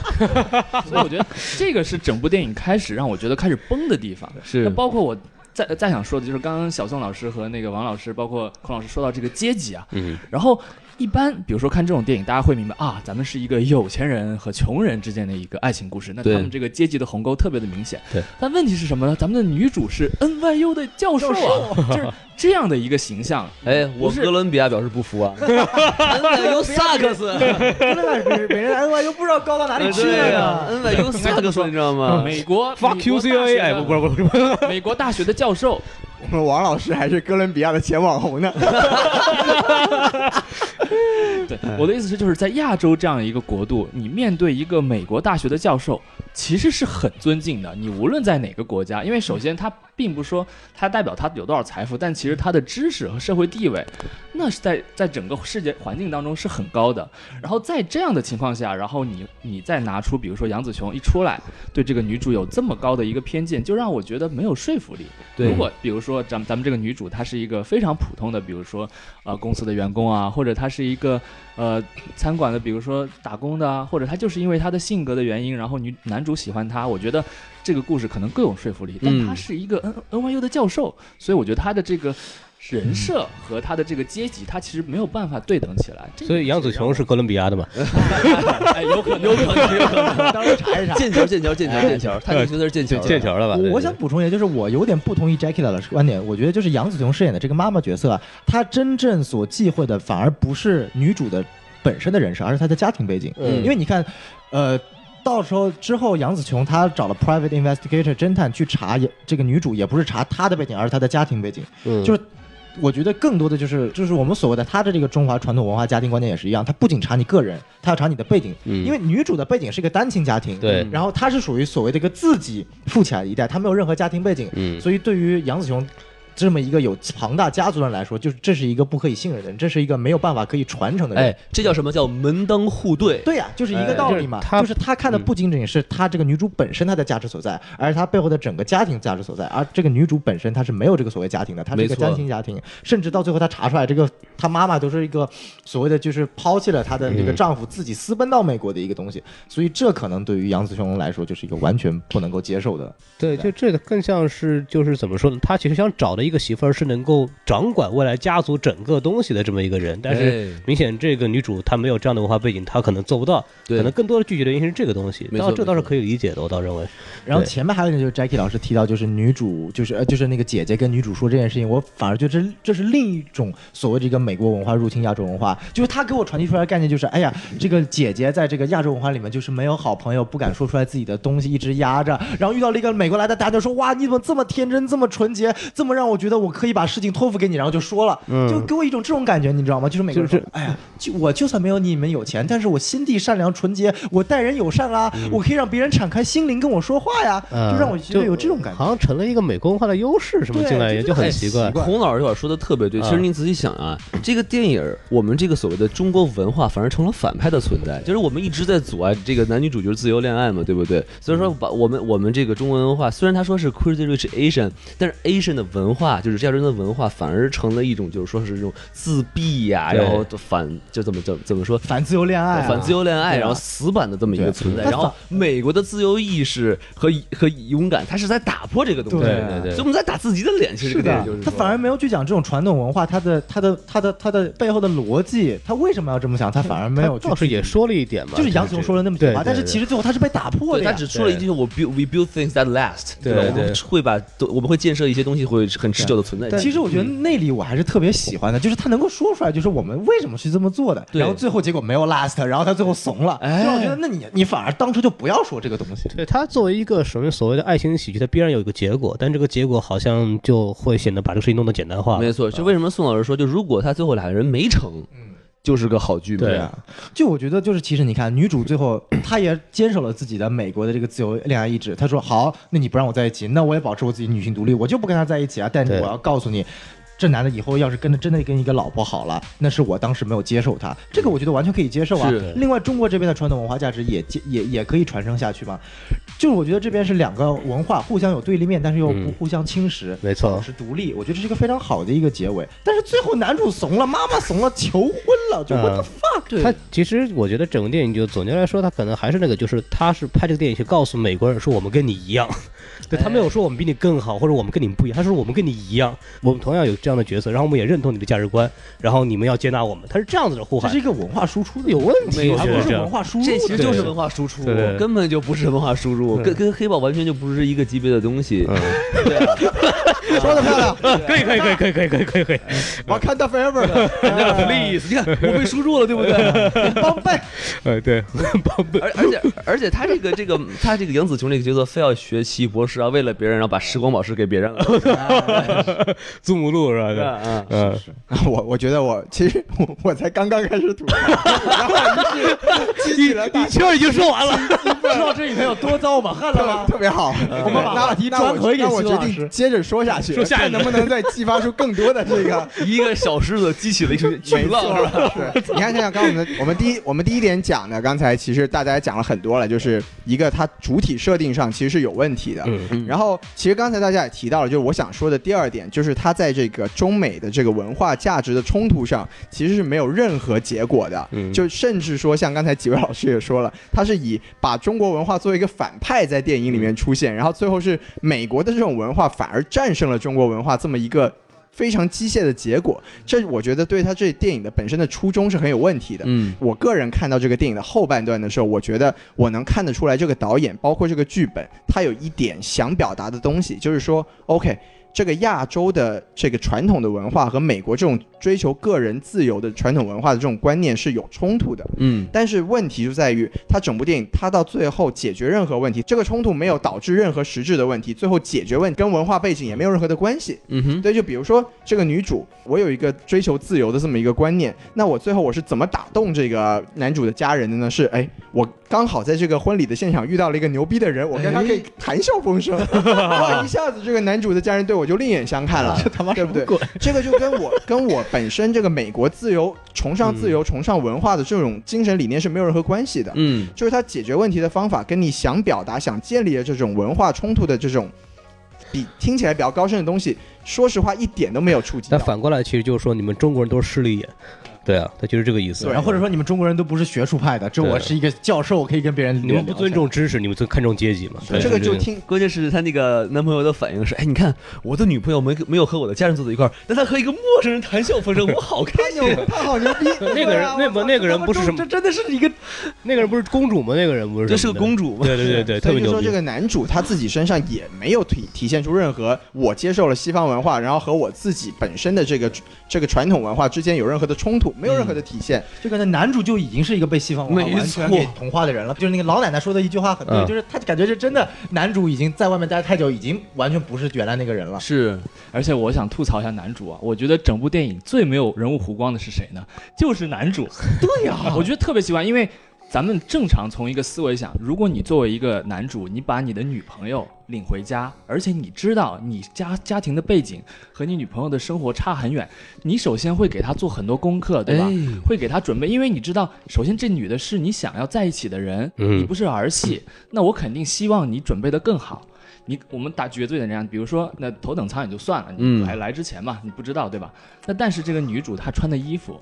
[SPEAKER 4] 所以我觉得这个是整部电影开始让我觉得开始崩的地 方。
[SPEAKER 2] 是
[SPEAKER 4] 那包括我再再想说的就是刚刚小宋老师和那个王老师，包括孔老师说到这个阶级啊，
[SPEAKER 6] 嗯，
[SPEAKER 4] 然后一般比如说看这种电影，大家会明白啊，咱们是一个有钱人和穷人之间的一个爱情故事，那他
[SPEAKER 2] 对
[SPEAKER 4] 们这个阶级的鸿沟特别的明显。
[SPEAKER 6] 对，
[SPEAKER 4] 但问题是什么呢？咱们的女主是 NYU 的教授啊，就是这样的一个形象。
[SPEAKER 2] 哎，我
[SPEAKER 4] 不是
[SPEAKER 2] 哥伦比亚表示不服啊！NYU 萨克斯，
[SPEAKER 7] 别人 N Y 又不知道高到哪里
[SPEAKER 4] 啊
[SPEAKER 7] 去了 呀。
[SPEAKER 2] ，NYU 萨啊克斯，你知道吗？
[SPEAKER 4] 美国
[SPEAKER 6] 啊 fuck you C A，哎，不不不不，
[SPEAKER 4] 是美国大学的教授，
[SPEAKER 1] 我们 王老师还是哥伦比亚的前网 红呢。
[SPEAKER 4] 对，我的意思是，就是在亚洲这样一个国度，你面对一个美国大学的教授，其实是很尊敬的。你无论在哪个国家，因为首先他并不说他代表他有多少财富，但其实他的知识和社会地位，那是在在整个世界环境当中是很高的。然后在这样的情况下，然后你你再拿出，比如说杨紫琼一出来对这个女主有这么高的一个偏见，就让我觉得没有说服力。
[SPEAKER 2] 对
[SPEAKER 4] 如果比如说咱们咱们这个女主她是一个非常普通的，比如说呃公司的员工啊，或者她是一个呃餐馆的，比如说打工的啊，或者她就是因为她的性格的原因，然后女男主喜欢她，我觉得这个故事可能更有说服力。但
[SPEAKER 2] 嗯
[SPEAKER 4] 她是一个呃 N N Y U 的教授，所以我觉得她的这个。
[SPEAKER 6] 嗯
[SPEAKER 4] 人设和她的这个阶级，她其实没有办法对等起来。这个
[SPEAKER 6] 所以杨紫琼是哥伦比亚的嘛？
[SPEAKER 4] 哎，有可能，有可能，有可能。
[SPEAKER 7] 当时查一查。
[SPEAKER 2] 剑桥，剑桥，剑桥，剑 桥，他就觉得是剑桥，
[SPEAKER 6] 剑，桥的吧？对
[SPEAKER 7] 我我想，补充一下，就是我有点不同意 Jackie 老师观点，我觉得就是杨紫琼饰演的这个妈妈角色啊，她真正所忌讳的反而不是女主的本身的人设，而是她的家庭背景。
[SPEAKER 2] 嗯
[SPEAKER 7] 因为你看，呃，到时候之后杨紫琼她找了 private investigator 侦探去查也这个女主，也不是查她的背景，而是她的家庭背景。
[SPEAKER 6] 嗯
[SPEAKER 7] 就是我觉得更多的就是就是我们所谓的他的这个中华传统文化家庭观念也是一样，他不仅查你个人，他要查你的背景，
[SPEAKER 6] 嗯
[SPEAKER 7] 因为女主的背景是一个单亲家庭，
[SPEAKER 6] 对
[SPEAKER 7] 然后她是属于所谓的一个自己富起来的一代，她没有任何家庭背景，
[SPEAKER 6] 嗯
[SPEAKER 7] 所以对于杨子琼。这么一个有庞大家族的人来说，就是这是一个不可以信任的人，这是一个没有办法可以传承的人。
[SPEAKER 2] 哎，这叫什么叫门当户对？
[SPEAKER 7] 对呀、就是一个道理嘛。
[SPEAKER 6] 就是他
[SPEAKER 7] 就是他看的不仅仅是他这个女主本身她的价值所在，而是她背后的整个家庭价值所在。而这个女主本身她是没有这个所谓家庭的，她是一
[SPEAKER 2] 没
[SPEAKER 7] 个
[SPEAKER 2] 错
[SPEAKER 7] 单亲家庭，甚至到最后她查出来，这个她妈妈都是一个所谓的就是抛弃了她的这个丈夫，自己私奔到美国的一个东西。所以这可能对于杨子雄来说就是一个完全不能够接受的。
[SPEAKER 6] 对，就这个更像是就是怎么说呢？他其实想找的一个媳妇儿是能够掌管未来家族整个东西的这么一个人，但是。
[SPEAKER 2] 哎
[SPEAKER 6] 明显，这个女主她没有这样的文化背景，她可能做不到。
[SPEAKER 2] 对
[SPEAKER 6] 可能更多的拒绝的原因是这个东西
[SPEAKER 2] 没，错
[SPEAKER 6] 倒这倒是
[SPEAKER 2] 没错
[SPEAKER 6] 可以理解的，我倒认为。
[SPEAKER 7] 然后
[SPEAKER 6] 对
[SPEAKER 7] 前面还有一点就是 Jackie 老师提到，就是女主就是呃就是那个姐姐跟女主说这件事情，我反而觉得这这是另一种所谓的一个美国文化入侵亚洲文化，就是她给我传递出来的概念就是，哎呀，这个姐姐在这个亚洲文化里面就是没有好朋友，不敢说出来自己的东西，一直压着，然后遇到了一个美国来的，大家就说哇，你怎么这么天真，这么纯洁，这么让我觉得我可以把事情托付给你，然后就说了，
[SPEAKER 6] 嗯
[SPEAKER 7] 就给我一种这种感觉，你知道吗？就是美国人说，哎呀，就我就算没有你们有钱，但是我心地善良纯洁，我待人友善啊，我可以让别人敞开心灵跟我说话呀，
[SPEAKER 6] 嗯
[SPEAKER 7] 就让我觉得有这种感觉。
[SPEAKER 6] 好像成了一个美国文化的优势，什么
[SPEAKER 7] 对
[SPEAKER 6] 进来
[SPEAKER 7] 就
[SPEAKER 6] 也
[SPEAKER 7] 这
[SPEAKER 6] 就很
[SPEAKER 2] 哎
[SPEAKER 6] 奇怪。
[SPEAKER 2] 孔老师有点说的特别对，其实
[SPEAKER 6] 嗯
[SPEAKER 2] 您仔细想啊，这个电影儿我们这个所谓的中国文化反而成了反派的存在，就是我们一直在阻碍这个男女主角自由恋爱嘛，对不对？所以说把我们我们这个中国文化，虽然他说是 crazy rich Asian，但是 Asian 的文化就是亚洲人的文化，反而成了一种就是说是这种自闭呀、
[SPEAKER 6] 对
[SPEAKER 2] 然后反就怎么怎么怎么说
[SPEAKER 7] 反自由恋爱、啊，
[SPEAKER 2] 反自由恋爱，
[SPEAKER 7] 对啊
[SPEAKER 2] 然后死板的这么一个存在。
[SPEAKER 7] 对
[SPEAKER 2] 然后美国的自由意识和和勇敢，它是在打破这个东西，
[SPEAKER 7] 对
[SPEAKER 6] 对对
[SPEAKER 2] 所以我们在打自己的脸。其实这
[SPEAKER 7] 是
[SPEAKER 2] 个电
[SPEAKER 7] 的
[SPEAKER 2] 影就是，
[SPEAKER 7] 他
[SPEAKER 2] 说
[SPEAKER 7] 反而没有去讲这种传统文化，他的他的他的他的背后的逻辑，他为什么要这么想？他反而没有去
[SPEAKER 6] 倒是也说了一点嘛，
[SPEAKER 7] 就是杨总说了那么久
[SPEAKER 6] 对
[SPEAKER 7] 吧，
[SPEAKER 6] 对
[SPEAKER 7] 但是
[SPEAKER 6] 对
[SPEAKER 7] 其实最后他是被打破
[SPEAKER 2] 对他
[SPEAKER 7] 的呀。
[SPEAKER 2] 只说了一句：“我 build we build things that last。”
[SPEAKER 6] 对
[SPEAKER 2] 吧？我们
[SPEAKER 6] 对
[SPEAKER 2] 会把都我们会建设一些东西，会很持久的存在。
[SPEAKER 7] 其实我觉得
[SPEAKER 2] 嗯
[SPEAKER 7] 那里我还是特别喜欢的，就是他能够说出来，就是我们为什么是这么做的，
[SPEAKER 2] 对
[SPEAKER 7] 然后最后结果没有 last，然后他最后怂了，
[SPEAKER 2] 哎
[SPEAKER 7] 就让我觉得那你你反而当初就不要说这个东西。
[SPEAKER 6] 对它作为一个所谓所谓的爱情喜剧，它必然有一个结果，但这个结果好像就会显得把这个事情弄得简单化。
[SPEAKER 2] 没错，就为什么宋老师说，就如果他最后俩人没成，就是个好剧嘛。
[SPEAKER 6] 对
[SPEAKER 7] 对啊，就我觉得就是，其实你看，女主最后 她也坚守了自己的美国的这个自由恋爱意志。她说：“好，那你不让我在一起，那我也保持我自己女性独立，我就不跟他在一起啊。但是
[SPEAKER 6] 对
[SPEAKER 7] 我要告诉你，这男的以后要是跟着真的跟一个老婆好了，那是我当时没有接受他，这个我觉得完全可以接受啊
[SPEAKER 2] 是。
[SPEAKER 7] 另外，中国这边的传统文化价值也接也也可以传承下去嘛。就是我觉得这边是两个文化互相有对立面，但是又不
[SPEAKER 6] 嗯
[SPEAKER 7] 互相侵蚀。
[SPEAKER 6] 没错
[SPEAKER 7] 保持独立，我觉得这是一个非常好的一个结尾。但是最后男主怂了，妈妈怂了，求婚了，
[SPEAKER 6] 嗯
[SPEAKER 7] 就 what the fuck，
[SPEAKER 6] 他其实我觉得整个电影就总结来说，他可能还是那个，就是他是拍这个电影去告诉美国人说我们跟你一 样，对他没有说我们比你更好或者我们跟你们
[SPEAKER 7] 哎
[SPEAKER 6] 不一样，他说我们跟你一样，我们同样有这样的角色，然后我们也认同你的价值观，然后你们要接纳我们，他是这样子的呼
[SPEAKER 7] 这
[SPEAKER 6] 喊
[SPEAKER 7] 是一，个文化输出的
[SPEAKER 6] 有问题，我
[SPEAKER 7] 它
[SPEAKER 6] 觉
[SPEAKER 7] 不
[SPEAKER 6] 得
[SPEAKER 7] 是
[SPEAKER 6] 这
[SPEAKER 7] 文
[SPEAKER 6] 样。
[SPEAKER 7] 化输入
[SPEAKER 2] 这
[SPEAKER 7] 的，
[SPEAKER 2] 其实就是文化输出
[SPEAKER 6] 对对，
[SPEAKER 2] 根本就不是文化输入，跟跟黑豹完全就不是一个级别的东西。
[SPEAKER 6] 嗯
[SPEAKER 2] 对啊，
[SPEAKER 1] 说的漂 亮
[SPEAKER 6] 可以可以可以可以可以可以 可以可以，
[SPEAKER 1] ，Wakanda Forever，
[SPEAKER 2] 那 please，你看我被输入了，对不对？
[SPEAKER 1] 帮背，
[SPEAKER 6] 呃对， 宝贝，
[SPEAKER 2] 而而且而且他这个这个他这个杨紫琼这个角色非要学奇异博士啊，为了别人，然后把时光宝石给别人了。
[SPEAKER 6] 字母录是吧？对，
[SPEAKER 2] 啊
[SPEAKER 6] 嗯，
[SPEAKER 1] 我我觉得我其实我我才刚刚开始吐槽，然后于 是激起了大
[SPEAKER 6] 一圈已经说完了，
[SPEAKER 7] 知道这里面有多糟吗？看了
[SPEAKER 1] 特
[SPEAKER 7] 吗？
[SPEAKER 1] 特别好，我
[SPEAKER 7] 们把话题
[SPEAKER 1] 那那我
[SPEAKER 7] 转回给
[SPEAKER 1] 那我
[SPEAKER 7] 希望
[SPEAKER 1] 决
[SPEAKER 7] 老
[SPEAKER 1] 定
[SPEAKER 7] 师
[SPEAKER 1] 接着说下去，
[SPEAKER 6] 说下
[SPEAKER 1] 看
[SPEAKER 6] 一个
[SPEAKER 1] 能不能再激发出更多的这个。
[SPEAKER 2] 一个小狮子激起了一群巨浪，是吧？
[SPEAKER 1] 是，你看，想想刚我们的，我们第一，我们第一点讲的，刚才其实大家也讲了很多了，就是一个它主体设定上其实是有问题的。
[SPEAKER 6] 嗯
[SPEAKER 1] 然后，其实刚才大家也提到了，就是我想说的第二点，就是它在这个中美的这个文化价值的冲突上，其实是没有任何结果的。
[SPEAKER 6] 嗯
[SPEAKER 1] 就甚至说，像刚才几位老师也说了，它是以把中国文化作为一个反派在电影里
[SPEAKER 6] 嗯
[SPEAKER 1] 面出现，然后最后是美国的这种文化反而战胜了中国文化这么一个非常机械的结果。这我觉得对他这电影的本身的初衷是很有问题的。
[SPEAKER 2] 嗯，
[SPEAKER 1] 我个人看到这个电影的后半段的时候，我觉得我能看得出来，这个导演包括这个剧本，他有一点想表达的东西，就是说，OK，这个亚洲的这个传统的文化和美国这种追求个人自由的传统文化的这种观念是有冲突的。
[SPEAKER 2] 嗯，
[SPEAKER 1] 但是问题就在于，它整部电影它到最后解决任何问题，这个冲突没有导致任何实质的问题，最后解决问跟文化背景也没有任何的关系。
[SPEAKER 2] 嗯哼，
[SPEAKER 1] 对，就比如说这个女主，我有一个追求自由的这么一个观念，那我最后我是怎么打动这个男主的家人的呢？是哎，我刚好在这个婚礼的现场遇到了一个牛逼的人，我跟他可以谈笑风生，哇，一下子这个男主的家人对我就另眼相看了，这他妈对不对？这个就跟我跟我本身这个美国自由、崇尚自由、崇尚文化的这种精神理念是没有任何关系的。
[SPEAKER 2] 嗯
[SPEAKER 1] 就是他解决问题的方法跟你想表达、想建立的这种文化冲突的这种比听起来比较高深的东西，说实话一点都没有触及
[SPEAKER 6] 但
[SPEAKER 1] 到。
[SPEAKER 6] 反过来，其实就是说你们中国人都是势利眼，对啊，他就是这个意思。
[SPEAKER 1] 对
[SPEAKER 7] 然后或者说你们中国人都不是学术派的，这我是一个教授，我可以跟别人
[SPEAKER 6] 你们不尊重知识，你们尊看重阶级嘛？对
[SPEAKER 1] 这个就听
[SPEAKER 2] 关键是她那个男朋友的反应是，哎，你看我的女朋友没没有和我的家人坐在一块儿，但她和一个陌生人谈笑风生，我好开 心。
[SPEAKER 1] 他好牛逼，
[SPEAKER 6] 那个人，那不那个人不是什么
[SPEAKER 2] 这，真的是一个，
[SPEAKER 6] 那个人不是公主吗？那个人不是什么的，
[SPEAKER 2] 这是个公主吗？
[SPEAKER 6] 对对对哎对，特
[SPEAKER 1] 所以
[SPEAKER 6] 别
[SPEAKER 1] 就
[SPEAKER 6] 牛
[SPEAKER 1] 说
[SPEAKER 6] 逼
[SPEAKER 1] 这。个男主他自己身上也没有体体现出任何我接受了西方文化，然后和我自己本身的这个这个传统文化之间有任何的冲突，没有任何的体现。
[SPEAKER 7] 就感觉男主就已经是一个被西方文化
[SPEAKER 2] 没
[SPEAKER 7] 完全给
[SPEAKER 2] 错
[SPEAKER 7] 同化的人了。就是那个老奶奶说的一句话很对，
[SPEAKER 6] 嗯
[SPEAKER 7] 就是他感觉是真的，男主已经在外面待太久，已经完全不是原来那个人了。
[SPEAKER 2] 是，
[SPEAKER 4] 而且我想吐槽一下男主啊，我觉得整部电影最没有人物弧光的是谁呢？就是 男主。对呀、我觉得特别喜欢，因为咱们正常从一个思维想，如果你作为一个男主，你把你的女朋友领回家，而且你知道你家家庭的背景和你女朋友的生活差很远，你首先会给她做很多功课，对吧？
[SPEAKER 2] 哎
[SPEAKER 4] 会给她准备，因为你知道，首先这女的是你想要在一起的人，
[SPEAKER 6] 嗯
[SPEAKER 4] 你不是儿戏，那我肯定希望你准备的更好。你我们打绝对的那样，比如说那头等舱也就算了，
[SPEAKER 2] 嗯
[SPEAKER 4] 你来、来之前嘛，你不知道对吧？那但是这个女主她穿的衣服，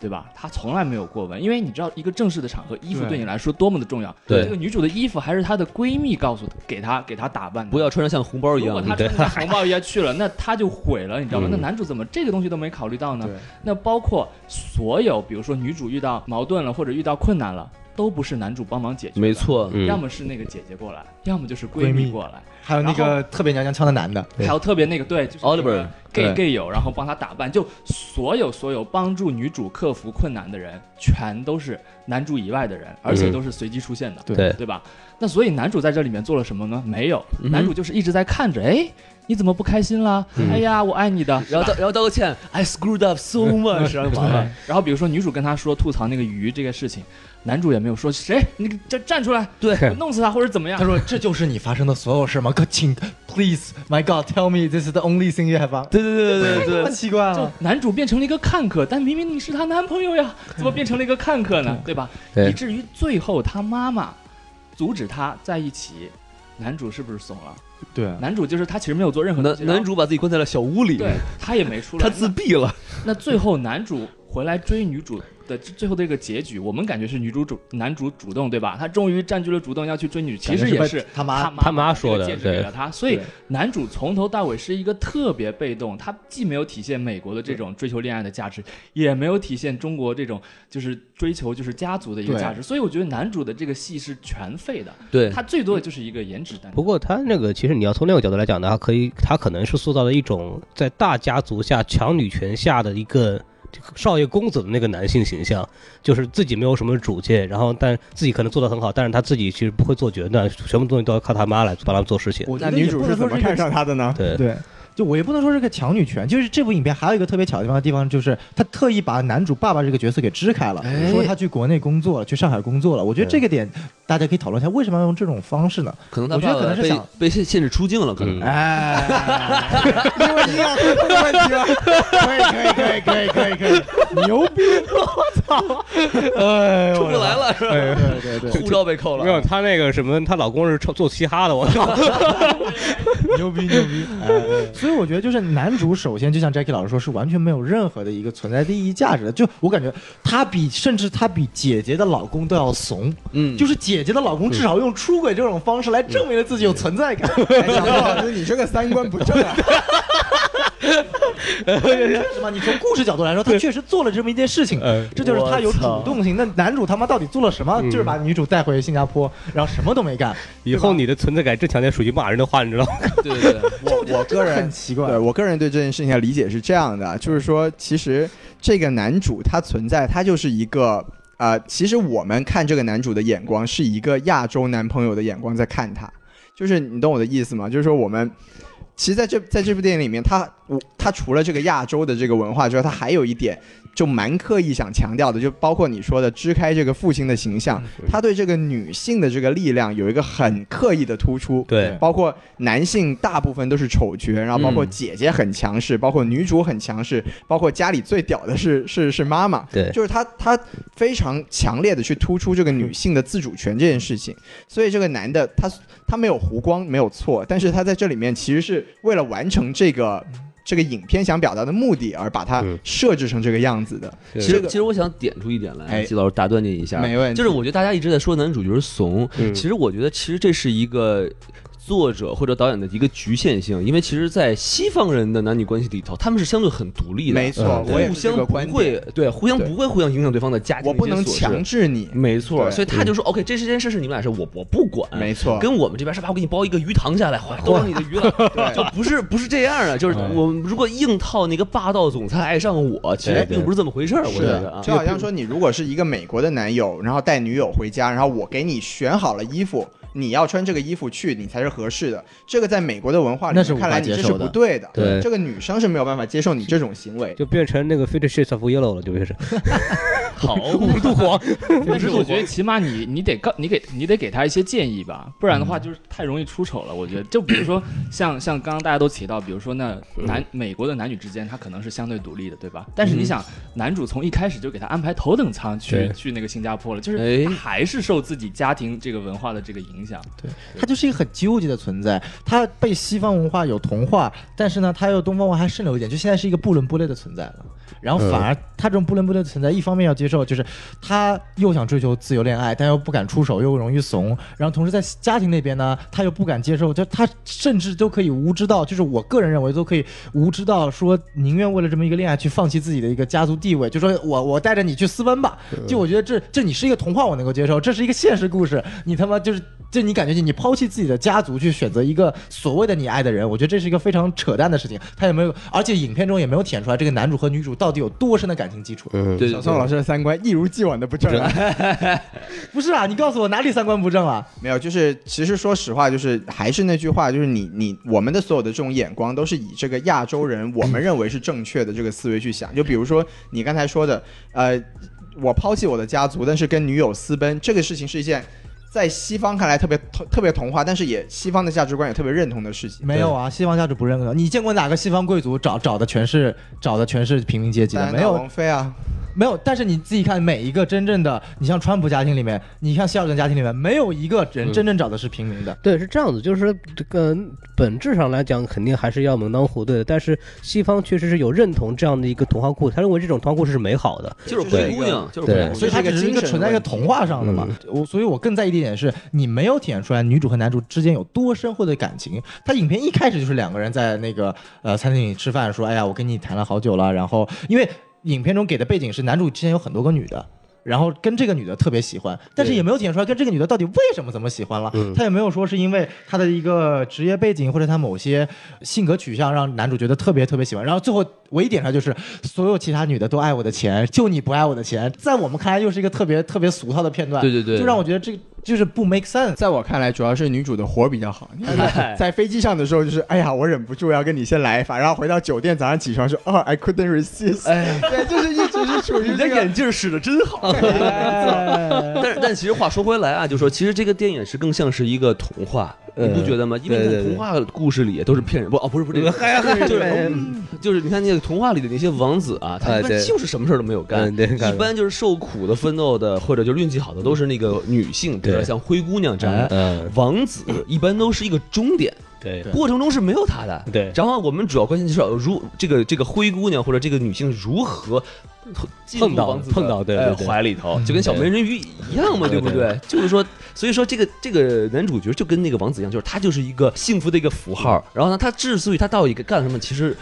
[SPEAKER 4] 对吧？她从来没有过问，因为你知道一个正式的场合，衣服对你来说多么的重要。
[SPEAKER 2] 对
[SPEAKER 4] 这个女主的衣服还是她的闺蜜告诉她，给她给她打扮的。
[SPEAKER 2] 不要穿着像红包一
[SPEAKER 4] 如
[SPEAKER 2] 样嗯
[SPEAKER 4] 果。她穿着红包一样去了，那她就毁了，你知道吗？那男主怎么这个东西都没考虑到呢？那包括所有，比如说女主遇到矛盾了或者遇到困难了，都不是男主帮忙解决的，
[SPEAKER 2] 没错，
[SPEAKER 6] 嗯
[SPEAKER 4] 要么是那个姐姐过来，要么就是闺蜜过来，
[SPEAKER 7] 还有那个特别娘娘腔的男的，
[SPEAKER 4] 还有特别那个对，就是
[SPEAKER 2] Oliver，
[SPEAKER 4] 那个 gay
[SPEAKER 2] 对
[SPEAKER 4] gay 友，然后帮她打扮，就所有所有帮助女主克服困难的人，全都是男主以外的人，而
[SPEAKER 2] 嗯
[SPEAKER 4] 且都是随机出现的，
[SPEAKER 6] 对
[SPEAKER 4] 对吧？那所以男主在这里面做了什么呢？没有，
[SPEAKER 2] 嗯哼嗯
[SPEAKER 4] 男主就是一直在看着，哎，你怎么不开心啦？哎呀，我爱你的，
[SPEAKER 2] 然后道然后道个歉，I screwed up so much，然后完了。
[SPEAKER 4] 然后比如说女主跟他说吐槽那个鱼这个事情，男主也没有说谁，你给站站出来，
[SPEAKER 2] 对
[SPEAKER 4] 我弄死他或者怎么样
[SPEAKER 7] 他。说这就是你发生的所有事吗？哥，请 please my God tell me this is the only thing you have done。
[SPEAKER 2] 对对对对对
[SPEAKER 7] 太
[SPEAKER 2] 对，
[SPEAKER 7] 奇怪
[SPEAKER 4] 就
[SPEAKER 7] 了，
[SPEAKER 4] 男主变成了一个看客，但明明你是她男朋友呀，怎么变成了一个看客呢？对吧？
[SPEAKER 6] 对
[SPEAKER 4] 以至于最后他妈妈阻止他在一起，男主是不是怂了？
[SPEAKER 7] 对啊，
[SPEAKER 4] 男主就是他其实没有做任何的啊
[SPEAKER 2] 男男主把自己关在了小屋里，
[SPEAKER 4] 对他也没出来，
[SPEAKER 2] 他自闭了。
[SPEAKER 4] 那最后男主回来追女主的这最后的一个结局，我们感觉是女主主男主主动对吧？他终于占据了主动要去追女，其实也是
[SPEAKER 7] 他妈
[SPEAKER 4] 他妈
[SPEAKER 6] 他妈
[SPEAKER 4] 把
[SPEAKER 6] 说的
[SPEAKER 4] 这个戒指给
[SPEAKER 6] 对
[SPEAKER 4] 了他，所以男主从头到尾是一个特别被动，他既没有体现美国的这种追求恋爱的价值，也没有体现中国这种就是追求就是家族的一个
[SPEAKER 1] 对
[SPEAKER 4] 价值，所以我觉得男主的这个戏是全废的，
[SPEAKER 2] 对
[SPEAKER 4] 他最多的就是一个颜值担当。
[SPEAKER 6] 不过他那个，其实你要从那个角度来讲呢，他可以，他可能是塑造了一种在大家族下强女权下的一个少爷公子的那个男性形象，就是自己没有什么主见，然后但自己可能做的很好，但是他自己其实不会做决断，全部东西都要靠他妈来帮他们做事情。
[SPEAKER 7] 我觉
[SPEAKER 1] 那
[SPEAKER 7] 得
[SPEAKER 1] 女
[SPEAKER 7] 也
[SPEAKER 1] 主
[SPEAKER 7] 不
[SPEAKER 1] 是
[SPEAKER 7] 能
[SPEAKER 1] 怎
[SPEAKER 7] 说
[SPEAKER 1] 么
[SPEAKER 7] 是一个
[SPEAKER 1] 看上他的呢？
[SPEAKER 6] 对，
[SPEAKER 7] 对，就我也不能说是个强女权，就是这部影片还有一个特别巧的地方，地方就是他特意把男主爸爸这个角色给支开了，说他去国内工作了，去上海工作了。我觉得这个点大家可以讨论一下，为什么要用这种方式呢？
[SPEAKER 2] 可能他
[SPEAKER 7] 我觉
[SPEAKER 2] 爸
[SPEAKER 7] 得可
[SPEAKER 2] 爸
[SPEAKER 7] 能是
[SPEAKER 2] 被
[SPEAKER 7] 想
[SPEAKER 2] 被限限制出境了，可能。
[SPEAKER 7] 哎， 因为你要问这个问题啊吗？哎 可以 可以可以可以可以可以，牛逼！我操！哎
[SPEAKER 2] 出不来了是吧？
[SPEAKER 7] 对对对，
[SPEAKER 2] 护照被扣
[SPEAKER 6] 没有
[SPEAKER 2] 了。
[SPEAKER 6] 他那个什么，她老公是做嘻哈的，我靠！
[SPEAKER 7] 牛逼牛逼！哎所以我觉得就是男主，首先就像 Jackie 老师说，是完全没有任何的一个存在的意义价值的。就我感觉他比甚至他比姐姐的老公都要怂，
[SPEAKER 2] 嗯
[SPEAKER 7] 就是姐姐的老公至少用出轨这种方式来证明了自己有存在感。
[SPEAKER 1] 哎小杜老师，你这个三观不正 啊！
[SPEAKER 7] 哎是吗？你从故事角度来说，他确实做了这么一件事情，这就是他有主动性。那男主他妈到底做了什么？就是把女主带回新加坡，然后什么都没干。
[SPEAKER 6] 以后你的存在感这强烈属于骂人的话，你知道吗？
[SPEAKER 2] 对对对，
[SPEAKER 1] 我我个人
[SPEAKER 7] 很奇怪
[SPEAKER 1] 对我个人对这件事情的理解是这样的，就是说，其实这个男主他存在，他就是一个。呃，其实我们看这个男主的眼光是一个亚洲男朋友的眼光在看他，就是你懂我的意思吗？就是说我们其实在这在这部电影里面，他我他除了这个亚洲的这个文化之外，他还有一点就蛮刻意想强调的，就包括你说的支开这个父亲的形
[SPEAKER 6] 嗯
[SPEAKER 1] 象，他对这个女性的这个力量有一个很刻意的突出。
[SPEAKER 6] 对
[SPEAKER 1] 包括男性大部分都是丑角，然后包括姐姐很强势，包括女主很强势，包括家里最屌的是 是是妈妈，
[SPEAKER 6] 对
[SPEAKER 1] 就是他他非常强烈的去突出这个女性的自主权这件事情，所以这个男的他他没有弧光没有错，但是他在这里面其实是为了完成这个。这个影片想表达的目的，而把它
[SPEAKER 6] 嗯
[SPEAKER 1] 设置成这个样子的，
[SPEAKER 6] 对
[SPEAKER 2] 其
[SPEAKER 1] 这
[SPEAKER 2] 实
[SPEAKER 1] 个
[SPEAKER 2] 其实我想点出一点来，啊
[SPEAKER 1] 哎
[SPEAKER 2] 季老师打断你一下，
[SPEAKER 1] 没问题
[SPEAKER 2] 就是我觉得大家一直在说男主角怂，
[SPEAKER 6] 嗯
[SPEAKER 2] 其实我觉得其实这是一个。作者或者导演的一个局限性，因为其实，在西方人的男女关系里头，他们是相对很独立的，呃
[SPEAKER 1] 没错，我也
[SPEAKER 2] 互
[SPEAKER 1] 是嗯这
[SPEAKER 2] 相
[SPEAKER 1] 个
[SPEAKER 2] 不
[SPEAKER 1] 观点，
[SPEAKER 2] 会对互相
[SPEAKER 1] 对
[SPEAKER 2] 不会互相影响对方的家庭
[SPEAKER 1] 我
[SPEAKER 2] 的一些琐
[SPEAKER 1] 不
[SPEAKER 2] 事，
[SPEAKER 1] 能强制你，
[SPEAKER 2] 没错，
[SPEAKER 1] 对嗯
[SPEAKER 2] 所以他就说、o k 这是件事是你们俩事，我我不管，
[SPEAKER 1] 没错
[SPEAKER 2] 跟我们这边是吧，我给你包一个鱼塘下来，哇，都是你的鱼了， 就不是不是这样的，就是我们如果硬套那个霸道总裁爱上我，其实
[SPEAKER 6] 对对
[SPEAKER 2] 并不是这么回事儿，我觉
[SPEAKER 1] 是
[SPEAKER 2] 得啊
[SPEAKER 1] 就，好像说你如果是一个美国的男友，然后带女友回家，然后我给你选好了衣服，你要穿这个衣服去，你才是合适的。这个在美国的文化里
[SPEAKER 7] 那是
[SPEAKER 1] 面
[SPEAKER 7] 无
[SPEAKER 1] 看
[SPEAKER 7] 法
[SPEAKER 1] 来你
[SPEAKER 7] 接
[SPEAKER 1] 这是
[SPEAKER 7] 受
[SPEAKER 1] 不
[SPEAKER 7] 的
[SPEAKER 1] 对的，
[SPEAKER 2] 对
[SPEAKER 1] 这个女生是没有办法接受你这种行为。
[SPEAKER 6] 就变成那个 Fifty Shades of Yellow 了，就变成
[SPEAKER 2] 好，
[SPEAKER 6] 杜黄。
[SPEAKER 4] 但是我觉得起码你你得告你给你得给他一些建议吧，不然的话就是太容易出丑了。我觉得，就比如说像像刚刚大家都提到，比如说那男美国的男女之间，他可能是相对独立的，对吧？但是你想，男主从一开始就给他安排头等舱去
[SPEAKER 6] 对
[SPEAKER 4] 去那个新加坡了，就
[SPEAKER 2] 哎
[SPEAKER 4] 是他还是受自己家庭这个文化的这个影响。
[SPEAKER 7] 他就是一个很纠结的存在，他被西方文化有同化，但是呢，他又东方文化还渗留一点，就现在是一个不伦不类的存在了。然后反而他这种不伦不类的存在，一方面要接受，就是他又想追求自由恋爱，但又不敢出手，又容易怂。然后同时在家庭那边呢，他又不敢接受，就他甚至都可以无知到，就是我个人认为都可以无知到说，宁愿为了这么一个恋爱去放弃自己的一个家族地位，就说我我带着你去私奔吧。就我觉得这这你是一个童话，我能够接受，这是一个现实故事，你他妈就是这你感觉你抛弃自己的家族去选择一个所谓的你爱的人，我觉得这是一个非常扯淡的事情。他也没有，而且影片中也没有体现出来这个男主和女主到底有多深的感情基础。
[SPEAKER 6] 嗯，
[SPEAKER 2] 对
[SPEAKER 1] 小宋老师的三观一如既往的不正啊。
[SPEAKER 7] 不是啊，你告诉我哪里三观不正啊了？
[SPEAKER 1] 没有，就是其实说实话，就是还是那句话，就是你你我们的所有的这种眼光都是以这个亚洲人我们认为是正确的这个思维去想。就比如说你刚才说的，呃，我抛弃我的家族，但是跟女友私奔，这个事情是一件在西方看来特别特别童话，但是也西方的价值观也特别认同的事情。
[SPEAKER 7] 没有啊，西方价值不认可。你见过哪个西方贵族找找的全是找的全是平民阶级
[SPEAKER 1] 戴
[SPEAKER 7] 的？
[SPEAKER 1] 安
[SPEAKER 7] 没
[SPEAKER 1] 娜
[SPEAKER 7] 有
[SPEAKER 1] 王妃啊，
[SPEAKER 7] 没有，但是你自己看每一个真正的，你像川普家庭里面，你像希尔顿家庭里面，没有一个人真正找的是平民的。
[SPEAKER 6] 对，是这样子，就是这个本质上来讲，肯定还是要门当户对的。但是西方确实是有认同这样的一个童话故事，他认为这种童话故事是美好的。
[SPEAKER 2] 就是灰姑娘，就是灰
[SPEAKER 6] 对
[SPEAKER 2] 姑
[SPEAKER 7] 所以
[SPEAKER 2] 娘。
[SPEAKER 7] 它只是一
[SPEAKER 1] 这是一个精
[SPEAKER 7] 个
[SPEAKER 1] 神
[SPEAKER 7] 存在一个
[SPEAKER 1] 问题
[SPEAKER 7] 童话上的嘛。我所以，我更在意的一点是，你没有体现出来女主和男主之间有多深厚的感情。他影片一开始就是两个人在那个呃餐厅里吃饭，说：“哎呀，我跟你谈了好久了。”然后，因为影片中给的背景是男主之前有很多个女的。然后跟这个女的特别喜欢，但是也没有体现出来跟这个女的到底为什么怎么喜欢了。他也没有说是因为他的一个职业背景或者他某些性格取向让男主觉得特别特别喜欢。然后最后唯一点上就是所有其他女的都爱我的钱，就你不爱我的钱。在我们看来又是一个特别特别俗套的片段，
[SPEAKER 2] 对对对
[SPEAKER 7] 就让我觉得这个就是不 make sense。
[SPEAKER 1] 在我看来，主要是女主的活儿比较好。你看在在飞机上的时候，就是哎呀，我忍不住要跟你先来一发，然后回到酒店早上起床说，哦，I couldn't resist。哎， 对，就是一直是处于这个。
[SPEAKER 2] 镜使的真好，
[SPEAKER 7] 哎
[SPEAKER 2] 但是但其实话说回来啊，就说其实这个电影是更像是一个童话，你不觉得吗？因为在童话故事里也都是骗人，不哦不是不 是这个，就是嗯就是你看那个童话里的那些王子啊，他一般就是什么事儿都没有干，一般就是受苦的、奋斗的，或者就是运气好的，都是那个女性，比如说像灰姑娘这样，
[SPEAKER 6] 嗯，
[SPEAKER 2] 王子一般都是一个终点。
[SPEAKER 6] 对
[SPEAKER 2] 过程中是没有他的。
[SPEAKER 6] 对
[SPEAKER 2] 然后我们主要关心就是如这个这个灰姑娘或者这个女性如何进入
[SPEAKER 6] 碰到
[SPEAKER 2] 王子的
[SPEAKER 6] 碰到对对
[SPEAKER 2] 呃
[SPEAKER 6] 对
[SPEAKER 2] 怀里头，就跟小美人鱼一样嘛，对不对？就是说，所以说这个这个男主角就跟那个王子一样，就是他就是一个幸福的一个符
[SPEAKER 6] 嗯
[SPEAKER 2] 号。然后呢，他之所以他到底干什么，其实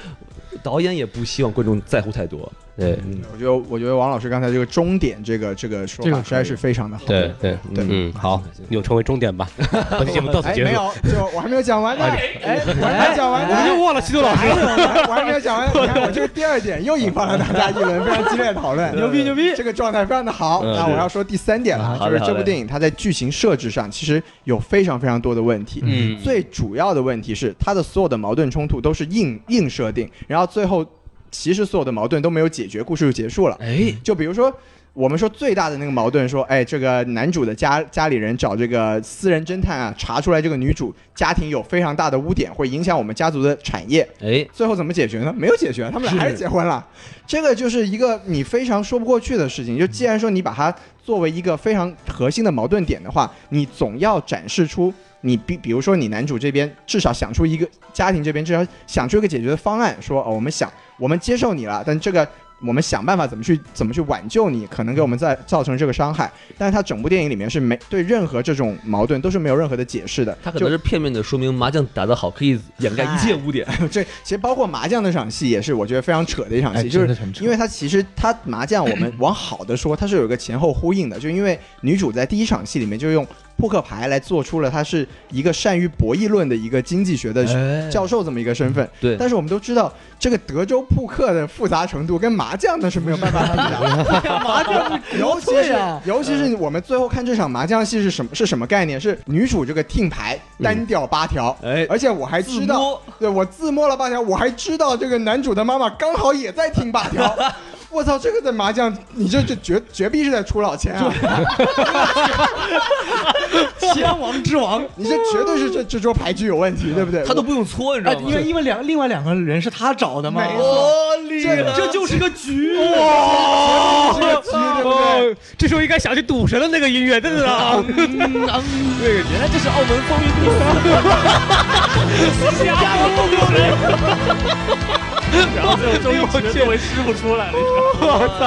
[SPEAKER 2] 导演也不希望观众在乎太多。嗯
[SPEAKER 6] 对
[SPEAKER 1] 我觉得，我觉得王老师刚才这个终点这个这个说
[SPEAKER 7] 这个
[SPEAKER 1] 法
[SPEAKER 7] 可以
[SPEAKER 1] 实在是非常的好。
[SPEAKER 6] 对对
[SPEAKER 2] 对
[SPEAKER 6] 嗯，好，有成为终点吧。本期节目到此
[SPEAKER 1] 哎，
[SPEAKER 6] 结
[SPEAKER 1] 没
[SPEAKER 6] 束。
[SPEAKER 1] 有，就我还没有讲完呢，哎，我还没有讲完呢，
[SPEAKER 6] 我就忘了西多老师
[SPEAKER 1] 还有呢，我还没有讲完。你 看，我这个第二点又引发了大家一轮非常激烈的讨论，牛逼牛逼！这个状态非常的好。
[SPEAKER 6] 嗯
[SPEAKER 1] 那我要说第三点了，
[SPEAKER 2] 好
[SPEAKER 1] 就
[SPEAKER 2] 嘞
[SPEAKER 1] 是这部电影它在剧情设置上其实有非常非常多的问题。
[SPEAKER 6] 嗯
[SPEAKER 1] 最主要的问题是它的所有的矛盾冲突都是硬硬设定，然后最后其实所有的矛盾都没有解决，故事就结束了。
[SPEAKER 2] 哎，
[SPEAKER 1] 就比如说。我们说最大的那个矛盾，说，哎，这个男主的家家里人找这个私人侦探啊，查出来这个女主家庭有非常大的污点，会影响我们家族的产业。
[SPEAKER 2] 哎，
[SPEAKER 1] 最后怎么解决呢？没有解决，他们俩还是结婚了。这个就是一个你非常说不过去的事情。就既然说你把它作为一个非常核心的矛盾点的话，你总要展示出你比，比如说你男主这边至少想出一个家庭这边至少想出一个解决的方案，说哦，我们想我们接受你了，但这个。我们想办法怎么去怎么去挽救你，可能给我们再造成这个伤害，但是他整部电影里面是没对任何这种矛盾都是没有任何的解释的，
[SPEAKER 2] 他可
[SPEAKER 1] 就
[SPEAKER 2] 能是片面的说明麻将打得好可以掩盖一切污点。
[SPEAKER 1] 这其实包括麻将那场戏也是我觉得非常扯的一场戏，
[SPEAKER 7] 哎
[SPEAKER 1] 就
[SPEAKER 7] 真的
[SPEAKER 1] 是
[SPEAKER 7] 很扯
[SPEAKER 1] 因为它其实它麻将我们往好的说，它是有一个前后呼应的，就因为女主在第一场戏里面就用扑克牌来做出了她是一个善于博弈论的一个经济学的
[SPEAKER 7] 哎
[SPEAKER 1] 教授这么一个身份，
[SPEAKER 2] 对
[SPEAKER 1] 但是我们都知道这个德州扑克的复杂程度跟麻将那是没有办法比的，麻将尤其是尤其是我们最后看这场麻将戏是什么是什么概念？是女主这个听牌单调八条，
[SPEAKER 2] 哎
[SPEAKER 1] 而且我还知
[SPEAKER 2] 自
[SPEAKER 1] 道
[SPEAKER 2] 摸。
[SPEAKER 1] 对我自摸了八条，我还知道这个男主的妈妈刚好也在听八 条。我操，这个在麻将，你这这绝绝逼是在出老千啊！
[SPEAKER 7] 天王之王，
[SPEAKER 1] 你这绝对是这这桌牌局有问题，对不对？
[SPEAKER 2] 他都不用搓，你知
[SPEAKER 7] 哎
[SPEAKER 2] 道，吗
[SPEAKER 7] 因？为因为两另外两个人是他找的嘛，哦
[SPEAKER 1] 没错
[SPEAKER 2] 这这
[SPEAKER 7] 这就是个局。
[SPEAKER 1] 我这个局对不对？
[SPEAKER 6] 哦，这时候应该想起赌神的那个音乐，真的啊，
[SPEAKER 4] 原来这是澳门风云故 事，
[SPEAKER 6] 加入赌神，
[SPEAKER 4] 然后最后周星驰作为师傅出来了，你知道吗
[SPEAKER 6] 我操！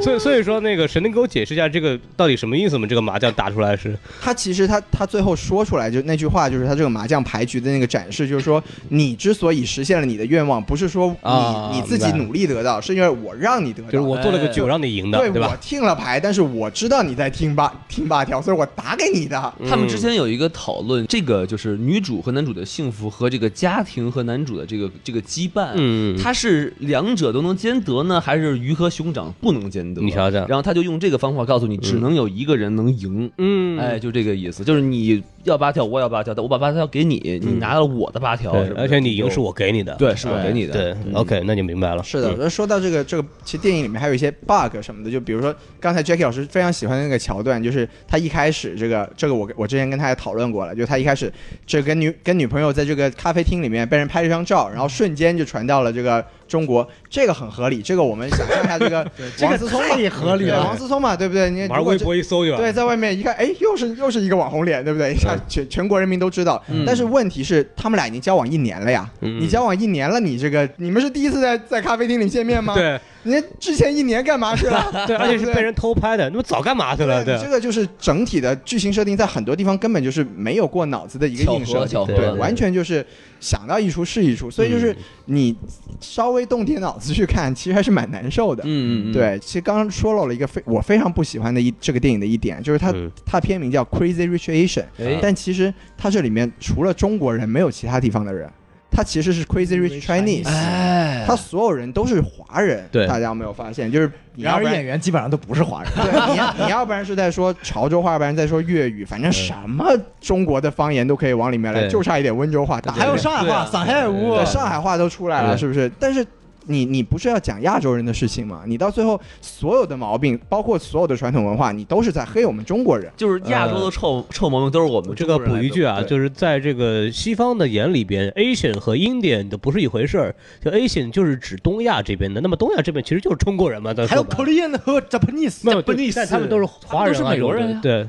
[SPEAKER 6] 所以所以说那个神能给我解释一下这个到底什么意思吗？这个麻将打出来是
[SPEAKER 1] 他其实他他最后说出来就那句话，就是他这个麻将牌局的那个展示，就是说你之所以实现了你的愿望，不是说
[SPEAKER 6] 啊
[SPEAKER 1] 你你自己
[SPEAKER 6] 明白
[SPEAKER 1] 努力得到，是因为我让你得到。
[SPEAKER 6] 就是我做了个
[SPEAKER 4] 哎
[SPEAKER 6] 酒让你赢的，
[SPEAKER 1] 对
[SPEAKER 6] 对
[SPEAKER 1] 我
[SPEAKER 6] 吧？
[SPEAKER 1] 听了牌，但是我知道你在听八听八条，所以我打给你的。
[SPEAKER 2] 他们之前有一个讨论，这个就是女主和男主的幸福和这个家庭和男主的这个这个羁绊，
[SPEAKER 6] 嗯
[SPEAKER 2] 他是两者都能兼得呢，还是鱼和熊掌不能兼得？
[SPEAKER 6] 你瞧瞧
[SPEAKER 2] 然后他就用这个方法告诉你，只能有一个人能赢。
[SPEAKER 6] 嗯
[SPEAKER 2] 哎，就这个意思，就是你要八条，我要八条，但我把八条给你，你拿了我的八条，
[SPEAKER 6] 对
[SPEAKER 2] 是，不
[SPEAKER 6] 而且你赢是
[SPEAKER 2] 我，
[SPEAKER 6] 我给你的，
[SPEAKER 2] 对，是我给你的，嗯
[SPEAKER 6] 对，OK，那你嗯明白了，
[SPEAKER 1] 是的，
[SPEAKER 6] 嗯
[SPEAKER 1] 那说到这个这个，其实电影里面还有一些 bug 什么的，就比如说刚才 Jackie 老师非常喜欢的那个桥段，就是他一开始这个这个我我之前跟他也讨论过了，就他一开始这跟女跟女朋友在这个咖啡厅里面被人拍了一张照，然后瞬间就传到了这个中国，这个很合理，这个我们想象一下这个王思聪嘛，
[SPEAKER 7] 太合理
[SPEAKER 1] 对
[SPEAKER 7] 了
[SPEAKER 1] 王思聪嘛，对不对？你
[SPEAKER 6] 马
[SPEAKER 1] 如
[SPEAKER 6] 上
[SPEAKER 1] 果
[SPEAKER 6] 微
[SPEAKER 1] 这
[SPEAKER 6] 博一搜就
[SPEAKER 1] 对，在外面一看，哎，又是又是一个网红脸，对不对？一下全全国人民都知道。但是问题是，他们俩已经交往一年了呀，你交往一年了，你这个你们是第一次在在咖啡厅里见面吗？，
[SPEAKER 6] 对
[SPEAKER 1] 你之前一年干嘛去 了？
[SPEAKER 6] 对，而且是
[SPEAKER 1] 对
[SPEAKER 6] 被人偷拍的，那么早干嘛去了？
[SPEAKER 1] 对
[SPEAKER 6] 对
[SPEAKER 1] 这，个就是整体的剧情设定，在很多地方根本就是没有过脑子的一个
[SPEAKER 2] 巧
[SPEAKER 1] 映射
[SPEAKER 2] 合，巧合，
[SPEAKER 1] 对，完全就是想到一出是一出，所以就是你稍微动点脑子去看，其实还是蛮难受的。
[SPEAKER 2] 嗯嗯嗯，
[SPEAKER 1] 对，其实刚刚说漏了一个非我非常不喜欢的一这个电影的一点，就是它、
[SPEAKER 6] 嗯
[SPEAKER 1] 它片名叫 Crazy Rich Asian，、
[SPEAKER 2] 哎
[SPEAKER 1] 但其实它这里面除了中国人，没有其他地方的人，它其实是 Crazy Rich Chinese，、
[SPEAKER 2] 哎，
[SPEAKER 1] 他所有人都是华人，
[SPEAKER 6] 对
[SPEAKER 1] 大家有没有发现？就是你
[SPEAKER 7] 然
[SPEAKER 1] 要
[SPEAKER 7] 而
[SPEAKER 1] 不然
[SPEAKER 7] 演员基本上都不是华人，
[SPEAKER 1] 对，你要你要不然是在说潮州话，要不然在说粤语，反正什么中国的方言都可以往里面来，
[SPEAKER 6] 嗯对
[SPEAKER 1] 就差一点温州话。打
[SPEAKER 7] 还有上海
[SPEAKER 6] 啊
[SPEAKER 7] 话、上海
[SPEAKER 1] 对
[SPEAKER 7] 话，
[SPEAKER 1] 上海话都出来了，
[SPEAKER 6] 对
[SPEAKER 1] 是不是？但是你你不是要讲亚洲人的事情吗？你到最后所有的毛病，包括所有的传统文化，你都是在黑我们中国人。
[SPEAKER 2] 就是亚洲的臭臭毛病都是我们
[SPEAKER 6] 这个
[SPEAKER 2] 中国人
[SPEAKER 6] 补
[SPEAKER 2] 来
[SPEAKER 6] 一句啊，
[SPEAKER 1] 对
[SPEAKER 6] 就是在这个西方的眼里边，Asian 和 Indian 都不是一回事儿。就 Asian 就是指东亚这边的，那么东亚这边其实就是中国人嘛，咱
[SPEAKER 7] 还有
[SPEAKER 6] 说白了
[SPEAKER 7] Korean 和 Japanese，
[SPEAKER 6] 没有，对但他们都是华人、啊，
[SPEAKER 4] 他们都是美国人啊
[SPEAKER 6] 对
[SPEAKER 2] 做的，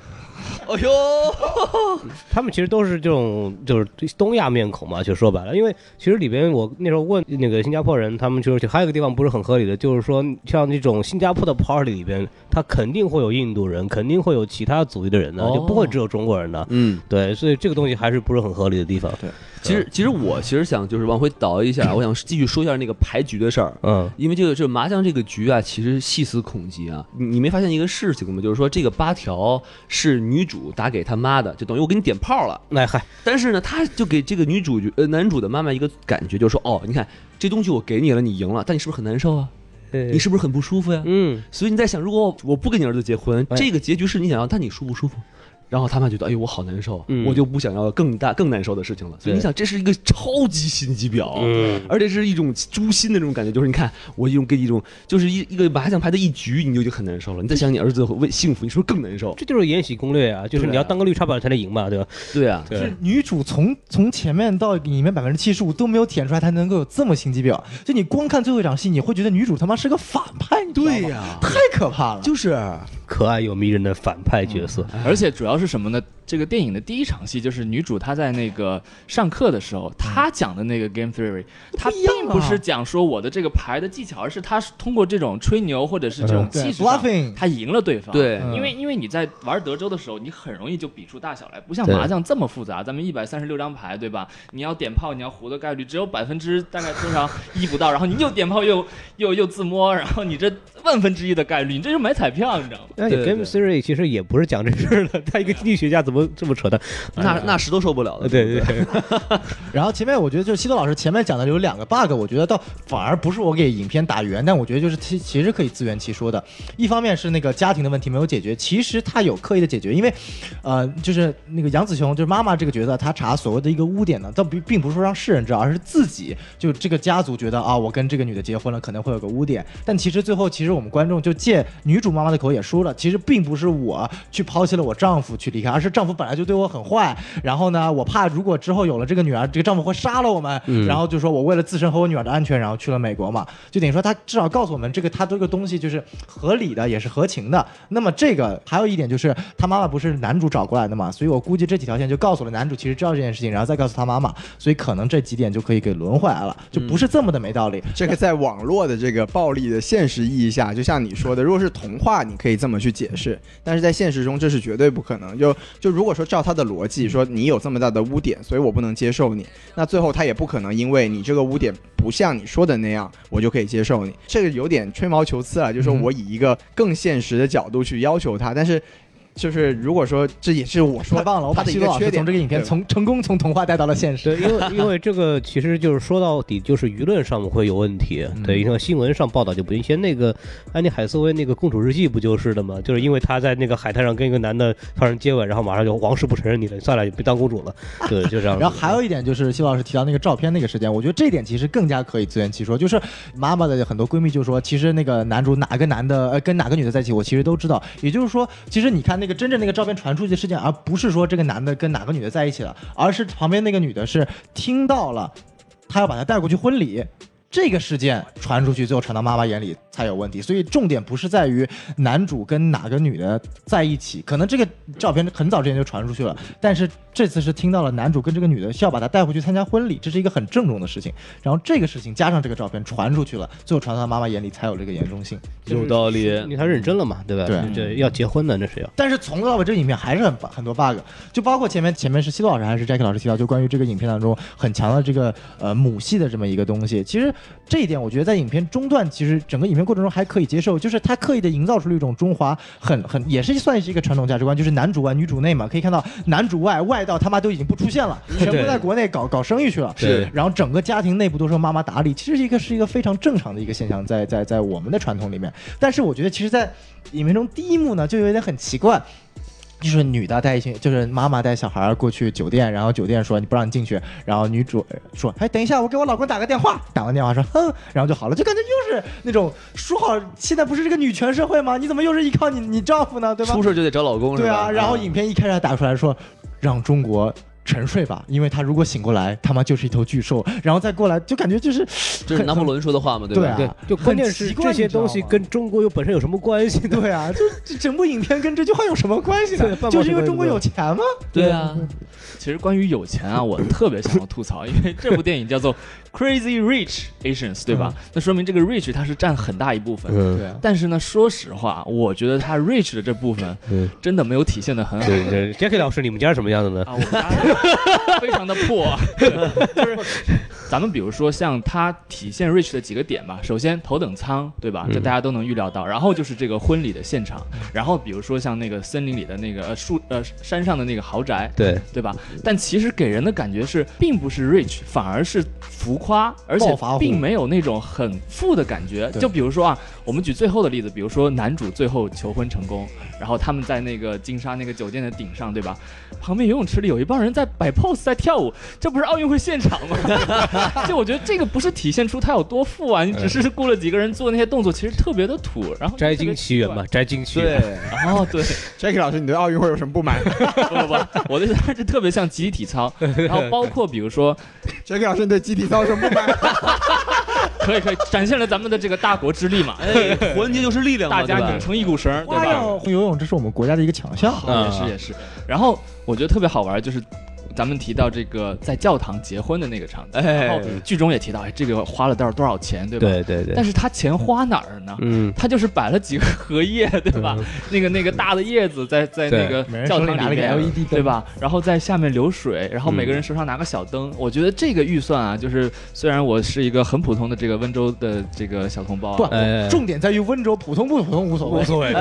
[SPEAKER 2] 哎呦，
[SPEAKER 6] 他们其实都是这种就是东亚面孔嘛，就说白了，因为其实里边我那时候问那个新加坡人，他们就是还有一个地方不是很合理的，就是说像这种新加坡的 party 里边，他肯定会有印度人，肯定会有其他族裔的人的，
[SPEAKER 2] 哦
[SPEAKER 6] 就不会只有中国人的。
[SPEAKER 2] 嗯，
[SPEAKER 6] 对，所以这个东西还是不是很合理的地方。
[SPEAKER 2] 其实其实我其实想就是往回倒一下，我想继续说一下那个牌局的事儿。
[SPEAKER 6] 嗯，
[SPEAKER 2] 因为这个这麻将这个局啊，其实细思恐极啊！你你没发现一个事情吗？就是说这个八条是女主打给他妈的，就等于我给你点炮了。
[SPEAKER 6] 那嗨，
[SPEAKER 2] 但是呢，他就给这个女主角呃男主的妈妈一个感觉，就是说哦，你看这东西我给你了，你赢了，但你是不是很难受啊？你是不是很不舒服呀、
[SPEAKER 6] 嗯，
[SPEAKER 2] 所以你在想，如果我不跟你儿子结婚，这个结局是你想要，但你舒不舒服？然后他妈觉得，哎呦，我好难受，
[SPEAKER 6] 嗯
[SPEAKER 2] 我就不想要更大、更难受的事情了。所以你想，这是一个超级心机婊，啊
[SPEAKER 6] 嗯
[SPEAKER 2] 而且是一种诛心的那种感觉。就是你看，我一种跟一种，就是一一个麻将牌的一局，你就已经很难受了。你再想你儿子为幸福，你是不是更难受？
[SPEAKER 6] 这就是《延禧攻略》啊，就是你要当个绿茶婊才能赢嘛，对吧？
[SPEAKER 2] 对啊，
[SPEAKER 7] 是女主从从前面到里面百分之七十五都没有舔出来，她能够有这么心机婊。就你光看最后一场戏，你会觉得女主他妈是个反派，你知道吗
[SPEAKER 2] 对呀
[SPEAKER 7] 太可怕了。
[SPEAKER 2] 就是
[SPEAKER 6] 可爱又迷人的反派角色，
[SPEAKER 4] 而且主要是什么呢？这个电影的第一场戏就是女主她在那个上课的时候，她讲的那个 game theory，她并不
[SPEAKER 7] 啊
[SPEAKER 4] 是讲说我的这个牌的技巧，而是她是通过这种吹牛或者是这种
[SPEAKER 7] 嗯对
[SPEAKER 4] 技术上，
[SPEAKER 7] ，bluffing，
[SPEAKER 4] 她赢了对方。
[SPEAKER 2] 对
[SPEAKER 7] 嗯
[SPEAKER 4] 因为因为你在玩德州的时候，你很容易就比出大小来，不像
[SPEAKER 2] 对
[SPEAKER 4] 麻将这么复杂。咱们一百三十六张牌，对吧？你要点炮，你要胡的概率只有百分之大概多少一不到，然后你又点炮又又又自摸，然后你这万分之一的概率，你这是买彩票，你知道吗？
[SPEAKER 6] 那你
[SPEAKER 2] 对
[SPEAKER 6] Game
[SPEAKER 2] 对
[SPEAKER 6] Theory 其实也不是讲这事儿的， 他一个经济学家怎么这么扯淡？
[SPEAKER 2] 那那是都受不了的。
[SPEAKER 6] 呃对对对，
[SPEAKER 7] 然后前面我觉得就是西多老师前面讲的有两个 bug，我觉得倒反而不是我给影片打圆，但我觉得就是其其实可以自圆其说的。一方面是那个家庭的问题没有解决，其实他有刻意的解决，因为，呃，就是那个杨子琼就是妈妈这个角色，她查所谓的一个污点呢，倒并并不是说让世人知道，而是自己就这个家族觉得啊，我跟这个女的结婚了可能会有个污点，但其实最后其实我们观众就借女主妈妈的口也说了，其实并不是我去抛弃了我丈夫去离开，而是丈夫本来就对我很坏，然后呢，我怕如果之后有了这个女儿，这个丈夫会杀了我们，
[SPEAKER 1] 嗯
[SPEAKER 7] 然后就说我为了自身和我女儿的安全，然后去了美国嘛，就等于说他至少告诉我们这个他这个东西就是合理的，也是合情的。那么这个还有一点就是他妈妈不是男主找过来的嘛，所以我估计这几条线就告诉了男主其实知道这件事情，然后再告诉他妈妈，所以可能这几点就可以给轮回来了，就不是这么的没道理。
[SPEAKER 1] 这个在网络的这个暴力的现实意义下，就像你说的，如果是童话，你可以这么去解释，但是在现实中这是绝对不可能。就就如果说照他的逻辑，说你有这么大的污点，所以我不能接受你，那最后他也不可能因为你这个污点不像你说的那样，我就可以接受你。这个有点吹毛求疵了，就是说我以一个更现实的角度去要求他，但是就是如果说这也是我说
[SPEAKER 7] 太棒了，我把
[SPEAKER 1] 他的
[SPEAKER 7] 西
[SPEAKER 1] 一
[SPEAKER 7] 多
[SPEAKER 1] 个
[SPEAKER 7] 老
[SPEAKER 1] 缺
[SPEAKER 7] 师
[SPEAKER 1] 点
[SPEAKER 7] 从这个影片
[SPEAKER 1] 对
[SPEAKER 7] 从成功从童话带到了现
[SPEAKER 6] 对，
[SPEAKER 7] 实。
[SPEAKER 6] 因为因为这个其实就是说到底就是舆论上会有问题，对，你看新闻上报道就不行。以前那个安妮海瑟薇那个《共主日记》不就是的吗？就是因为她在那个海滩上跟一个男的发生接吻，然后马上就王室不承认你了，你算了，你别当公主了，对，就这样子。
[SPEAKER 7] 然后还有一点就是，西老师提到那个照片那个事件，我觉得这一点其实更加可以自圆其说。就是妈妈的很多闺蜜就说，其实那个男主哪个男的呃跟哪个女的在一起，我其实都知道。也就是说，其实你看那个真正那个照片传出去的事件，而不是说这个男的跟哪个女的在一起了，而是旁边那个女的是听到了，她要把他带过去婚礼。这个事件传出去，最后传到妈妈眼里才有问题。所以重点不是在于男主跟哪个女的在一起，可能这个照片很早之前就传出去了，但是这次是听到了男主跟这个女的是要把她带回去参加婚礼，这是一个很郑重的事情。然后这个事情加上这个照片传出去了，最后传到他妈妈眼里才有这个严重性。
[SPEAKER 2] 有道理
[SPEAKER 6] 因。为他认真了嘛，对吧？
[SPEAKER 7] 对
[SPEAKER 6] 这要结婚的那是要。
[SPEAKER 7] 但是从头到尾这个影片还是很很多 bug，就包括前面前面是西多老师还是 Jack 老师提到，就关于这个影片当中很强的这个呃母系的这么一个东西。其实这一点，我觉得在影片中段，其实整个影片过程中还可以接受，就是他刻意的营造出了一种中华很很也是算是一个传统价值观，就是男主外女主内嘛。可以看到男主外外到他妈都已经不出现了，全部在国内搞搞生意去了。
[SPEAKER 2] 是
[SPEAKER 7] 然后整个家庭内部都是由妈妈打理，其实是一个是一个非常正常的一个现象，在在在我们的传统里面。但是我觉得，其实，在影片中第一幕呢，就有点很奇怪。就是女的带一群，就是妈妈带小孩儿过去酒店，然后酒店说你不让你进去，然后女主说，哎，等一下，我给我老公打个电话，打完电话说，哼，然后就好了，就感觉又是那种说好现在不是这个女权社会吗？你怎么又是依靠你你丈夫呢？对吧？
[SPEAKER 2] 出事就得找老公是吧？
[SPEAKER 7] 对啊，然后影片一开始还打出来说，让中国沉睡吧，因为他如果醒过来，他妈就是一头巨兽，然后再过来，就感觉就是
[SPEAKER 2] 这是拿破仑说的话嘛，对吧？
[SPEAKER 7] 对啊
[SPEAKER 6] 对，就关键是
[SPEAKER 7] 很奇怪
[SPEAKER 6] 这些东
[SPEAKER 7] 你
[SPEAKER 6] 西
[SPEAKER 7] 知道吗
[SPEAKER 6] 跟中国又本身有什么关系呢？
[SPEAKER 7] 对啊，就这整部影片跟这句话有什么关系
[SPEAKER 6] 对
[SPEAKER 7] 呢？
[SPEAKER 6] 半毛
[SPEAKER 7] 就是因为
[SPEAKER 6] 钱关系
[SPEAKER 7] 中国有钱吗？
[SPEAKER 2] 对啊，
[SPEAKER 4] 其实关于有钱啊，我特别想要吐槽，因 为这部电影叫做《Crazy Rich Asians》，对吧？那说明这个 rich 它是占很大一部分。
[SPEAKER 6] 嗯，
[SPEAKER 7] 对啊，
[SPEAKER 4] 但是呢，说实话，我觉得它 rich 的这部分
[SPEAKER 6] 嗯
[SPEAKER 4] 真的没有体现的很好。
[SPEAKER 6] 对对，Jackie 老师，你们家是什么样的呢？
[SPEAKER 4] 啊，我们家 非常的破， 就是咱们比如说像它体现 rich 的几个点吧，首先头等舱，对吧？
[SPEAKER 6] 嗯
[SPEAKER 4] 这大家都能预料到。然后就是这个婚礼的现场，然后比如说像那个森林里的那个呃树呃山上的那个豪宅，
[SPEAKER 6] 对，
[SPEAKER 4] 对吧？但其实给人的感觉是，并不是 rich，反而是浮夸，而且
[SPEAKER 7] 暴发户
[SPEAKER 4] 并没有那种很富的感觉。就比如说啊，我们举最后的例子，比如说男主最后求婚成功，然后他们在那个金沙那个酒店的顶上，对吧？旁边游泳池里有一帮人在摆 pose 在跳舞，这不是奥运会现场吗？ 就我觉得这个不是体现出他有多富啊，你只是雇了几个人做那些动作，其实特别的土，然后
[SPEAKER 6] 摘金奇缘嘛，摘金奇缘。
[SPEAKER 2] 对，
[SPEAKER 4] 哦对。
[SPEAKER 1] Jacky 老师，你对奥运会有什么不满
[SPEAKER 4] 不不不，我的意思是特别像集体体操，然后包括比如说，
[SPEAKER 1] ？Jacky 老师，你对集体操有什么不满？
[SPEAKER 4] 可以可以展现了咱们的这个大国之力嘛，
[SPEAKER 2] 哎，团结就是力量嘛，
[SPEAKER 4] 大家
[SPEAKER 2] 对吧
[SPEAKER 4] 拧成一股绳儿，对
[SPEAKER 7] 花
[SPEAKER 4] 吧？
[SPEAKER 7] 样游泳这是我们国家的一个强项。
[SPEAKER 4] 也是也是。然后我觉得特别好玩就是。咱们提到这个在教堂结婚的那个场景，
[SPEAKER 2] 哎
[SPEAKER 4] 然后剧中也提到，哎，这个花了多少多少钱，对吧？
[SPEAKER 6] 对对对
[SPEAKER 4] 但，是他钱花哪儿呢？
[SPEAKER 6] 嗯，
[SPEAKER 4] 他就是摆了几个荷叶，对吧？ 那个那个大的叶子在在
[SPEAKER 6] 对
[SPEAKER 4] 那个
[SPEAKER 7] 每人
[SPEAKER 4] 教
[SPEAKER 7] 手里
[SPEAKER 4] 堂
[SPEAKER 7] 拿
[SPEAKER 4] 里
[SPEAKER 7] 了个
[SPEAKER 4] 面，
[SPEAKER 7] LED 灯
[SPEAKER 4] 对吧？然后在下面流水，然后每个人手上拿个小灯。我觉得这个预算啊，就是虽然我是一个很普通的这个温州的这个小同胞
[SPEAKER 7] 不
[SPEAKER 4] 啊、，
[SPEAKER 6] 哎
[SPEAKER 7] 重点在于温州普通不普通无所谓。
[SPEAKER 6] 所谓，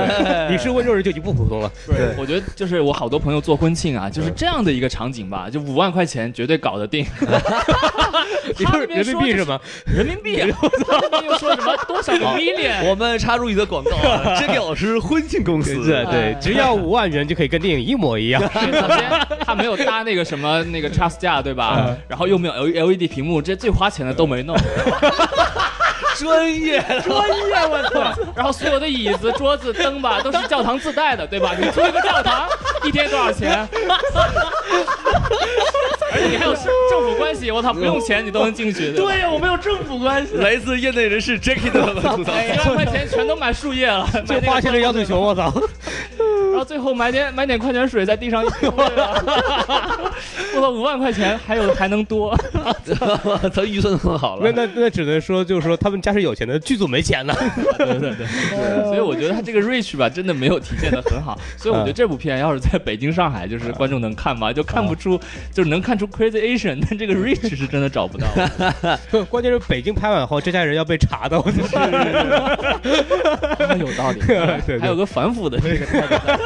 [SPEAKER 6] 你是温州人就已经不普通了。
[SPEAKER 4] 对，我觉得就是我好多朋友做婚庆啊，就是这样的一个场景吧，就五万块钱绝对搞得 定。
[SPEAKER 6] 你
[SPEAKER 4] 他
[SPEAKER 6] 说
[SPEAKER 4] 那边
[SPEAKER 6] 人民币是吗？
[SPEAKER 4] 人民 币、啊，他们又说什么多少个 million？
[SPEAKER 2] 我们插入一则广告啊，Jacky 老师婚庆公司，
[SPEAKER 6] 对对，只要五万元就可以跟电影一模一样。
[SPEAKER 4] 首先他没有搭那个什么那个 trust 架，对吧？然后又没有 L LED 屏幕，这最花钱的都没 弄。
[SPEAKER 2] 专业
[SPEAKER 4] 专业，我操！然后所有的椅子、桌子、灯吧，都是教堂自带的，对吧？你租一个教 堂，一天多少钱？而且你还有政府关系，我操，不用钱你都能进去。对呀，我们有政府关系。
[SPEAKER 2] 来自业内人士 Jacky 的吐槽。
[SPEAKER 4] 一万块钱全都买树叶 了，
[SPEAKER 6] 就
[SPEAKER 4] 买那个
[SPEAKER 6] 花钱的要最穷，我操！
[SPEAKER 4] 然后最后买点买点矿泉水在地上一 丢，对吧我操，五万块钱还有还能多。
[SPEAKER 2] 咱预算很好
[SPEAKER 6] 那
[SPEAKER 2] 了，
[SPEAKER 6] 那那只能说，就是说他们家是有钱的，剧组没钱呢。
[SPEAKER 4] 所以我觉得他这个 rich 吧，真的没有体现的很好。所以我觉得这部片要是在北京、上海，就是观众能看吗？就看不出，就是能看出 crazy Asian，但这个 rich 是真的找不到。
[SPEAKER 6] 关键是北京拍完后，这家人要被查的，我就是。
[SPEAKER 4] 有道理，
[SPEAKER 6] 对
[SPEAKER 4] 还有个反腐的这个态度。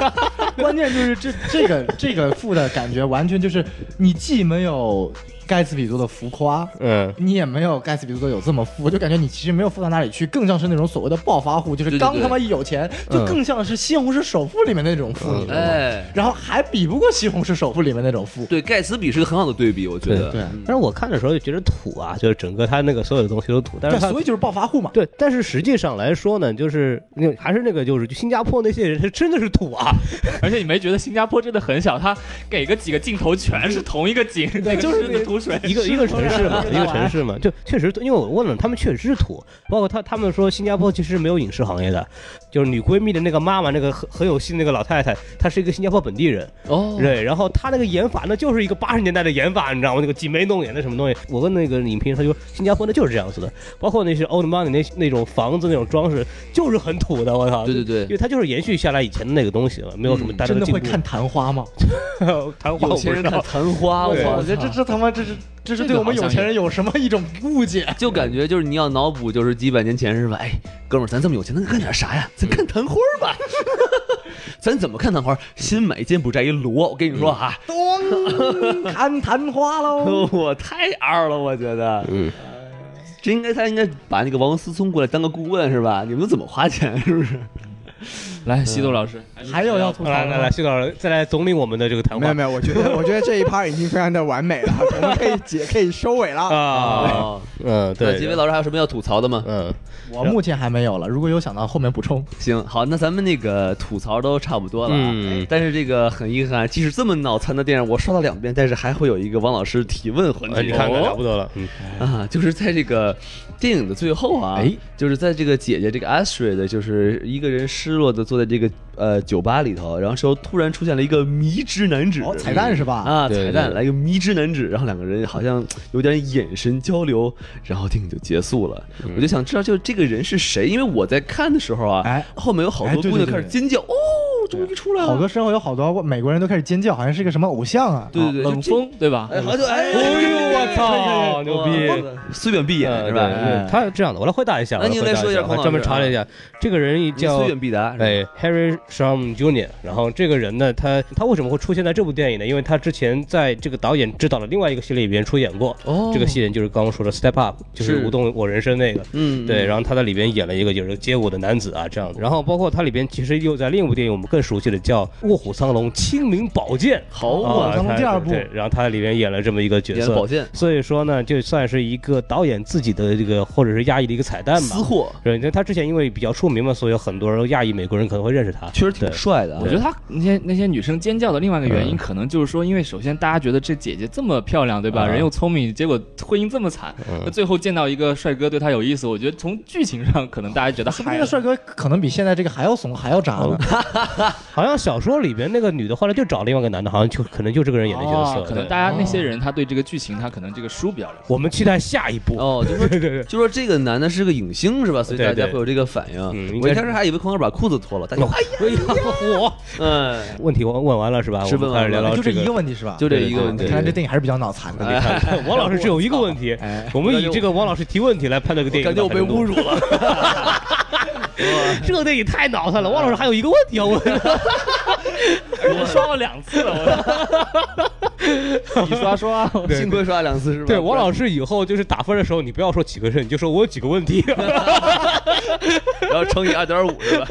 [SPEAKER 7] 关键就是这这个这个富的感觉，完全就是你既没有盖茨比多的浮夸，
[SPEAKER 6] 嗯，
[SPEAKER 7] 你也没有盖茨比多有这么富，就感觉你其实没有富到哪里去，更像是那种所谓的暴发户，就是
[SPEAKER 2] 对对
[SPEAKER 7] 刚
[SPEAKER 2] 对
[SPEAKER 7] 他妈一有钱，就更像是《西红柿首富》里面那种富，你知道吗
[SPEAKER 2] 哎，
[SPEAKER 7] 然后还比不过《西红柿首富》里面那种富。
[SPEAKER 2] 对，盖茨比是个很好的对比，我觉得。
[SPEAKER 7] 对，
[SPEAKER 6] 但是我看的时候就觉得土啊，就是整个他那个所有的东西都土，但是
[SPEAKER 7] 对，
[SPEAKER 6] 他
[SPEAKER 7] 所以就是暴发户嘛。
[SPEAKER 6] 对，但是实际上来说呢，就是那还是那个，就是新加坡那些人是真的是土啊，
[SPEAKER 4] 而且你没觉得新加坡真的很小，他给个几个镜头全是同一个景，那个
[SPEAKER 7] 就是
[SPEAKER 4] 狮
[SPEAKER 7] 那
[SPEAKER 4] 子图
[SPEAKER 2] 苦水，
[SPEAKER 6] 一个一个城市嘛，一个城市嘛，就确实，因为我问了，他们确实是土，包括他他们说新加坡其实是没有影视行业的，就是女闺蜜的那个妈妈，那个很很有戏那个老太太，她是一个新加坡本地人，
[SPEAKER 2] 哦，
[SPEAKER 6] 对，然后她那个演法那就是一个八十年代的演法，你知道吗？那个挤眉弄眼的什么东西，我问那个影评，他就说新加坡那就是这样子的，包括那些 old money 那那种房子那种装饰就是很土的，我操，
[SPEAKER 2] 对对对
[SPEAKER 6] 因为它就是延续下来以前的那个东西了，没有什么大
[SPEAKER 7] 真
[SPEAKER 6] 的
[SPEAKER 7] 的
[SPEAKER 6] 进
[SPEAKER 7] 会
[SPEAKER 6] 步。
[SPEAKER 7] 看昙花吗？
[SPEAKER 6] 昙
[SPEAKER 2] 有
[SPEAKER 6] 花我不
[SPEAKER 2] 钱
[SPEAKER 6] 知
[SPEAKER 2] 人看
[SPEAKER 6] 道，
[SPEAKER 2] 昙花，我
[SPEAKER 7] 对
[SPEAKER 2] 操
[SPEAKER 7] 我觉得这这他妈这是这是
[SPEAKER 4] 这
[SPEAKER 7] 对
[SPEAKER 4] 个
[SPEAKER 7] 我们有
[SPEAKER 4] 好像
[SPEAKER 7] 钱
[SPEAKER 4] 也
[SPEAKER 7] 人有什么一种误解？
[SPEAKER 2] 就感觉就是你要脑补，就是几百年前是吧？哎，哥们儿，咱这么有钱，能干点啥呀？咱看昙花儿吧。 咱怎么看昙花儿？新买一柬埔寨一罗，我跟你说啊，
[SPEAKER 7] 咚，看昙花 喽！
[SPEAKER 2] 我太二了，我觉得。
[SPEAKER 6] 嗯。
[SPEAKER 2] 这应该他应该把那个王思聪过来当个顾问是吧？你们都怎么花钱是不是？
[SPEAKER 4] 来，西渡老师，
[SPEAKER 7] 还有要吐槽
[SPEAKER 6] 来
[SPEAKER 7] 的
[SPEAKER 6] 来
[SPEAKER 7] 吗
[SPEAKER 6] 来，？徐老师再来总领我们的这个谈
[SPEAKER 1] 没有
[SPEAKER 6] 话
[SPEAKER 1] 没有，我觉得我觉得这一趴已经非常的完 美了，我们可以解可以收尾了。
[SPEAKER 6] 啊，
[SPEAKER 2] 哦，
[SPEAKER 6] 嗯，
[SPEAKER 2] 那
[SPEAKER 6] 对，
[SPEAKER 2] 几位老师还有什么要吐槽的吗？
[SPEAKER 6] 嗯，
[SPEAKER 7] 我目前还没有了，如果有想到后面补充。
[SPEAKER 2] 行，好，那咱们那个吐槽都差不多了啊。
[SPEAKER 6] 嗯
[SPEAKER 2] 但是这个很遗憾，即使这么脑残的电影，我刷了两遍，但是还会有一个王老师提问环节。哦
[SPEAKER 6] 哎你看看了不得了，嗯，
[SPEAKER 2] 啊，就是在这个电影的最后啊，
[SPEAKER 4] 哎
[SPEAKER 2] 就是在这个姐姐这个 Astrid，就是一个人失落的坐在这个呃酒吧里头，然后时候突然出现了一个迷之男子，
[SPEAKER 7] 哦，彩蛋是吧？
[SPEAKER 2] 啊，
[SPEAKER 6] 对
[SPEAKER 2] 彩蛋
[SPEAKER 6] 对
[SPEAKER 2] 来一个迷之男子，然后两个人好像有点眼神交流，然后电影就结束了。
[SPEAKER 6] 嗯
[SPEAKER 2] 我就想知道，就这个人是谁？因为我在看的时候啊，
[SPEAKER 7] 哎
[SPEAKER 2] 后面有好
[SPEAKER 7] 哎
[SPEAKER 2] 多
[SPEAKER 7] 对对
[SPEAKER 2] 姑娘
[SPEAKER 7] 对
[SPEAKER 2] 开始
[SPEAKER 7] 对
[SPEAKER 2] 尖叫，哦，终于出来了，
[SPEAKER 7] 好多时候有好多美国人都开始尖叫，好像是个什么偶像啊。
[SPEAKER 2] 对对对，
[SPEAKER 4] 冷
[SPEAKER 2] 就这，
[SPEAKER 4] 风对吧？
[SPEAKER 2] 哎，好像就哎，
[SPEAKER 6] 哎呦我操，牛逼！
[SPEAKER 2] 哇，虽远必眼
[SPEAKER 6] 呃
[SPEAKER 2] 是吧？
[SPEAKER 6] 对
[SPEAKER 2] 哎
[SPEAKER 6] 他是这样的，我来回答一下。
[SPEAKER 2] 那您
[SPEAKER 6] 我回
[SPEAKER 2] 来
[SPEAKER 6] 答
[SPEAKER 2] 说一
[SPEAKER 6] 一
[SPEAKER 2] 下
[SPEAKER 6] 下，
[SPEAKER 2] 孔
[SPEAKER 6] 我
[SPEAKER 2] 老
[SPEAKER 6] 专门
[SPEAKER 2] 师啊
[SPEAKER 6] 查了一下，这个人叫
[SPEAKER 2] 虽远必达，是吧
[SPEAKER 6] 哎 Harry Shum Jr.，然后这个人呢，他他为什么会出现在这部电影呢？因为他之前在这个导演执导的另外一个系列里边出演过，
[SPEAKER 2] 哦
[SPEAKER 6] 这个戏就是刚刚说的 Step Up，就是
[SPEAKER 2] 是
[SPEAKER 6] 《舞动我人生》那个，
[SPEAKER 2] 嗯，
[SPEAKER 6] 对，然后他在里边演了一个就是街舞的男子啊，这样子。然后包括他里边其实又在另一部电影我们更熟悉的叫《卧虎藏龙：清明宝剑》，
[SPEAKER 2] 好
[SPEAKER 6] 啊
[SPEAKER 2] 我
[SPEAKER 7] 藏龙
[SPEAKER 6] 他
[SPEAKER 7] 哦第二部
[SPEAKER 6] 对，然后他在里边演了这么一个角
[SPEAKER 2] 演
[SPEAKER 6] 色
[SPEAKER 2] 宝。剑
[SPEAKER 6] 所以说呢，就算是一个导演自己的这个或者是亚裔的一个彩蛋吧
[SPEAKER 2] 私。货，
[SPEAKER 6] 对，因为他之前因为比较出名嘛，所以有很多人亚裔美国人可能会认识他。
[SPEAKER 2] 确实挺
[SPEAKER 6] 对
[SPEAKER 2] 帅的啊。
[SPEAKER 4] 我觉得她那些那些女生尖叫的另外一个原因，可能就是说，因为首先大家觉得这姐姐这么漂亮，对吧？
[SPEAKER 6] 嗯
[SPEAKER 4] 人又聪明，结果婚姻这么惨，那最后见到一个帅哥对她有意思，我觉得从剧情上可能大家觉得
[SPEAKER 7] 是不是
[SPEAKER 4] 嗨
[SPEAKER 7] 那个
[SPEAKER 4] 了。
[SPEAKER 7] 帅哥可能比现在这个还要怂，还要渣呢？
[SPEAKER 6] 好像小说里边那个女的后来就找另外一个男的，好像就可能就这个人演的角色。
[SPEAKER 4] 哦可能
[SPEAKER 6] 对
[SPEAKER 4] 大家那些人，他对这个剧情，他可能这个书比较了解。
[SPEAKER 6] 我们期待下一部。
[SPEAKER 2] 哦，就说
[SPEAKER 6] 对对对，
[SPEAKER 2] 就说这个男的是个影星是吧？所以大
[SPEAKER 6] 对
[SPEAKER 2] 家
[SPEAKER 6] 对
[SPEAKER 2] 会有这个反应。
[SPEAKER 6] 嗯应
[SPEAKER 2] 我一
[SPEAKER 6] 该
[SPEAKER 2] 开
[SPEAKER 6] 是
[SPEAKER 2] 始还以为空哥把裤子脱了，大家哎呀，
[SPEAKER 6] 哎呀，我
[SPEAKER 2] 嗯，
[SPEAKER 6] 问题我问完了是吧？
[SPEAKER 2] 是
[SPEAKER 6] 我们
[SPEAKER 2] 问
[SPEAKER 6] 开始
[SPEAKER 2] 完
[SPEAKER 6] 聊
[SPEAKER 2] 了
[SPEAKER 6] 聊
[SPEAKER 7] 哎就这
[SPEAKER 6] 这
[SPEAKER 7] 一个问题是吧？
[SPEAKER 2] 就这一个问题
[SPEAKER 6] 对对
[SPEAKER 7] 看。来这电哎影还是比较脑残的。
[SPEAKER 6] 王老师只有一个问题，
[SPEAKER 2] 哎
[SPEAKER 6] 我们以这个王老师提问题来判断这个电影，
[SPEAKER 2] 感觉我被侮辱。了。
[SPEAKER 6] 这个电影太脑残了，王老师还有一个问 题要问。
[SPEAKER 4] 我刷了两次了，我你刷刷，
[SPEAKER 2] 幸亏刷了两次是吧？
[SPEAKER 6] 对，王老师以后就是打分的时候，你不要说几个人，你就说我有几个 问题。
[SPEAKER 2] 然后乘以二点五是吧？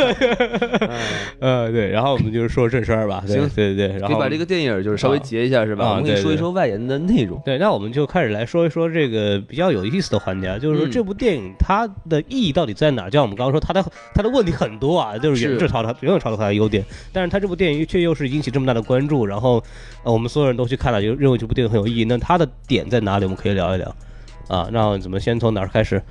[SPEAKER 6] 呃，对，然后我们就是说正事儿吧。对
[SPEAKER 2] 行
[SPEAKER 6] 对对对，然
[SPEAKER 2] 可以
[SPEAKER 6] 后
[SPEAKER 2] 把这个电影就是稍微截一下是吧？
[SPEAKER 6] 啊
[SPEAKER 2] 我们给你
[SPEAKER 6] 对
[SPEAKER 2] 说一
[SPEAKER 6] 对
[SPEAKER 2] 说外延的内容。
[SPEAKER 6] 对，那我们就开始来说一说这个比较有意思的环节，啊，就是说
[SPEAKER 2] 嗯
[SPEAKER 6] 这部电影它的意义到底在哪儿？就像我们刚刚说，它的它的问题很多啊，就是
[SPEAKER 2] 是
[SPEAKER 6] 远远超它远远超出它的优点，但是它这部电影却又是引起这么大的关注，然后呃我们所有人都去看了，就认为这部电影很有意义。那它的点在哪里？我们可以聊一聊。啊，那怎么先从哪儿开始？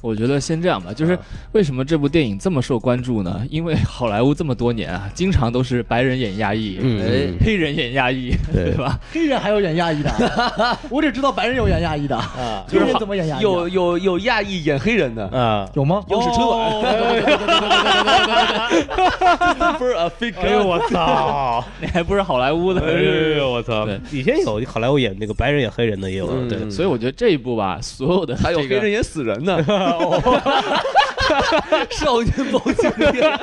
[SPEAKER 4] 我觉得先这样吧，就是为什么这部电影这么受关注呢？因为好莱坞这么多年啊，经常都是白人演亚裔，
[SPEAKER 2] 哎，
[SPEAKER 4] 黑人演亚裔，
[SPEAKER 6] 嗯对
[SPEAKER 4] 对 吧？
[SPEAKER 7] 黑人还有演亚裔的， 我只知道白人有演亚裔 的，黑人怎么演亚裔的？
[SPEAKER 2] 有有有亚裔演黑人的，
[SPEAKER 6] 啊，
[SPEAKER 7] 有吗？
[SPEAKER 2] 央视春晚。不是啊，飞哥，
[SPEAKER 6] 哎呦我操！
[SPEAKER 4] 那还不是好莱坞的。
[SPEAKER 6] 哎呦我操
[SPEAKER 4] 对！
[SPEAKER 6] 以前有好莱坞演那个白人演黑人的也有，啊
[SPEAKER 2] 嗯
[SPEAKER 6] 对，
[SPEAKER 4] 所以我觉得这一部吧，所有的
[SPEAKER 2] 还有
[SPEAKER 4] 这
[SPEAKER 2] 黑
[SPEAKER 4] 个
[SPEAKER 2] 人演死人呢， 少年包青天，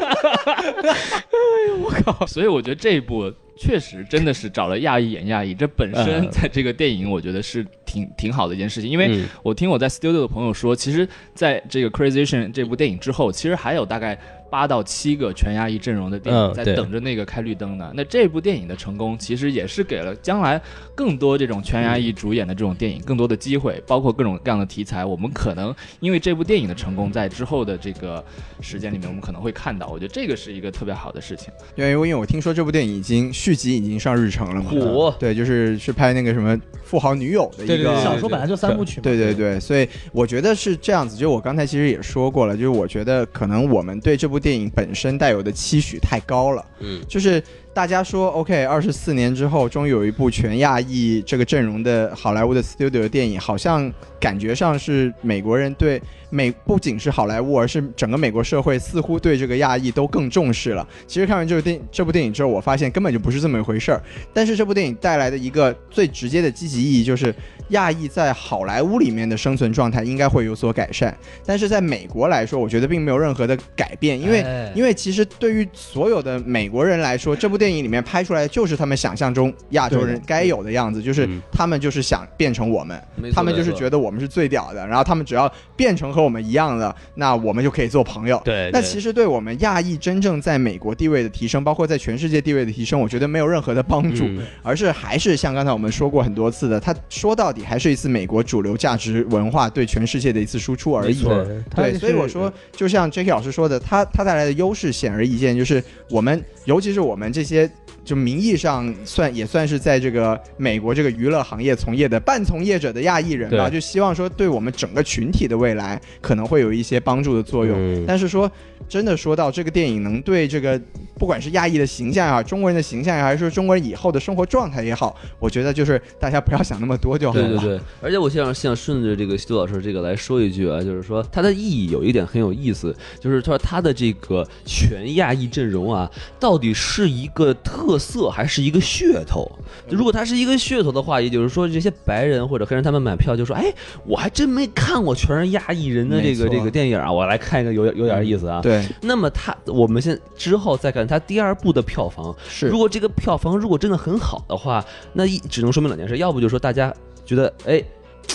[SPEAKER 4] 所以我觉得这一部确实真的是找了亚裔演亚裔，这本身
[SPEAKER 6] 嗯
[SPEAKER 4] 在这个电影我觉得是挺挺好的一件事情，因为
[SPEAKER 6] 嗯
[SPEAKER 4] 我听我在 studio 的朋友说，其实在这个 Crazy Asian 这部电影之后，其实还有大概八到七个全压抑阵容的电
[SPEAKER 6] 嗯
[SPEAKER 4] 影在
[SPEAKER 6] 对
[SPEAKER 4] 等着那个开绿灯呢。那这部电影的成功，其实也是给了将来更多这种全压抑主演的这种电影更多的机会，包括各种各样的题材。我们可能因为这部电影的成功，在之后的这个时间里面，我们可能会看到。我觉得这个是一个特别好的事情。
[SPEAKER 1] 因为因为我听说这部电影已经续集已经上日程了嘛，
[SPEAKER 2] 火
[SPEAKER 1] 对，就是是拍那个什么富豪女友的一个
[SPEAKER 6] 对对对
[SPEAKER 7] 小说本来就三部曲嘛，
[SPEAKER 1] 对对对，所以我觉得是这样子。就我刚才其实也说过了，就是我觉得可能我们对这部电影本身带有的期许太高了。
[SPEAKER 2] 嗯，
[SPEAKER 1] 就是大家说 OK，二十四年之后，终于有一部全亚裔这个阵容的好莱坞的 studio 电影，好像感觉上是美国人对美不仅是好莱坞，而是整个美国社会似乎对这个亚裔都更重视了。其实看完这部电这部电影之后，我发现根本就不是这么一回事儿。但是这部电影带来的一个最直接的积极意义就是，亚裔在好莱坞里面的生存状态应该会有所改善，但是在美国来说，我觉得并没有任何的改变，因为、
[SPEAKER 2] 哎
[SPEAKER 1] 因为其实对于所有的美国人来说，这部电影里面拍出来就是他们想象中亚洲人该有的样子，就是他们就是想变成我们
[SPEAKER 2] 没，错
[SPEAKER 1] 他们就是
[SPEAKER 2] 没错
[SPEAKER 1] 觉得我们是最屌的，然后他们只要变成和我们一样的，那我们就可以做朋友。
[SPEAKER 6] 对
[SPEAKER 1] 那
[SPEAKER 6] 对
[SPEAKER 1] 其实对我们亚裔真正在美国地位的提升，包括在全世界地位的提升，我觉得没有任何的帮助，
[SPEAKER 2] 嗯
[SPEAKER 6] 嗯
[SPEAKER 1] 而是还是像刚才我们说过很多次的，它说到底还是一次美国主流价值文化对全世界的一次输出而已。
[SPEAKER 6] 对它
[SPEAKER 1] 对，
[SPEAKER 6] 就是
[SPEAKER 1] 所以我说，就像 J.K. 老师说的，它它带来的优势显而易见，就是我们，尤其是我们这些就名义上算也算是在这个美国这个娱乐行业从业的半从业者的亚裔人吧，
[SPEAKER 6] 对
[SPEAKER 1] 就希望说对我们整个群体的未来可能会有一些帮助的作用。
[SPEAKER 6] 嗯
[SPEAKER 1] 但是说真的，说到这个电影能对这个不管是亚裔的形象也好，中国人的形象也好，还是说中国人以后的生活状态也好，我觉得就是大家不要想那么多就好
[SPEAKER 2] 对
[SPEAKER 1] 了。
[SPEAKER 2] 对对，而且我想想顺着这个杜老师这个来说一句啊，就是说它的意义有一点很有意思，就是说它的这个全亚裔阵容啊，到底是一个特色还是一个噱头？就如果它是一个噱头的话，也就是说这些白人或者黑人他们买票就说，哎，我还真没看过全是亚裔人的这个
[SPEAKER 1] 没错
[SPEAKER 2] 这个电影啊，我来看一个有有点意思啊。
[SPEAKER 1] 对，
[SPEAKER 2] 那么他，我们现之后再看他第二部的票房，
[SPEAKER 1] 是
[SPEAKER 2] 如果这个票房如果真的很好的话，那一只能说明两件事，要不就是说大家觉得哎，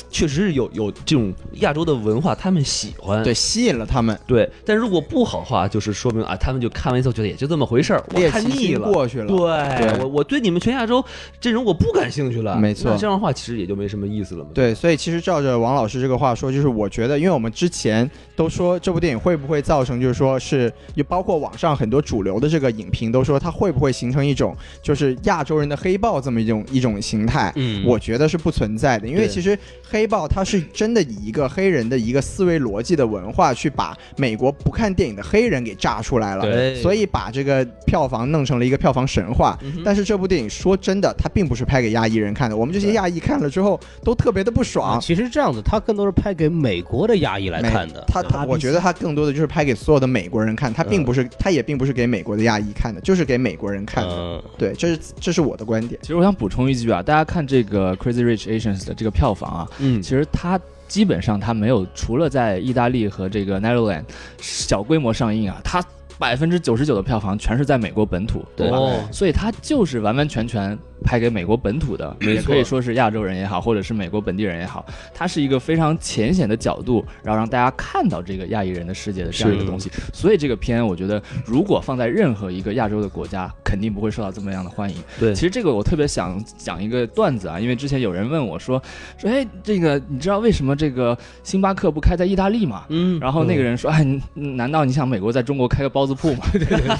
[SPEAKER 2] 确实是有有这种亚洲的文化，他们喜欢。
[SPEAKER 1] 对，吸引了他们。
[SPEAKER 2] 对，但如果不好的话，就是说明啊，他们就看完一次，觉得也就这么回事儿，我
[SPEAKER 1] 猎
[SPEAKER 2] 看
[SPEAKER 1] 奇
[SPEAKER 2] 腻
[SPEAKER 1] 心
[SPEAKER 2] 了，
[SPEAKER 1] 过去了
[SPEAKER 2] 对，
[SPEAKER 1] 对
[SPEAKER 2] 我我对你们全亚洲阵容我不感兴趣了，
[SPEAKER 1] 没错
[SPEAKER 2] 那这样的话其实也就没什么意思了嘛。
[SPEAKER 1] 对，所以其实照着王老师这个话说，就是我觉得，因为我们之前都说这部电影会不会造成，就是说是，也包括网上很多主流的这个影评都说，它会不会形成一种就是亚洲人的黑豹这么一种一种形态？
[SPEAKER 2] 嗯
[SPEAKER 1] 我觉得是不存在的，因为
[SPEAKER 2] 对
[SPEAKER 1] 其实黑豹它是真的以一个黑人的一个思维逻辑的文化去把美国不看电影的黑人给炸出来了，
[SPEAKER 2] 对嗯
[SPEAKER 1] 所以把这个票房弄成了一个票房神话。但是这部电影说真的，它并不是拍给亚裔人看的，我们这些亚裔看了之后都特别的不
[SPEAKER 2] 啊
[SPEAKER 1] 爽。
[SPEAKER 6] 其实这样子，它更多是拍给美国的亚裔来
[SPEAKER 1] 美
[SPEAKER 6] 看的。
[SPEAKER 1] 他他，我觉得他更多的就是拍给所有的美国人看，他并不是，
[SPEAKER 2] 嗯
[SPEAKER 1] 他也并不是给美国的亚裔看的，就是给美国人看的。
[SPEAKER 6] 嗯，
[SPEAKER 1] 对，这是这是我的观点。
[SPEAKER 4] 其实我想补充一句啊，大家看这个《Crazy Rich Asians》的这个票房啊，
[SPEAKER 2] 嗯
[SPEAKER 4] 其实它基本上它没有，除了在意大利和这个 Netherlands 小规模上映啊，它百分之九十九的票房全是在美国本土，对吧？
[SPEAKER 2] 哦
[SPEAKER 4] 所以它就是完完全全拍给美国本土的，
[SPEAKER 2] 没错
[SPEAKER 4] 也可以说是亚洲人也好，或者是美国本地人也好，它是一个非常浅显的角度，然后让大家看到这个亚裔人的世界的这样一个东
[SPEAKER 2] 嗯
[SPEAKER 4] 西。所以这个片我觉得，如果放在任何一个亚洲的国家，肯定不会受到这么样的欢迎。
[SPEAKER 2] 对
[SPEAKER 4] 其实这个我特别想讲一个段子啊，因为之前有人问我说，说哎，这个你知道为什么这个星巴克不开在意大利吗？
[SPEAKER 2] 嗯，
[SPEAKER 4] 然后那个人说：“哎，你难道你想美国在中国开个包子铺 吗？”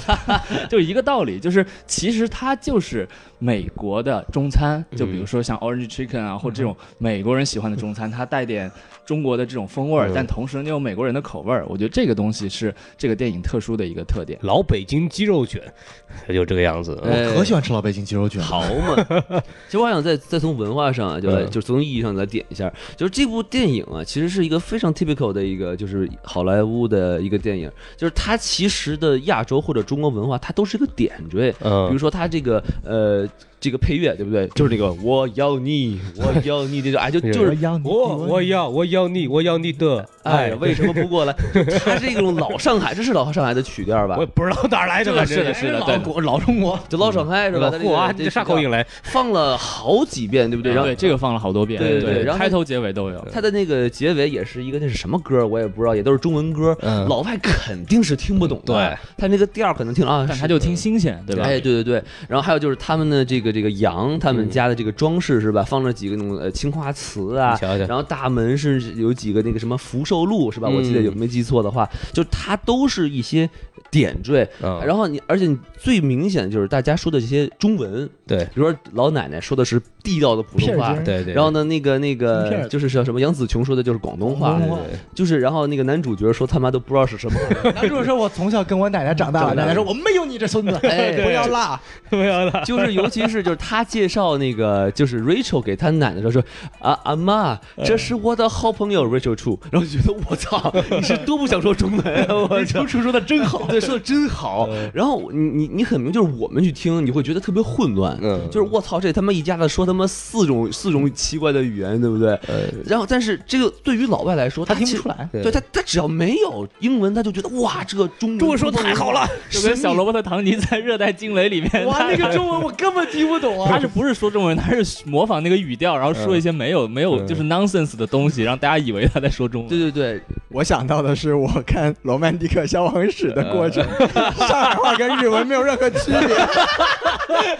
[SPEAKER 4] 就一个道理，就是其实它就是美国的中餐，
[SPEAKER 2] 嗯
[SPEAKER 4] 就比如说像 Orange Chicken 啊，或者这种美国人喜欢的中餐，它带点中国的这种风味
[SPEAKER 2] 嗯
[SPEAKER 4] 儿，但同时又有美国人的口味儿。我觉得这个东西是这个电影特殊的一个特点。
[SPEAKER 6] 老北京鸡肉卷，它就这个样子。嗯
[SPEAKER 2] 哎
[SPEAKER 7] 我可喜欢吃老北京鸡肉卷了。
[SPEAKER 2] 好嘛， 其实我还想再再从文化上啊，就
[SPEAKER 6] 嗯
[SPEAKER 2] 来就从意义上来点一下，就是这部电影啊，其实是一个非常 typical 的一个，就是好莱坞的一个电影，就是它其实的亚洲或者中国文化，它都是一个点缀，
[SPEAKER 6] 嗯
[SPEAKER 2] 比如说它这个呃。这个配乐，对不对？就是那个我要你，我要你的， 哎，就就是
[SPEAKER 7] 要你
[SPEAKER 6] 我我要我要你我要你的
[SPEAKER 2] 哎
[SPEAKER 6] 爱，，
[SPEAKER 2] 为什么不过来？就它是一种老上海，这是老上海的曲调吧
[SPEAKER 6] 我？也不知道哪儿来的，反正
[SPEAKER 2] 是的，是的，对，
[SPEAKER 6] 哦
[SPEAKER 7] 国老中国，
[SPEAKER 2] 就老上海是吧？它这个
[SPEAKER 6] 哇，
[SPEAKER 2] 这
[SPEAKER 6] 啊你这啥口音来？
[SPEAKER 2] 放了好几遍，对不对？然后
[SPEAKER 4] 对这个放了好多遍，
[SPEAKER 2] 对对对
[SPEAKER 4] 对
[SPEAKER 2] 然后
[SPEAKER 4] 开头结尾都有。
[SPEAKER 2] 它的那个结尾也是一个那是什么歌，我也不知道，也都是中文歌，
[SPEAKER 1] 嗯
[SPEAKER 2] 老外肯定是听不懂的。
[SPEAKER 6] 对，
[SPEAKER 2] 他那个调可能听啊，
[SPEAKER 4] 但
[SPEAKER 2] 是
[SPEAKER 4] 他就听新鲜，对吧？
[SPEAKER 2] 哎，对对嗯对，然后还有就是他们的这个这个羊，他们家的这个装饰是吧？放了几个那种呃青花瓷啊
[SPEAKER 6] 你，瞧瞧
[SPEAKER 2] 然后大门是有几个那个什么福寿禄是吧？我记得
[SPEAKER 6] 嗯
[SPEAKER 2] 有没记错的话，就它都是一些点缀。
[SPEAKER 6] 嗯
[SPEAKER 2] 然后你，而且你最明显的就是大家说的这些中文，
[SPEAKER 6] 对
[SPEAKER 2] 比如说老奶奶说的是地道的普通话，
[SPEAKER 7] 片儿
[SPEAKER 6] 对对，
[SPEAKER 2] 然后呢，那个那
[SPEAKER 7] 京片
[SPEAKER 2] 个
[SPEAKER 7] 儿
[SPEAKER 2] 就是叫什么杨紫琼说的就是广东话
[SPEAKER 7] 广，东话
[SPEAKER 2] 就是然后那个男主角说他妈都不知道是什么，
[SPEAKER 7] 男主说：“我从小跟我奶奶长大的，
[SPEAKER 2] 长大的
[SPEAKER 7] 奶奶说我没有你这孙子，
[SPEAKER 2] 哎对
[SPEAKER 7] 不要辣。
[SPEAKER 6] 不要了，
[SPEAKER 2] 就是尤其是就是他介绍那个就是 Rachel 给他奶奶说说啊阿妈，这是我的好朋友 Rachel 处，然后觉得我操，你是多不想说中文啊，我操，处说的真好，对，说的真好。然后你你你很明就是我们去听，你会觉得特别混乱，
[SPEAKER 6] 嗯
[SPEAKER 2] 就是我操，这他妈一家子说他妈四种四种奇怪的语言，对不对？然后但是这个对于老外来说，他
[SPEAKER 7] 听不
[SPEAKER 2] 其实
[SPEAKER 7] 出来
[SPEAKER 2] 对他他只要没有英文，他就觉得哇，这个中
[SPEAKER 4] 中
[SPEAKER 2] 文
[SPEAKER 4] 文说太好了，就跟小萝卜的唐尼在《热带惊雷》里面，
[SPEAKER 7] 哇，
[SPEAKER 4] 他
[SPEAKER 7] 那个中文我根本听不懂啊
[SPEAKER 4] 哦他！是不是说中文？他是模仿那个语调，然后说一
[SPEAKER 6] 嗯
[SPEAKER 4] 些没有没有就是 nonsense 的东 西，让大家以为他在说中文。
[SPEAKER 2] 对对对，
[SPEAKER 1] 我想到的是我看《罗曼蒂克消亡史》的过程，
[SPEAKER 6] 呃
[SPEAKER 1] 上海话跟日文没有任何区别。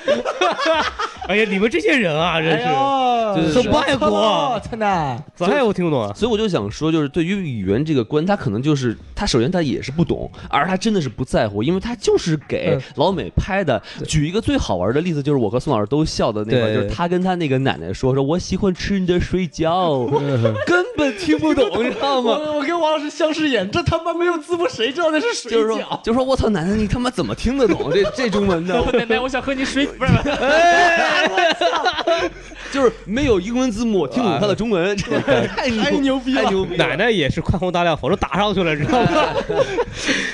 [SPEAKER 6] 哎呀，你们这些人啊，真
[SPEAKER 2] 哎
[SPEAKER 6] 是，
[SPEAKER 7] 哦
[SPEAKER 2] 就是
[SPEAKER 6] 很不爱国，
[SPEAKER 7] 真的。
[SPEAKER 6] 咋也我听不懂啊。
[SPEAKER 2] 所以我就想说，就是对于语言这个关，他可能就是他首先他也是不懂，而他真的是不在乎，因为他就是给老美拍的。举一个最好玩的例子，就是我和宋老师都笑的那个，
[SPEAKER 6] 对
[SPEAKER 2] 就是他跟他那个奶奶说说，我喜欢吃你的水饺，
[SPEAKER 1] 嗯
[SPEAKER 2] 根本听不懂，你知道吗？
[SPEAKER 7] 我我跟王老师相视眼，这他妈没有字幕，谁知道那是水
[SPEAKER 2] 就是
[SPEAKER 7] 饺
[SPEAKER 2] 说？，就是说我操，奶奶你他妈怎么听得懂这这中文呢？哎
[SPEAKER 4] 奶奶，我想喝 你水，不是不是
[SPEAKER 2] 就是没有英文字幕，我听不懂他的中文，这个太牛逼了，太牛逼了
[SPEAKER 6] 奶。奶也是宽宏大量，否则打上去了，知 道吗？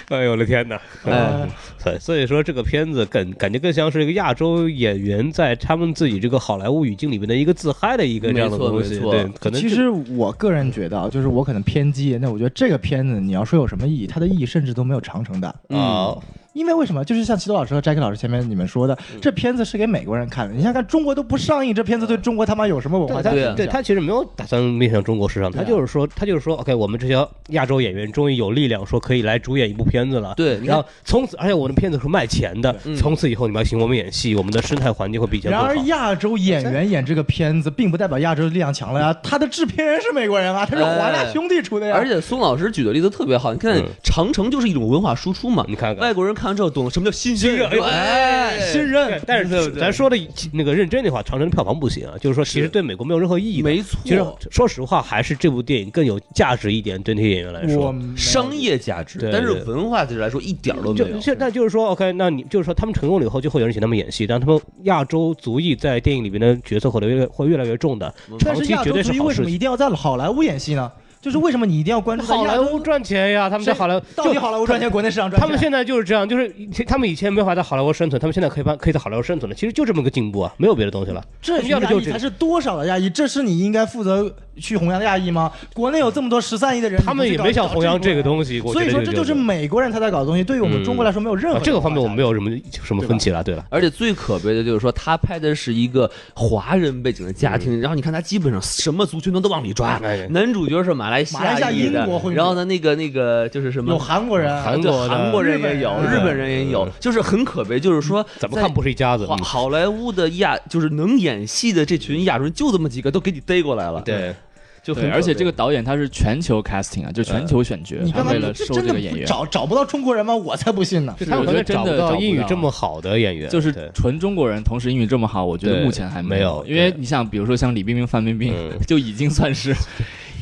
[SPEAKER 6] 哎呦我的天哪！
[SPEAKER 2] 哎，
[SPEAKER 6] 对，所以说这个片子感感觉更像是一个亚洲演员在他们自己这个好莱坞语境里面的一个自嗨的一个这样的
[SPEAKER 2] 没错
[SPEAKER 6] 东西。
[SPEAKER 2] 没错
[SPEAKER 6] 对，可能
[SPEAKER 7] 其实我个人觉得，啊，就是我可能偏激，那我觉得这个片子你要说有什么意义，它的意义甚至都没有长城大。
[SPEAKER 6] 啊，
[SPEAKER 2] 嗯
[SPEAKER 7] 因为为什么？就是像齐多老师和 Jack 老师前面你们说的，这片子是给美国人看的。你想看中国都不上映，这片子对中国他妈有什么文化
[SPEAKER 6] 对
[SPEAKER 7] 价值
[SPEAKER 2] 对
[SPEAKER 7] 影
[SPEAKER 2] 啊
[SPEAKER 7] 响？
[SPEAKER 6] 对他其实没有打算面向中国市场，他
[SPEAKER 7] 对啊
[SPEAKER 6] 就是说，他就是说，OK，我们这些亚洲演员终于有力量，说可以来主演一部片子了。
[SPEAKER 2] 对你看嗯
[SPEAKER 6] 然后从此，而且我的片子是卖钱的，从此以后你们要请我们演戏，我们的生态环境会比以前更
[SPEAKER 7] 然
[SPEAKER 6] 好
[SPEAKER 7] 而，。亚洲演员演这个片子，并不代表亚洲的力量强了呀。他的制片人是美国人啊，他是华纳兄弟哎出的呀。
[SPEAKER 2] 而且宋老师举的例子特别好，你看
[SPEAKER 6] 嗯
[SPEAKER 2] 长城就是一种文化输出嘛，
[SPEAKER 6] 你看看
[SPEAKER 2] 外国人看完之后懂了什么叫新鲜人，
[SPEAKER 6] 新人
[SPEAKER 2] 哎，
[SPEAKER 7] 新任，
[SPEAKER 6] 但是咱说的那个认真的话，长城的票房不行啊，就是说其实对美国没有任何意义的。
[SPEAKER 2] 没错，
[SPEAKER 6] 其实说实话，还是这部电影更有价值一点，对那些演员来说。
[SPEAKER 7] 我没有
[SPEAKER 2] 商业价值，
[SPEAKER 6] 对
[SPEAKER 2] 但是
[SPEAKER 6] 对
[SPEAKER 2] 文化价值来说一点儿都没
[SPEAKER 6] 就
[SPEAKER 2] 有。
[SPEAKER 6] 现在就是说，OK，那你就是说他们成功了以后，就会有人请他们演戏，但他们亚洲族裔在电影里面的角色会越来越会越来越重的，
[SPEAKER 7] 但
[SPEAKER 6] 长
[SPEAKER 7] 是
[SPEAKER 6] 期
[SPEAKER 7] 亚
[SPEAKER 6] 绝
[SPEAKER 7] 洲
[SPEAKER 6] 对
[SPEAKER 7] 足
[SPEAKER 6] 是
[SPEAKER 7] 球
[SPEAKER 6] 好
[SPEAKER 7] 为什
[SPEAKER 6] 事
[SPEAKER 7] 么
[SPEAKER 6] 情。
[SPEAKER 7] 一定要在好莱坞演戏呢？就是为什么你一定要关注在
[SPEAKER 6] 好
[SPEAKER 7] 亚
[SPEAKER 6] 莱
[SPEAKER 7] 洲
[SPEAKER 6] 坞赚钱呀，他们在好莱坞
[SPEAKER 7] 到底
[SPEAKER 6] 就
[SPEAKER 7] 好莱坞赚钱，国内市场赚钱？
[SPEAKER 6] 他们现在就是这样，就是以前他们以前没法在好莱坞生存，他们现在可以把可以在好莱坞生存了，其实就这么个进步啊，没有别的东西了。
[SPEAKER 7] 这
[SPEAKER 6] 要的
[SPEAKER 7] 亚
[SPEAKER 6] 就
[SPEAKER 7] 裔
[SPEAKER 6] 这
[SPEAKER 7] 才
[SPEAKER 6] 个，
[SPEAKER 7] 是多少的亚裔？这是你应该负责去弘扬的亚裔吗？国内有这么多十三亿的人，
[SPEAKER 6] 他们也没想弘扬这个东西。
[SPEAKER 7] 西啊所以说这就是
[SPEAKER 6] 美
[SPEAKER 7] 美国人他在搞的东西，对于我们中国来说没有任何、
[SPEAKER 6] 啊这个方面我们没
[SPEAKER 7] 有。
[SPEAKER 6] 有什么什么分歧了，对吧？
[SPEAKER 2] 而且最可悲的就是说，他拍的是一个华人背景的家庭，然后你看他基本上什么族群都都往里抓
[SPEAKER 6] 哎呀。
[SPEAKER 2] 男主角是马来西
[SPEAKER 7] 马来西亚
[SPEAKER 2] 亚裔的
[SPEAKER 7] 英国混，血
[SPEAKER 2] 然后呢，那个那个就是什么
[SPEAKER 7] 有韩国人，
[SPEAKER 6] 韩国
[SPEAKER 2] 对
[SPEAKER 6] 的
[SPEAKER 2] 韩国人也有，
[SPEAKER 7] 日
[SPEAKER 2] 日
[SPEAKER 7] 本
[SPEAKER 2] 本人也有，就是很可悲，就是说
[SPEAKER 6] 怎么
[SPEAKER 2] 在
[SPEAKER 6] 看不是一家子
[SPEAKER 2] 好？
[SPEAKER 6] 嗯
[SPEAKER 2] 好莱坞的亚就是能演戏的这群亚洲人就这么几个，都给你逮过来了。，
[SPEAKER 6] 对，
[SPEAKER 2] 就很
[SPEAKER 4] 对，
[SPEAKER 2] 可
[SPEAKER 4] 而且
[SPEAKER 2] 悲
[SPEAKER 4] 这个导演他是全球 casting 啊，就全
[SPEAKER 6] 嗯
[SPEAKER 4] 球选角，
[SPEAKER 7] 你
[SPEAKER 4] 他
[SPEAKER 7] 刚才
[SPEAKER 4] 为了
[SPEAKER 7] 这
[SPEAKER 4] 收
[SPEAKER 7] 真的
[SPEAKER 4] 这个演员，
[SPEAKER 7] 找找不到中国人吗？我才不信呢。
[SPEAKER 6] 就他们可能找不到英语这么好的演员，
[SPEAKER 4] 就是
[SPEAKER 6] 对
[SPEAKER 4] 纯中国人，同时英语这么好，我觉得
[SPEAKER 6] 对
[SPEAKER 4] 目前还
[SPEAKER 6] 没有
[SPEAKER 4] 有，因为
[SPEAKER 6] 对
[SPEAKER 4] 你想，比如说像李冰冰、范冰冰
[SPEAKER 6] 嗯，
[SPEAKER 4] 就已经算是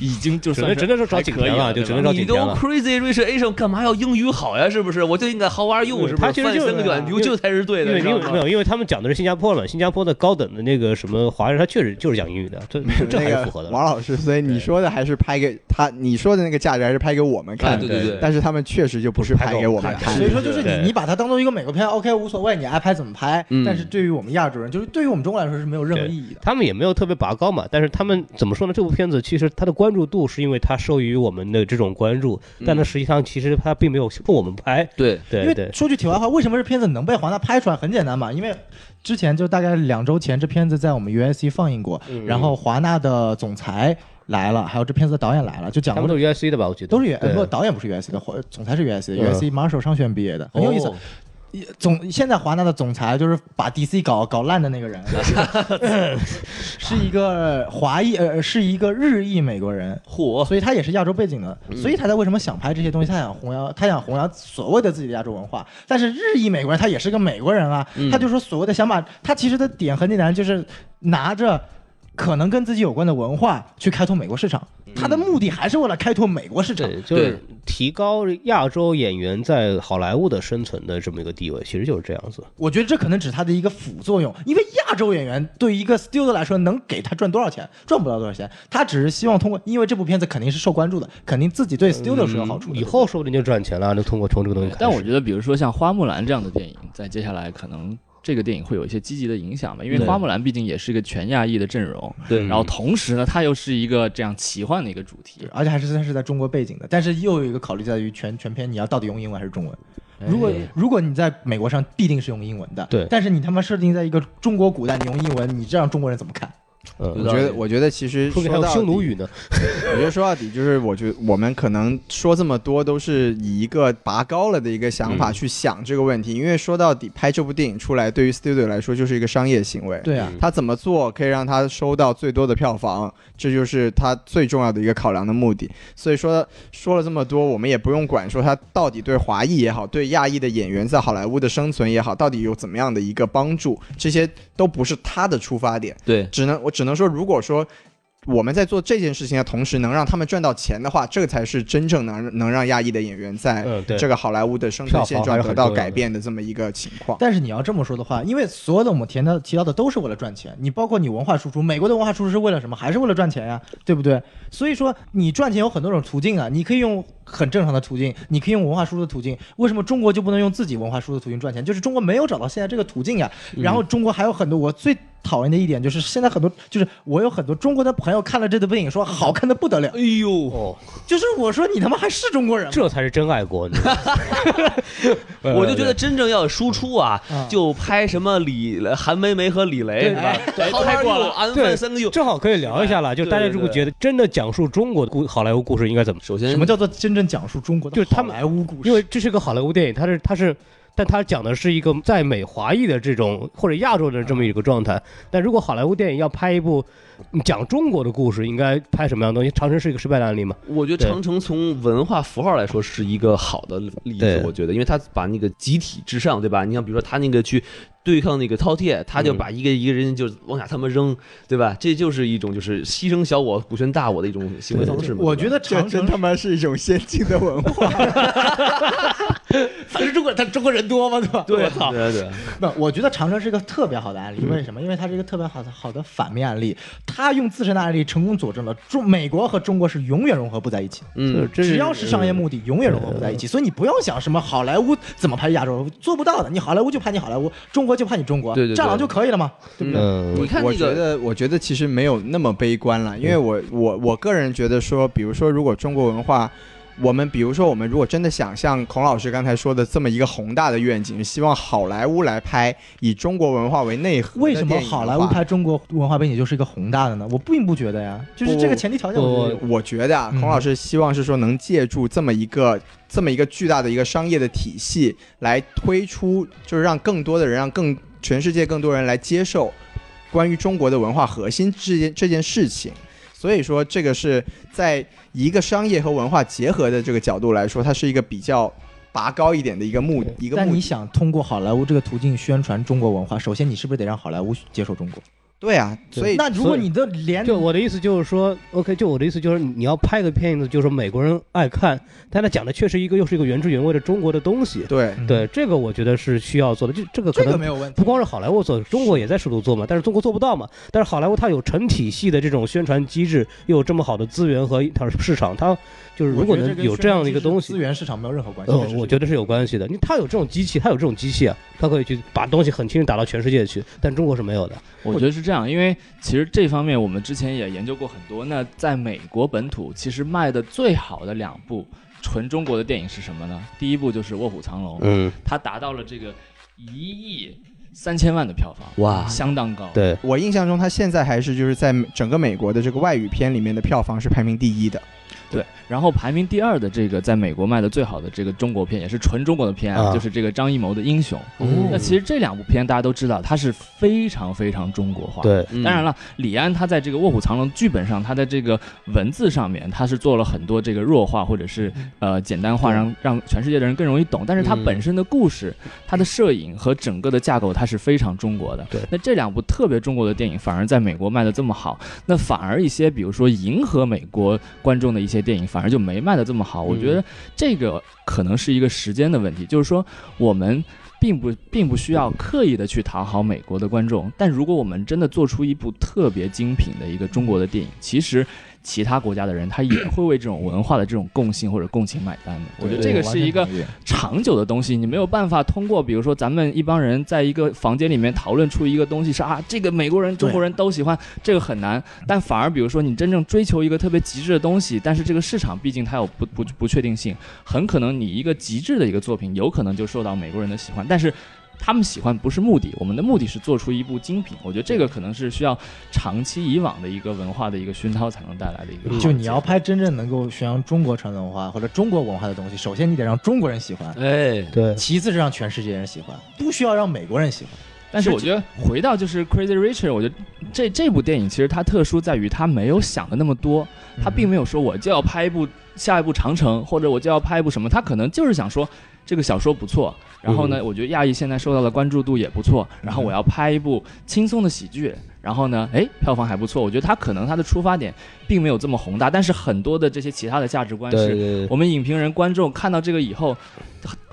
[SPEAKER 4] 已经就
[SPEAKER 6] 只
[SPEAKER 4] 算
[SPEAKER 6] 能只能说找
[SPEAKER 4] 还
[SPEAKER 6] 景
[SPEAKER 4] 可以
[SPEAKER 6] 甜了，
[SPEAKER 4] 了，
[SPEAKER 6] 就只
[SPEAKER 4] 对吧
[SPEAKER 6] 能找
[SPEAKER 2] 啊你
[SPEAKER 6] 景
[SPEAKER 2] 都
[SPEAKER 6] 甜了。
[SPEAKER 2] Crazy Rich Asian 干嘛要英语好呀？是不是？我就应该 How are you？
[SPEAKER 6] 对
[SPEAKER 2] 是不
[SPEAKER 6] 他
[SPEAKER 2] 是？
[SPEAKER 6] 其实
[SPEAKER 2] 翻
[SPEAKER 6] 就是
[SPEAKER 2] 三个卷丢这才是对
[SPEAKER 6] 因
[SPEAKER 2] 的，
[SPEAKER 6] 为
[SPEAKER 2] 你知
[SPEAKER 6] 因
[SPEAKER 2] 道
[SPEAKER 6] 为没
[SPEAKER 2] 吗？
[SPEAKER 6] 有，因为他们讲的是新加坡嘛，新加坡的高等的那个什么华人，他确实就是讲英语的，这 这还
[SPEAKER 1] 那
[SPEAKER 6] 是
[SPEAKER 1] 个
[SPEAKER 6] 符合的。
[SPEAKER 1] 王老师，所以你说的还是拍给他，你说的那个价值还是拍给我们
[SPEAKER 2] 啊，
[SPEAKER 1] 看
[SPEAKER 2] 对
[SPEAKER 1] 的，
[SPEAKER 2] 对对。
[SPEAKER 1] 但是他们确实就不是拍给我们
[SPEAKER 6] 不是拍给我们
[SPEAKER 1] 看
[SPEAKER 7] 所
[SPEAKER 1] 的
[SPEAKER 7] 以。说，就是
[SPEAKER 6] 对
[SPEAKER 7] 你，你把它当做一个美国片，OK，无所谓，你爱拍怎么拍。
[SPEAKER 2] 嗯
[SPEAKER 7] 但是对于我们亚洲人，就是对于我们中国来说是没有任何
[SPEAKER 6] 对
[SPEAKER 7] 意义的。
[SPEAKER 6] 他们也没有特别拔高嘛，但是他们怎么说呢？这部片子其实它的关注度是因为它授予我们的这种关注，但它实际上其实它并没有跟我们拍。
[SPEAKER 2] 对，
[SPEAKER 7] 因
[SPEAKER 6] 对
[SPEAKER 7] 为
[SPEAKER 6] 对，
[SPEAKER 7] 说句题外话，为什么这片子能被华纳拍出来？很简单嘛，因为之前就大概两周前，这片子在我们 USC 放映过，
[SPEAKER 6] 嗯
[SPEAKER 7] 然后华纳的总裁来了，还有这片子的导演来了，就讲
[SPEAKER 6] 他
[SPEAKER 7] 过
[SPEAKER 6] 们都是 USC 的吧？我觉得
[SPEAKER 7] 都是 U
[SPEAKER 6] 对
[SPEAKER 7] 不导演不是 USC 的，华总裁是 USC 的
[SPEAKER 6] 嗯
[SPEAKER 7] ，USC Marshall 商学院毕业的，很有意思
[SPEAKER 2] 哦。
[SPEAKER 7] 总现在华纳的总裁就是把 DC 搞搞烂的那个人，是一个华裔呃是一个日裔美国人，
[SPEAKER 2] 嚯，
[SPEAKER 7] 所以他也是亚洲背景的，所以他在为什么想拍这些东西？他想弘扬，他想弘扬所谓的自己的亚洲文化。但是日裔美国人他也是个美国人啊，他就说所谓的想把他其实的点很简单，就是拿着。可能跟自己有关的文化去开拓美国市场，他的目的还是为了开拓美国市场。
[SPEAKER 6] 对，就是提高亚洲演员在好莱坞的生存的这么一个地位，其实就是这样子。
[SPEAKER 7] 我觉得这可能只是他的一个副作用，因为亚洲演员对于一个 studio 来说，能给他赚多少钱，赚不到多少钱。他只是希望通过，因为这部片子肯定是受关注的，肯定自己对 studio 是有好处的。
[SPEAKER 6] 嗯以后说不定就赚钱了，就通过从这个东西开始。
[SPEAKER 4] 但我觉得，比如说像《花木兰》这样的电影，在接下来可能这个电影会有一些积极的影响吧，因为《
[SPEAKER 2] 对
[SPEAKER 4] 花木兰》毕竟也是一个全亚裔的阵容，
[SPEAKER 6] 嗯
[SPEAKER 2] 对
[SPEAKER 4] 然后同时呢，它又是一个这样奇幻的一个主题
[SPEAKER 7] 对，
[SPEAKER 6] 啊
[SPEAKER 7] 而且还是算是在中国背景的。但是又有一个考虑在于全全篇你要到底用英文还是中文。如果如果你在美国上必定是用英文的，
[SPEAKER 6] 对
[SPEAKER 7] 但是你他妈设定在一个中国古代，你用英文，你这让中国人怎么看？
[SPEAKER 6] 嗯，
[SPEAKER 1] 我觉得，我觉得其实
[SPEAKER 6] 说不定还
[SPEAKER 1] 说
[SPEAKER 6] 有
[SPEAKER 1] 到
[SPEAKER 6] 匈奴
[SPEAKER 1] 底
[SPEAKER 6] 语呢。
[SPEAKER 1] 我觉得说到底就是，我觉得我们可能说这么多都是以一个拔高了的一个想
[SPEAKER 6] 嗯
[SPEAKER 1] 法去想这个问题，因为说到底拍这部电影出来，对于 studio 来说就是一个商业行为。
[SPEAKER 7] 对啊，
[SPEAKER 1] 他怎么做可以让他收到最多的票房，这就是他最重要的一个考量的目的。所以说说了这么多，我们也不用管说他到底对华裔也好，对亚裔的演员在好莱坞的生存也好，到底有怎么样的一个帮助，这些都不是他的出发点。
[SPEAKER 2] 对，
[SPEAKER 1] 只能我只能说，如果说我们在做这件事情的同时能让他们赚到钱的话，这个才是真正能能让亚裔的演员在
[SPEAKER 6] 嗯，对，
[SPEAKER 1] 哎这
[SPEAKER 6] 个
[SPEAKER 1] 个好莱坞的生存现状
[SPEAKER 6] 票房
[SPEAKER 1] 得
[SPEAKER 6] 还是很
[SPEAKER 1] 到
[SPEAKER 6] 重要的
[SPEAKER 1] 改变的这么一个情况。
[SPEAKER 7] 但是你要这么说的话，因为所有的我们提到提到的都是为了赚钱，你包括你文化输出，美国的文化输出是为了什么？还是为了赚钱呀，对不对？所以说你赚钱有很多种途径啊，你可以用很正常的途径，你可以用文化输出的途径，为什么中国就不能用自己文化输出的途径赚钱？就是中国没有找到现在这个途径呀。
[SPEAKER 6] 嗯
[SPEAKER 7] 然后中国还有很多我最。讨厌的一点就是，现在很多就是我有很多中国的朋友看了这部电影说好看的不得了，
[SPEAKER 2] 哎呦，
[SPEAKER 6] 哦，
[SPEAKER 7] 就是我说你他妈还是中国人吗？
[SPEAKER 6] 这才是真爱国。你知道吗嗯
[SPEAKER 2] 我就觉得真正要输出啊
[SPEAKER 7] 嗯，
[SPEAKER 2] 就拍什么李韩梅梅和李雷，
[SPEAKER 6] 对
[SPEAKER 2] 哎好拍过了，安
[SPEAKER 6] 对
[SPEAKER 2] 范三个月。
[SPEAKER 6] 正好可以聊一下了。
[SPEAKER 2] 对
[SPEAKER 6] 就
[SPEAKER 2] 对
[SPEAKER 6] 大家如果
[SPEAKER 2] 对
[SPEAKER 6] 觉得真的讲述中国的故好莱坞故事应该怎么
[SPEAKER 2] 首先
[SPEAKER 7] 什么叫做真正讲述中国的
[SPEAKER 6] 就是他们
[SPEAKER 7] 好莱坞故事？
[SPEAKER 6] 因为这是个好莱坞电影，它是它是，但它讲的是一个在美华裔的这种或者亚洲的这么一个状态。但如果好莱坞电影要拍一部讲中国的故事，应该拍什么样的东西？长城是一个失败的案例嘛？
[SPEAKER 2] 我觉得
[SPEAKER 6] 对
[SPEAKER 2] 长城从文化符号来说是一个好的例子
[SPEAKER 6] 对，
[SPEAKER 2] 我觉得，因为他把那个集体至上，对吧？你像比如说他那个去对抗那个饕餮，他
[SPEAKER 6] 嗯
[SPEAKER 2] 就把一个一个人就往下他们扔，对吧？这就是一种就是牺牲小我，顾全大我的一种行为方式嘛。
[SPEAKER 7] 我
[SPEAKER 2] 对吧
[SPEAKER 7] 觉得
[SPEAKER 1] 这
[SPEAKER 7] 长城
[SPEAKER 1] 真他妈是一种先进的文化。
[SPEAKER 7] 反正中国人，他中国人多吗？对吧？
[SPEAKER 2] 对啊
[SPEAKER 7] 我操！嗯
[SPEAKER 2] 对对，
[SPEAKER 7] 不，我觉得长城是一个特别好的案例。为什么？因为它是一个特别好的好的反面案例，它用自身的案例成功佐证了中美国和中国是永远融合不在一起的。
[SPEAKER 2] 嗯，
[SPEAKER 6] 这
[SPEAKER 7] 只要是商业目的，永远融合不在一起。所以你不用想什么好莱坞怎么拍亚洲，做不到的。你好莱坞就拍你好莱坞，中国就拍你中国，
[SPEAKER 2] 对对对
[SPEAKER 7] 战狼就可以了嘛，对不对？
[SPEAKER 6] 嗯，
[SPEAKER 2] 你看那
[SPEAKER 1] 我觉
[SPEAKER 2] 个。
[SPEAKER 1] 得，我觉得其实没有那么悲观了，因为
[SPEAKER 7] 嗯
[SPEAKER 1] 我我我个人觉得说，比如说，如果中国文化，我们比如说，我们如果真的想像孔老师刚才说的这么一个宏大的愿景，希望好莱坞来拍以中国文化为内核，
[SPEAKER 7] 为什么好莱坞？拍中国文化背景就是一个宏大的呢？我并不觉得呀，就是这个前提条件，我觉得有
[SPEAKER 1] 我觉得啊，
[SPEAKER 7] 嗯
[SPEAKER 1] 孔老师希望是说能借助这么一个、这么一个巨大的一个商业的体系来推出，就是让更多的人，让更全世界更多人来接受关于中国的文化核心这件这件事情。所以说，这个是在一个商业和文化结合的这个角度来说，它是一个比较拔高一点的一个目一个
[SPEAKER 7] 但
[SPEAKER 1] 目
[SPEAKER 7] 你
[SPEAKER 1] 的。
[SPEAKER 7] 想通过好莱坞这个途径宣传中国文化，首先你是不是得让好莱坞接受中国？
[SPEAKER 1] 对啊，所以
[SPEAKER 7] 那如果
[SPEAKER 6] 所以
[SPEAKER 7] 你的连
[SPEAKER 6] 就我的意思就是说，OK，就我的意思就是你要拍个片子，就是美国人爱看，但他讲的确实一个又是一个原汁原味的中国的东西。
[SPEAKER 1] 对
[SPEAKER 7] 嗯
[SPEAKER 6] 对，这个我觉得是需要做的，就这个可
[SPEAKER 7] 这个
[SPEAKER 6] 能
[SPEAKER 7] 没有问题，
[SPEAKER 6] 不光是好莱坞做，中国也在试图做嘛，但是中国做不到嘛。但是好莱坞它有成体系的这种宣传机制，又有这么好的资源和它市场，它就是如果
[SPEAKER 7] 我觉得
[SPEAKER 6] 能
[SPEAKER 7] 跟
[SPEAKER 6] 有
[SPEAKER 7] 宣
[SPEAKER 6] 这样
[SPEAKER 7] 传
[SPEAKER 6] 的一个
[SPEAKER 7] 机制
[SPEAKER 6] 东西
[SPEAKER 7] 资，源市场没有任何关系。
[SPEAKER 6] 呃，我觉得是有关系的。因为它有这种机器，它有这种机器啊，它可以去把东西很轻易打到全世界去，但中国是没有的。
[SPEAKER 4] 我觉得是这样，因为其实这方面我们之前也研究过很多。那在美国本土，其实卖的最好的两部纯中国的电影是什么呢？第一部就是《卧虎藏龙》，
[SPEAKER 6] 嗯，
[SPEAKER 4] 它达到了这个一亿三千万的票房，
[SPEAKER 2] 哇
[SPEAKER 4] 相当高。
[SPEAKER 6] 对，
[SPEAKER 1] 我印象中他现在还是就是在整个美国的这个外语片里面的票房是排名第一的。
[SPEAKER 4] 对，然后排名第二的这个在美国卖的最好的这个中国片，也是纯中国的片，
[SPEAKER 6] 啊
[SPEAKER 4] 就是这个张艺谋的《英雄》
[SPEAKER 2] 嗯
[SPEAKER 4] 那其实这两部片大家都知道，它是非常非常中国化。。
[SPEAKER 6] 对，
[SPEAKER 2] 嗯
[SPEAKER 4] 当然，了，李安他在这个《卧虎藏龙》剧本上，他在这个文字上面，他是做了很多这个弱化或者是呃简单化，让让全世界的人更容易懂。但是它
[SPEAKER 2] 嗯
[SPEAKER 4] 本身的故事、它的摄影和整个的架构，它是非常中国的。
[SPEAKER 6] 对
[SPEAKER 4] 那这两部特别中国的电影，反而在美国卖的这么好，那反而一些比如说迎合美国观众的一些电影，反而就没卖的这么好。我
[SPEAKER 2] 嗯
[SPEAKER 4] 觉得这个可能是一个时间的问题，就是说我们。并不并不需要刻意的去讨好美国的观众，但如果我们真的做出一部特别精品的一个中国的电影，其实其他国家的人他也会为这种文化的这种共性或者共情买单的。我觉得这个是一个长久的东西，你没有办法通过比如说咱们一帮人在一个房间里面讨论出一个东西是啊，这个美国人、中国人都喜欢，这个很难。但反而比如说你真正追求一个特别极致的东西，但是这个市场毕竟它有不不不确定性，很可能你一个极致的一个作品，有可能就受到美国人的喜欢，但是。他们喜欢不是目的，我们的目的是做出一部精品。我觉得这个可能是需要长期以往的一个文化的一个熏陶才能带来的一个好结
[SPEAKER 7] 就
[SPEAKER 4] 果。
[SPEAKER 7] 你要拍真正能够宣扬中国传统文化或者中国文化的东西，首先你得让中国人喜欢，
[SPEAKER 2] 哎，
[SPEAKER 6] 对，
[SPEAKER 7] 其次是让全世界人喜欢，不需要让美国人喜欢。
[SPEAKER 4] 但是我觉得回到就是 Crazy Richard，我觉得这这部电影其实它特殊在于它没有想的那么多，
[SPEAKER 6] 嗯
[SPEAKER 4] 它并没有说我就要拍一部下一部长城，或者我就要拍一部什么，它可能就是想说这个小说不错，然后呢，
[SPEAKER 6] 嗯
[SPEAKER 4] 我觉得亚裔现在受到的关注度也不错，然后我要拍一部轻松的喜剧。然后呢？哎，票房还不错。我觉得它可能它的出发点并没有这么宏大，但是很多的这些其他的价值观
[SPEAKER 2] 对
[SPEAKER 4] 是
[SPEAKER 2] 对对，
[SPEAKER 4] 我们影评人、观众看到这个以后，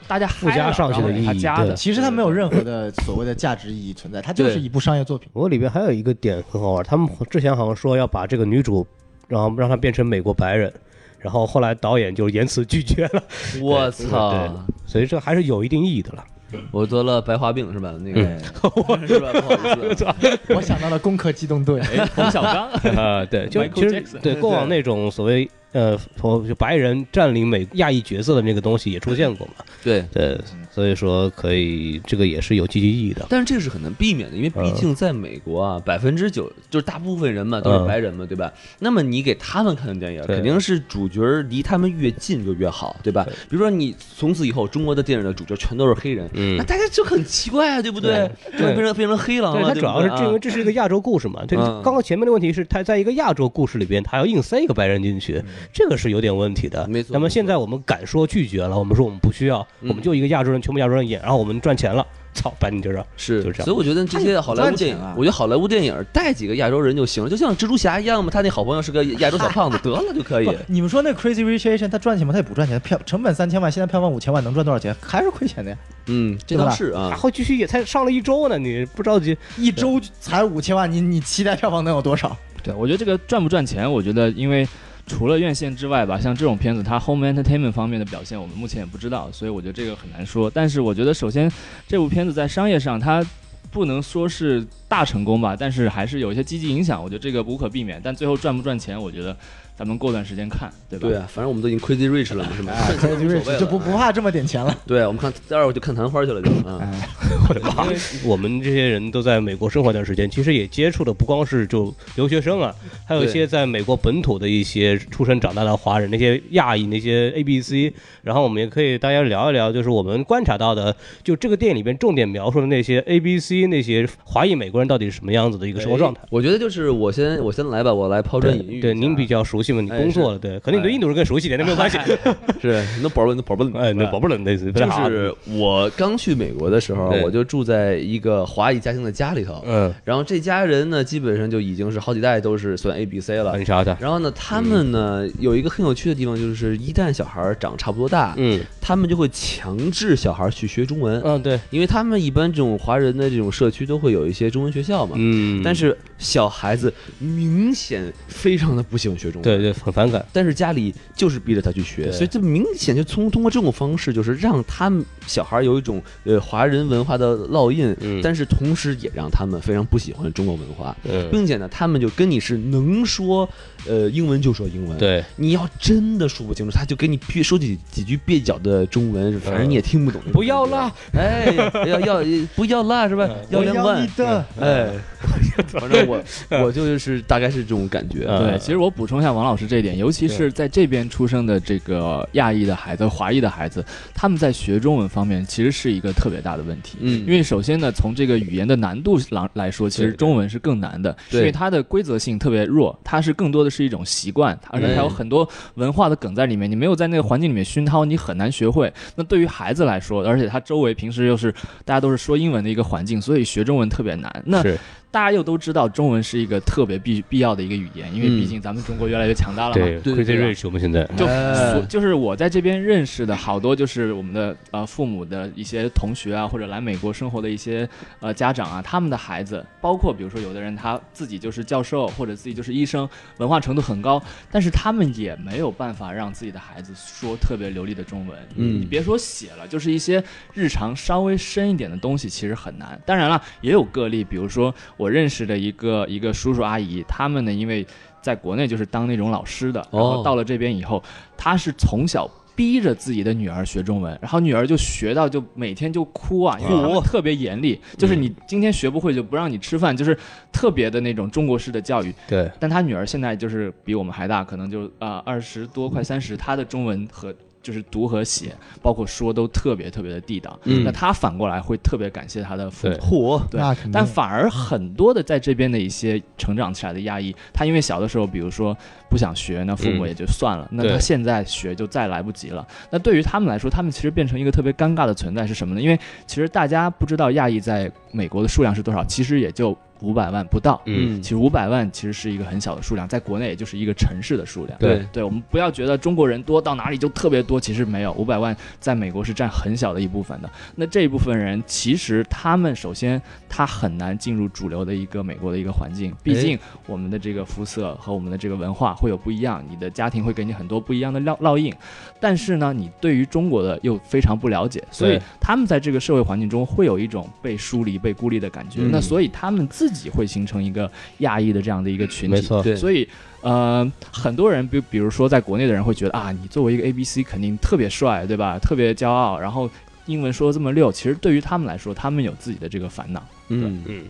[SPEAKER 4] 大家
[SPEAKER 6] 附加上去的意义
[SPEAKER 4] 他加的
[SPEAKER 6] 对，
[SPEAKER 7] 其实它没有任何的所谓的价值意义存在，它就是一部商业作品。
[SPEAKER 6] 我里边还有一个点很好玩，他们之前好像说要把这个女主，然后让她变成美国白人，然后后来导演就严词拒绝了，
[SPEAKER 2] 我
[SPEAKER 6] 对
[SPEAKER 2] 操
[SPEAKER 6] 对！所以这还是有一定意义的了。
[SPEAKER 2] 我得了白化病是吧？那
[SPEAKER 6] 嗯
[SPEAKER 2] 个是吧？不好意思啊，
[SPEAKER 7] 我想到了《攻壳机动队》
[SPEAKER 4] 哎，冯小刚，
[SPEAKER 6] 啊，对，就
[SPEAKER 4] Michael
[SPEAKER 6] 其实
[SPEAKER 4] Jackson
[SPEAKER 6] 对过往那种所谓呃，从就白人占领美亚裔角色的那个东西也出现过嘛，
[SPEAKER 2] 对。
[SPEAKER 6] 对，
[SPEAKER 2] 嗯
[SPEAKER 6] 所以说可以这个也是有积极意义的。
[SPEAKER 2] 但是这个是很难避免的，因为
[SPEAKER 6] 嗯
[SPEAKER 2] 毕竟在美国啊，百分之九就是大部分人嘛都是
[SPEAKER 6] 嗯
[SPEAKER 2] 白人嘛，对吧？那么你给他们看的电影，
[SPEAKER 6] 对
[SPEAKER 2] 肯定是主角离他们越近就越好，对吧？比如说你从此以后中国的电影的主角全都是黑人，
[SPEAKER 6] 嗯
[SPEAKER 2] 那大家就很奇怪啊，对不对？就会变成变成黑狼
[SPEAKER 6] 对，
[SPEAKER 2] 了，
[SPEAKER 6] 它
[SPEAKER 2] 对
[SPEAKER 6] 主要是
[SPEAKER 2] 不对
[SPEAKER 6] 这因为
[SPEAKER 2] 啊
[SPEAKER 6] 这是一个亚洲故事嘛。对，
[SPEAKER 2] 嗯
[SPEAKER 6] 刚刚前面的问题是，它在一个亚洲故事里边，它要硬塞一个白人进去，这个是有点问题的。
[SPEAKER 2] 嗯没错
[SPEAKER 6] 那么
[SPEAKER 2] 没错
[SPEAKER 6] 现在我们敢说拒绝了，我们说我们不需要，
[SPEAKER 2] 嗯
[SPEAKER 6] 我们就一个亚洲人，全部亚洲人演，然后我们赚钱了，操，白你这
[SPEAKER 2] 是，
[SPEAKER 6] 是就是这样
[SPEAKER 2] 所以我觉得这些好莱坞
[SPEAKER 7] 赚
[SPEAKER 2] 电
[SPEAKER 7] 钱
[SPEAKER 2] 影，
[SPEAKER 7] 啊
[SPEAKER 2] 我觉得好莱坞电影带几个亚洲人就行了，就像蜘蛛侠一样嘛，他那好朋友是个亚洲小胖子，得了就可以
[SPEAKER 7] 不。 你们说那 Crazy Rich Asian 他赚钱吗？他也不赚钱，票成本三千万，现在票房五千万，能赚多少钱？还是亏钱的呀。
[SPEAKER 2] 嗯，这倒是啊
[SPEAKER 6] 然。后继续也才上了一周呢，你不着急？
[SPEAKER 7] 一周才五千万，你你期待票房能有多少？
[SPEAKER 4] 对，我觉得这个赚不赚钱，我觉得因为除了院线之外吧，像这种片子，它 home entertainment 方面的表现，我们目前也不知道，所以我觉得这个很难说。但是我觉得，首先这部片子在商业上，它不能说是大成功吧，但是还是有一些积极影响，我觉得这个无可避免。但最后赚不赚钱，我觉得咱们过段时间看，对吧？
[SPEAKER 2] 对啊，反正我们都已经 crazy rich 了嘛，是吗？
[SPEAKER 7] Crazy
[SPEAKER 2] 无所谓
[SPEAKER 7] Rich 就不
[SPEAKER 2] 了
[SPEAKER 7] 不怕这么点钱了。
[SPEAKER 2] 对，我们看待会儿就看昙花去了，就啊，
[SPEAKER 6] 哎我的妈！我们这些人都在美国生活一段时间，其实也接触的不光是就留学生啊，还有一些在美国本土的一些出生长大的华人，那些亚裔，那些 A B C。然后我们也可以大家聊一聊，就是我们观察到的，就这个电影里边重点描述的那些 A B C 那些华裔美国人人到底是什么样子的一个生活状态。
[SPEAKER 2] 我觉得就是我先我先来吧，我来抛砖引玉一
[SPEAKER 6] 对，
[SPEAKER 2] 下。
[SPEAKER 6] 对，您比较熟悉嘛，你
[SPEAKER 2] 哎
[SPEAKER 6] 工作
[SPEAKER 2] 是哎
[SPEAKER 6] 了，对，可能你对印度人更熟悉一点，那没有关系。
[SPEAKER 2] 是那宝贝那宝贝，
[SPEAKER 6] 哎，那宝贝儿冷的，
[SPEAKER 2] 就是我刚去美国的时候，
[SPEAKER 6] 对
[SPEAKER 2] 我就住在一个华裔家庭的家里头，
[SPEAKER 6] 嗯，
[SPEAKER 2] 然后这家人呢，基本上就已经是好几代都是算 A B C 了
[SPEAKER 6] 很。啥的，
[SPEAKER 2] 然后呢，他们呢有一个很有趣的地方，就是一旦小孩儿长差不多大，
[SPEAKER 6] 嗯
[SPEAKER 2] 他们就会强制小孩儿去学中文，
[SPEAKER 6] 嗯，对，
[SPEAKER 2] 因为他们一般这种华人的这种社区都会有一些中文学校嘛。
[SPEAKER 6] 嗯，
[SPEAKER 2] 但是小孩子明显非常的不喜欢学中文，
[SPEAKER 6] 对对，很反感，
[SPEAKER 2] 但是家里就是逼着他去学，所以这明显就通通过这种方式，就是让他们小孩有一种呃华人文化的烙印，
[SPEAKER 6] 嗯
[SPEAKER 2] 但是同时也让他们非常不喜欢中国文化，
[SPEAKER 6] 嗯，
[SPEAKER 2] 并且呢，他们就跟你是能说呃英文就说英文，，
[SPEAKER 6] 对，
[SPEAKER 2] 你要真的说不清楚，他就给你憋说几几句蹩脚的中文，反正你也听不懂，
[SPEAKER 6] 不要啦，
[SPEAKER 2] 哎，要要不要啦是吧？ 嗯要两万，
[SPEAKER 7] 的，
[SPEAKER 2] 哎，反正我我就是大概是这种感觉，
[SPEAKER 6] 嗯
[SPEAKER 4] 对，其实我补充一下王老师这一点，尤其是在这边出生的这个亚裔的孩子、华裔的孩子，他们在学中文方面其实是一个特别大的问题。
[SPEAKER 2] 嗯
[SPEAKER 4] 因为首先呢，从这个语言的难度来来说，其实
[SPEAKER 6] 对
[SPEAKER 4] 中文是更难的，
[SPEAKER 2] 对
[SPEAKER 4] 因为它的规则性特别弱，它是更多的是一种习惯，它而且它
[SPEAKER 6] 嗯
[SPEAKER 4] 有很多文化的梗在里面，你没有在那个环境里面熏陶，你很难学会。那对于孩子来说，而且他周围平时又是大家都是说英文的一个环境，所以学中文特别难。那
[SPEAKER 6] 是
[SPEAKER 4] 大家又都知道中文是一个特别必必要的一个语言，因为
[SPEAKER 2] 嗯
[SPEAKER 4] 毕竟咱们中国越来越强大了嘛。
[SPEAKER 6] 对
[SPEAKER 2] 对
[SPEAKER 6] ，Crazy
[SPEAKER 2] 对
[SPEAKER 6] Rich，我们现在，
[SPEAKER 4] 就
[SPEAKER 2] 哎
[SPEAKER 4] 所就是我在这边认识的好多，就是我们的呃父母的一些同学啊，或者来美国生活的一些呃家长啊，他们的孩子，包括比如说有的人他自己就是教授，或者自己就是医生，文化程度很高，但是他们也没有办法让自己的孩子说特别流利的中文。
[SPEAKER 2] 嗯
[SPEAKER 4] 你别说写了，就是一些日常稍微深一点的东西，其实很难。当然了，也有个例，比如说我认识的一个一个叔叔阿姨，他们呢因为。在国内就是当那种老师的，然后到了这边以后，他是从小逼着自己的女儿学中文，然后女儿就学到就每天就哭啊，因为他们特别严厉，就是你今天学不会就不让你吃饭，就是特别的那种中国式的教育。
[SPEAKER 6] 对，
[SPEAKER 4] 但他女儿现在就是比我们还大，可能就啊二十多快三十，她的中文和。就是读和写，包括说都特别特别的地道。
[SPEAKER 2] 嗯
[SPEAKER 4] 那她反过来会特别感谢她的父母
[SPEAKER 6] 对，
[SPEAKER 2] 火，
[SPEAKER 4] 对
[SPEAKER 7] 嗯那肯定
[SPEAKER 4] 但反而很多的在这边的一些成长起来的压抑，他因为小的时候，比如说不想学，那父母
[SPEAKER 6] 嗯
[SPEAKER 4] 也就算了，那
[SPEAKER 6] 对
[SPEAKER 4] 他现在学就再来不及了。那对于他们来说，他们其实变成一个特别尴尬的存在是什么呢？因为其实大家不知道亚裔在美国的数量是多少，其实也就五百万不到。
[SPEAKER 6] 嗯，
[SPEAKER 4] 其实五百万其实是一个很小的数量，在国内也就是一个城市的数量。
[SPEAKER 2] 对
[SPEAKER 4] 对，我们不要觉得中国人多到哪里就特别多，其实没有，五百万在美国是占很小的一部分的。那这一部分人，其实他们首先他很难进入主流的一个美国的一个环境，毕竟我们的这个肤色和我们的这个文化会有不一样，你的家庭会给你很多不一样的烙烙印。但是呢，你对于中国的又非常不了解，所以
[SPEAKER 6] 对
[SPEAKER 4] 他们在这个社会环境中会有一种被疏离、被孤立的感觉。
[SPEAKER 2] 嗯
[SPEAKER 4] 那所以他们自己会形成一个亚裔的这样的一个群体。
[SPEAKER 6] 没错，
[SPEAKER 2] 对，
[SPEAKER 4] 所以，呃，很多人，比比如说在国内的人会觉得啊，你作为一个 A B C 肯定特别帅，对吧？特别骄傲，然后英文说的这么溜，其实对于他们来说，他们有自己的这个烦恼。
[SPEAKER 2] 嗯
[SPEAKER 6] 嗯，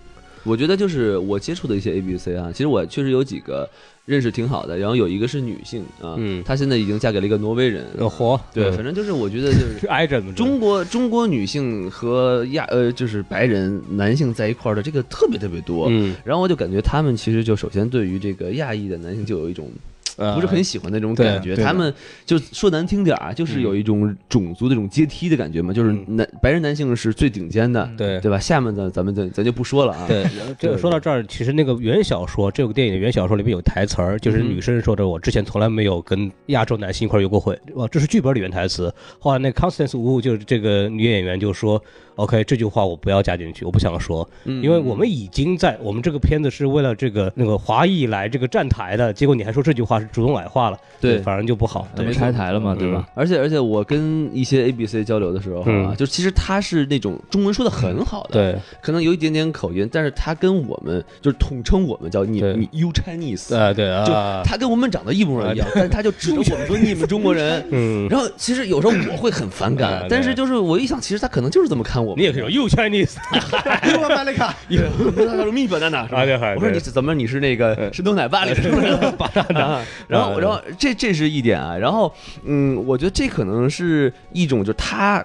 [SPEAKER 2] 我觉得就是我接触的一些 A B C 啊，其实我确实有几个认识挺好的，然后有一个是女性啊，
[SPEAKER 6] 嗯
[SPEAKER 2] 她现在已经嫁给了一个挪威人，
[SPEAKER 6] 呃活，
[SPEAKER 2] 对，
[SPEAKER 6] 嗯
[SPEAKER 2] 反正就是我觉得就是
[SPEAKER 6] 是挨着嘛，
[SPEAKER 2] 中国中国女性和亚呃就是白人男性在一块儿的这个特别特别多，
[SPEAKER 6] 嗯，
[SPEAKER 2] 然后我就感觉他们其实就首先对于这个亚裔的男性就有一种
[SPEAKER 6] 不
[SPEAKER 2] 不是很喜欢那种
[SPEAKER 6] 对
[SPEAKER 2] 感觉。
[SPEAKER 6] 对的
[SPEAKER 2] 他们就说难听点儿啊，就是有一种种族的这种阶梯的感觉嘛，就是
[SPEAKER 6] 嗯
[SPEAKER 2] 男白人男性是最顶尖的，
[SPEAKER 6] 啊对
[SPEAKER 2] 对吧？下面的咱们咱咱就不说了啊。
[SPEAKER 6] 对，这个说到这儿，其实那个原小说，这部电影的原小说里面有台词儿，就是女生说的：“我之前从来没有跟亚洲男性一块儿约过会。”哦，这是剧本里面台词。后来那 Constance Wu 就是这个女演员就说：“OK，这句话我不要加进去，我不想说，
[SPEAKER 2] 嗯
[SPEAKER 6] 因为我们已经在我们这个片子是为了这个那个华裔来这个站台的，结果你还说这句话是主动矮化了，
[SPEAKER 2] 对
[SPEAKER 6] 反正就不好。”
[SPEAKER 4] 那
[SPEAKER 6] 对
[SPEAKER 4] 没，拆台了嘛，
[SPEAKER 6] 嗯
[SPEAKER 4] 对吧？
[SPEAKER 2] 而且而且我跟一些 A B C 交流的时候啊，
[SPEAKER 6] 嗯
[SPEAKER 2] 就其实他是那种中文说的很好的，
[SPEAKER 6] 对，
[SPEAKER 2] 可能有一点点口音，但是他跟我们就是统称我们叫你
[SPEAKER 6] 对
[SPEAKER 2] 你 you Chinese，、
[SPEAKER 6] 啊，对
[SPEAKER 2] 就
[SPEAKER 6] 啊，
[SPEAKER 2] 他跟我们长得一模一样，但是他就指着我们说你们中国人。
[SPEAKER 6] 嗯，
[SPEAKER 2] 然后其实有时候我会很反
[SPEAKER 6] 啊
[SPEAKER 2] 感
[SPEAKER 6] 对，
[SPEAKER 2] 但是就是我一想，其实他可能就是这么看我们。哎
[SPEAKER 6] 你也可以说 “You Chinese”，
[SPEAKER 7] 我买 了卡，
[SPEAKER 2] 有，他说蜜本在哪？
[SPEAKER 6] 啊对还
[SPEAKER 2] 我说
[SPEAKER 6] 对
[SPEAKER 2] 你是怎么你是那个神偷奶爸里的是不是？巴掌的。 然后，
[SPEAKER 6] 嗯
[SPEAKER 2] 然后啊这这是一点啊。然后，嗯，我觉得这可能是一种，就是他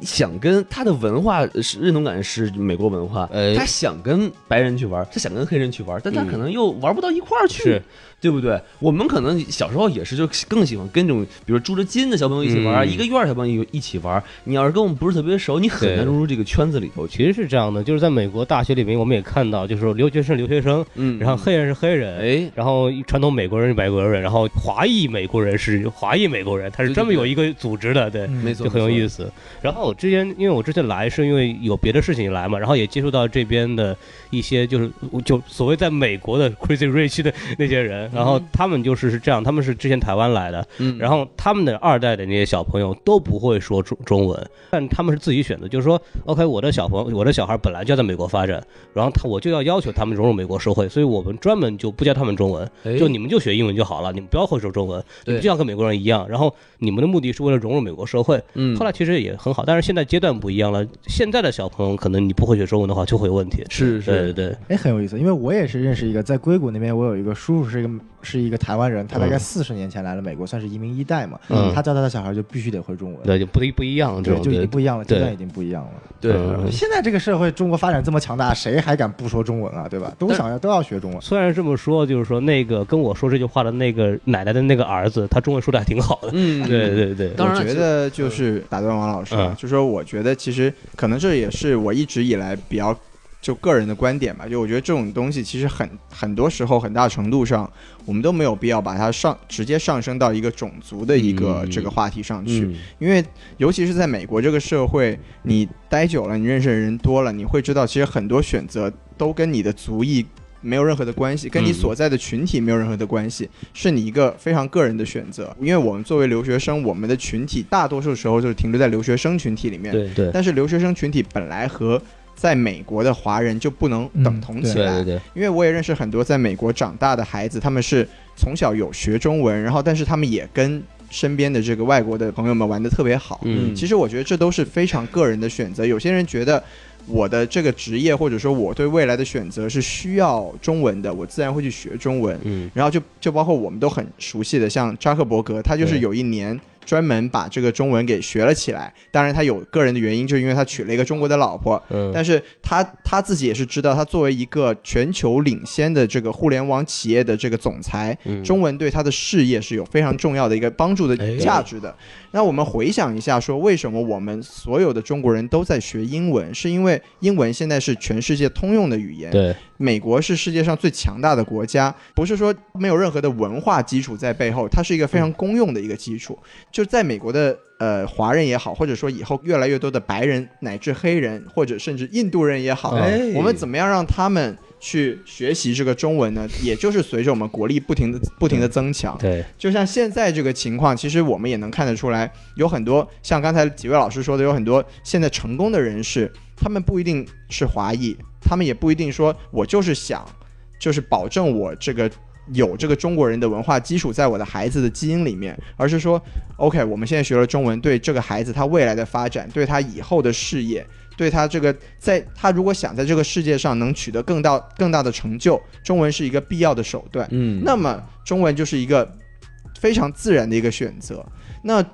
[SPEAKER 2] 想跟他的文化是认同感是美国文化，
[SPEAKER 6] 哎
[SPEAKER 2] 他想跟白人去玩，他想跟黑人去玩，但他可能又玩不到一块儿去，
[SPEAKER 6] 是
[SPEAKER 2] 对不对？我们可能小时候也是，就更喜欢跟这种，比如住着近的小朋友一起玩啊，
[SPEAKER 6] 嗯
[SPEAKER 2] 一个院儿小朋友一起玩。你要是跟我们不是特别熟，你很难
[SPEAKER 6] 对
[SPEAKER 2] 融入这个圈子里头去。
[SPEAKER 6] 其实是这样的，就是在美国大学里面，我们也看到，就是留学生留学生，
[SPEAKER 2] 嗯，
[SPEAKER 6] 然后黑人是黑人，
[SPEAKER 2] 哎，
[SPEAKER 6] 然后传统美国人是美国人，然后华裔美国人是华裔美国人，他是专门有一个组织的，
[SPEAKER 7] 嗯
[SPEAKER 6] 对，
[SPEAKER 2] 嗯没错，
[SPEAKER 6] 就很有意
[SPEAKER 2] 思。
[SPEAKER 6] 思。然后我之前，因为我之前来是因为有别的事情来嘛，然后也接触到这边的一些就是就所谓在美国的 crazy rich 的那些人，然后他们就是是这样，他们是之前台湾来的，
[SPEAKER 2] 嗯，
[SPEAKER 6] 然后他们的二代的那些小朋友都不会说中中文，但他们是自己选择，就是说，OK，我的小朋友，我的小孩本来就要在美国发展，然后他我就要要求他们融入美国社会，所以我们专门就不教他们中文，
[SPEAKER 2] 哎
[SPEAKER 6] 就你们就学英文就好了，你们不要会说中文，你
[SPEAKER 2] 对
[SPEAKER 6] 们就像跟美国人一样，然后你们的目的是为了融入美国社会。
[SPEAKER 2] 嗯，
[SPEAKER 6] 后来其实也很好，但是现在阶段不一样了，现在的小朋友可能你不会学中文的话就会有问题。
[SPEAKER 2] 是
[SPEAKER 6] 对对
[SPEAKER 2] 是，
[SPEAKER 6] 对，
[SPEAKER 7] 哎，很有意思，因为我也是认识一个在硅谷那边，我有一个叔叔是一个是一个台湾人，他大概四十年前来了美国，算是移民一代嘛。
[SPEAKER 6] 嗯
[SPEAKER 7] 他教他的小孩就必须得会中文，
[SPEAKER 6] 对就不不一样这
[SPEAKER 7] 对，
[SPEAKER 6] 种
[SPEAKER 7] 就已
[SPEAKER 6] 对
[SPEAKER 7] 经不一样了，
[SPEAKER 6] 对
[SPEAKER 7] 阶段已经不一样了。
[SPEAKER 2] 对，
[SPEAKER 6] 嗯
[SPEAKER 7] 现在这个社会，中国发展这么强大，谁还敢不说中文啊？对吧？都想要都要学中文。
[SPEAKER 6] 虽然这么说，就是说那个跟我说这句话的那个奶奶的那个儿子，他中文说的还挺好的。
[SPEAKER 2] 嗯，
[SPEAKER 6] 对对对，
[SPEAKER 2] 当然
[SPEAKER 1] 我觉得就是打断王老师啊，
[SPEAKER 6] 嗯
[SPEAKER 1] 就说我觉得其实可能这也是我一直以来比较就个人的观点吧，就我觉得这种东西其实很很多时候很大程度上我们都没有必要把它上直接上升到一个种族的一个
[SPEAKER 2] 嗯
[SPEAKER 1] 这个话题上去，
[SPEAKER 2] 嗯，
[SPEAKER 1] 因为尤其是在美国这个社会，你待久了，你认识的人多了，你会知道，其实很多选择都跟你的族裔没有任何的关系，
[SPEAKER 6] 嗯
[SPEAKER 1] 跟你所在的群体没有任何的关系，是你一个非常个人的选择。因为我们作为留学生，我们的群体大多数时候就是停留在留学生群体里面，
[SPEAKER 6] 对对
[SPEAKER 1] 但是留学生群体本来和在美国的华人就不能等同起
[SPEAKER 6] 嗯对
[SPEAKER 1] 来，
[SPEAKER 6] 对对，
[SPEAKER 1] 因为我也认识很多在美国长大的孩子，他们是从小有学中文，然后但是他们也跟身边的这个外国的朋友们玩的特别好。
[SPEAKER 6] 嗯
[SPEAKER 1] 其实我觉得这都是非常个人的选择。有些人觉得我的这个职业或者说我对未来的选择是需要中文的，我自然会去学中文。
[SPEAKER 6] 嗯
[SPEAKER 1] 然后就就包括我们都很熟悉的，像扎克伯格，他就是
[SPEAKER 6] 对
[SPEAKER 1] 有一年专门把这个中文给学了起来。当然，他有个人的原因，就是因为他娶了一个中国的老婆。
[SPEAKER 6] 嗯，
[SPEAKER 1] 但是他他自己也是知道，他作为一个全球领先的这个互联网企业的这个总裁，
[SPEAKER 6] 嗯
[SPEAKER 1] 中文对他的事业是有非常重要的一个帮助的
[SPEAKER 6] 哎
[SPEAKER 1] 价值的。那我们回想一下，说为什么我们所有的中国人都在学英文，是因为英文现在是全世界通用的语言。
[SPEAKER 6] 对
[SPEAKER 1] 美国是世界上最强大的国家，不是说没有任何的文化基础在背后，它是一个非常公用的一个基础。就在美国的呃华人也好，或者说以后越来越多的白人乃至黑人，或者甚至印度人也好，
[SPEAKER 2] 哎
[SPEAKER 1] 我们怎么样让他们去学习这个中文呢？也就是随着我们国力不停的不停的增强，
[SPEAKER 6] 对
[SPEAKER 1] 就像现在这个情况，其实我们也能看得出来，有很多像刚才几位老师说的，有很多现在成功的人士，他们不一定是华裔，他们也不一定说我就是想，就是保证我这个有这个中国人的文化基础在我的孩子的基因里面，而是说，OK，我们现在学了中文，对这个孩子他未来的发展，对他以后的事业。对他这个，在他如果想在这个世界上能取得更大更大的成就，中文是一个必要的手段。
[SPEAKER 2] 嗯，
[SPEAKER 1] 那么中文就是一个非常自然的一个选择。那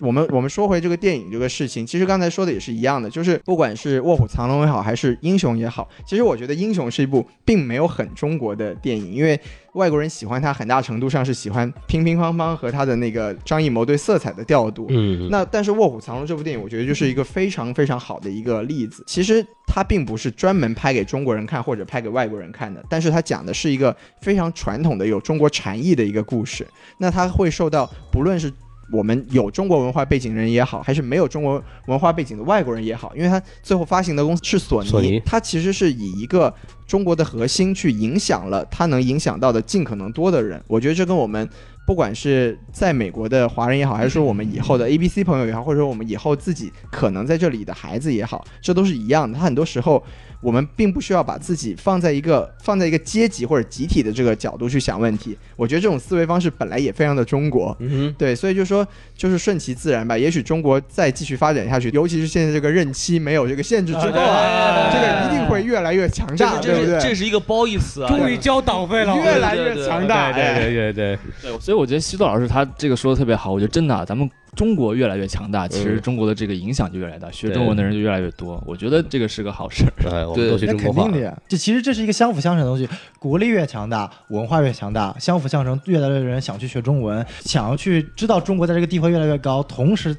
[SPEAKER 1] 我们我们说回这个电影这个事情，其实刚才说的也是一样的，就是不管是《卧虎藏龙》也好，还是《英雄》也好，其实我觉得《英雄》是一部并没有很中国的电影，因为外国人喜欢它，很大程度上是喜欢乒乒乓乓和他的那个张艺谋对色彩的调度。
[SPEAKER 6] 嗯
[SPEAKER 1] 那但是《卧虎藏龙》这部电影，我觉得就是一个非常非常好的一个例子。其实它并不是专门拍给中国人看或者拍给外国人看的，但是它讲的是一个非常传统的有中国禅意的一个故事。那它会受到不论是我们有中国文化背景人也好，还是没有中国文化背景的外国人也好，因为它最后发行的公司是索尼，
[SPEAKER 6] 索尼
[SPEAKER 1] 它其实是以一个中国的核心去影响了它能影响到的尽可能多的人。我觉得这跟我们不管是在美国的华人也好，还是说我们以后的 A B C 朋友也好，或者说我们以后自己可能在这里的孩子也好，这都是一样的。他很多时候我们并不需要把自己放在一个放在一个阶级或者集体的这个角度去想问题。我觉得这种思维方式本来也非常的中国，
[SPEAKER 2] 嗯
[SPEAKER 1] 对，所以就说就是顺其自然吧。也许中国再继续发展下去，尤其是现在这个任期没有这个限制之后
[SPEAKER 2] 哎
[SPEAKER 1] 啊，这个一定会越来越强
[SPEAKER 2] 哼，这
[SPEAKER 1] 大，
[SPEAKER 2] 是
[SPEAKER 1] 对不
[SPEAKER 2] 这是
[SPEAKER 1] 对
[SPEAKER 2] 这？是一个褒义词啊，
[SPEAKER 6] 终于交党费了，
[SPEAKER 1] 越来越强大，
[SPEAKER 6] 对
[SPEAKER 1] 哎
[SPEAKER 6] 对对对，
[SPEAKER 4] 所以我觉得西多老师他这个说的特别好，我觉得真的啊、咱们中国越来越强
[SPEAKER 6] 嗯
[SPEAKER 4] 大，其实中国的这个影响就越来越大，学中文的人就越来越多。我觉得这个是个好事 儿。
[SPEAKER 6] 哎，我
[SPEAKER 2] 对
[SPEAKER 6] 们都学
[SPEAKER 7] 那
[SPEAKER 6] 中
[SPEAKER 7] 肯
[SPEAKER 6] 国话
[SPEAKER 7] 定，的呀，这其实这是一个相辅相成的东西。国力越强大，文化越强大，相辅相成，越来越多人想去学中文，想要去知道中国在这个地方越来越高，同时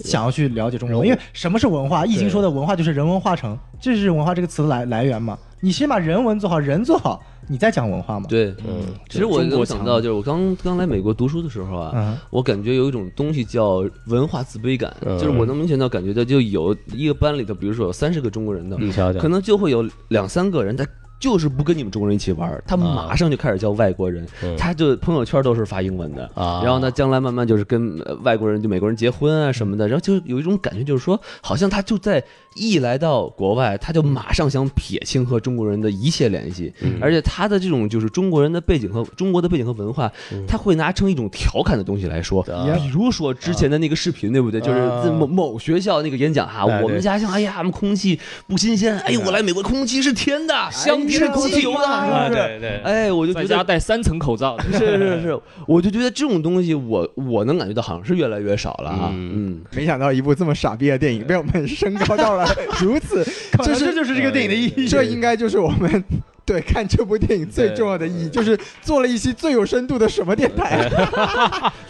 [SPEAKER 7] 想要去了解中国。因为什么是文化？易经说的文化就是人文化城，这是文化这个词的来来源嘛？你先把人文做好，人做好，你再讲文化嘛。，
[SPEAKER 2] 对，
[SPEAKER 6] 嗯，
[SPEAKER 2] 其实我
[SPEAKER 4] 中国
[SPEAKER 2] 能
[SPEAKER 4] 强
[SPEAKER 2] 想到，就是我刚刚来美国读书的时候
[SPEAKER 7] 嗯
[SPEAKER 2] 啊，我感觉有一种东西叫文化自卑感，
[SPEAKER 6] 嗯
[SPEAKER 2] 就是我能明显到感觉到，就有一个班里头，比如说有三十个中国人的，
[SPEAKER 6] 你瞧瞧
[SPEAKER 2] 可，能就会有两三个人他。就是不跟你们中国人一起玩儿，他马上就开始叫外国人，
[SPEAKER 6] 嗯
[SPEAKER 2] 他就朋友圈都是发英文的，
[SPEAKER 6] 啊
[SPEAKER 2] 然后呢，将来慢慢就是跟呃外国人就美国人结婚啊什么
[SPEAKER 6] 嗯
[SPEAKER 2] 的，然后就有一种感觉，就是说，好像他就在一来到国外，他就马上想撇清和中国人的一切联系，
[SPEAKER 6] 嗯
[SPEAKER 2] 而且他的这种就是中国人的背景和中国的背景和文化，
[SPEAKER 6] 嗯
[SPEAKER 2] 他会拿成一种调侃的东西来说，
[SPEAKER 6] 啊
[SPEAKER 2] 比如说之前的那个视频，对不对？就是
[SPEAKER 7] 啊
[SPEAKER 2] 某某学校那个演讲哈，
[SPEAKER 6] 哎啊
[SPEAKER 2] 我们
[SPEAKER 6] 对
[SPEAKER 2] 家乡，哎呀，我们空气不新鲜，哎呦，我来美国空气是甜的，
[SPEAKER 6] 哎
[SPEAKER 2] 香甜的空气油的，
[SPEAKER 6] 啊，对对，
[SPEAKER 2] 哎，我就觉
[SPEAKER 4] 在家
[SPEAKER 2] 得。
[SPEAKER 4] 戴三层口罩，
[SPEAKER 2] 是是是，我就觉得这种东西我，我能感觉到好像是越来越少了啊。嗯，
[SPEAKER 1] 没想到一部这么傻逼的电影被我们升高到了如此，就
[SPEAKER 7] 这
[SPEAKER 1] 是
[SPEAKER 7] 就是这个电影的意义。
[SPEAKER 1] 这应该就是我们对看这部电影最重要的意义，就是做了一期最有深度的什么电台，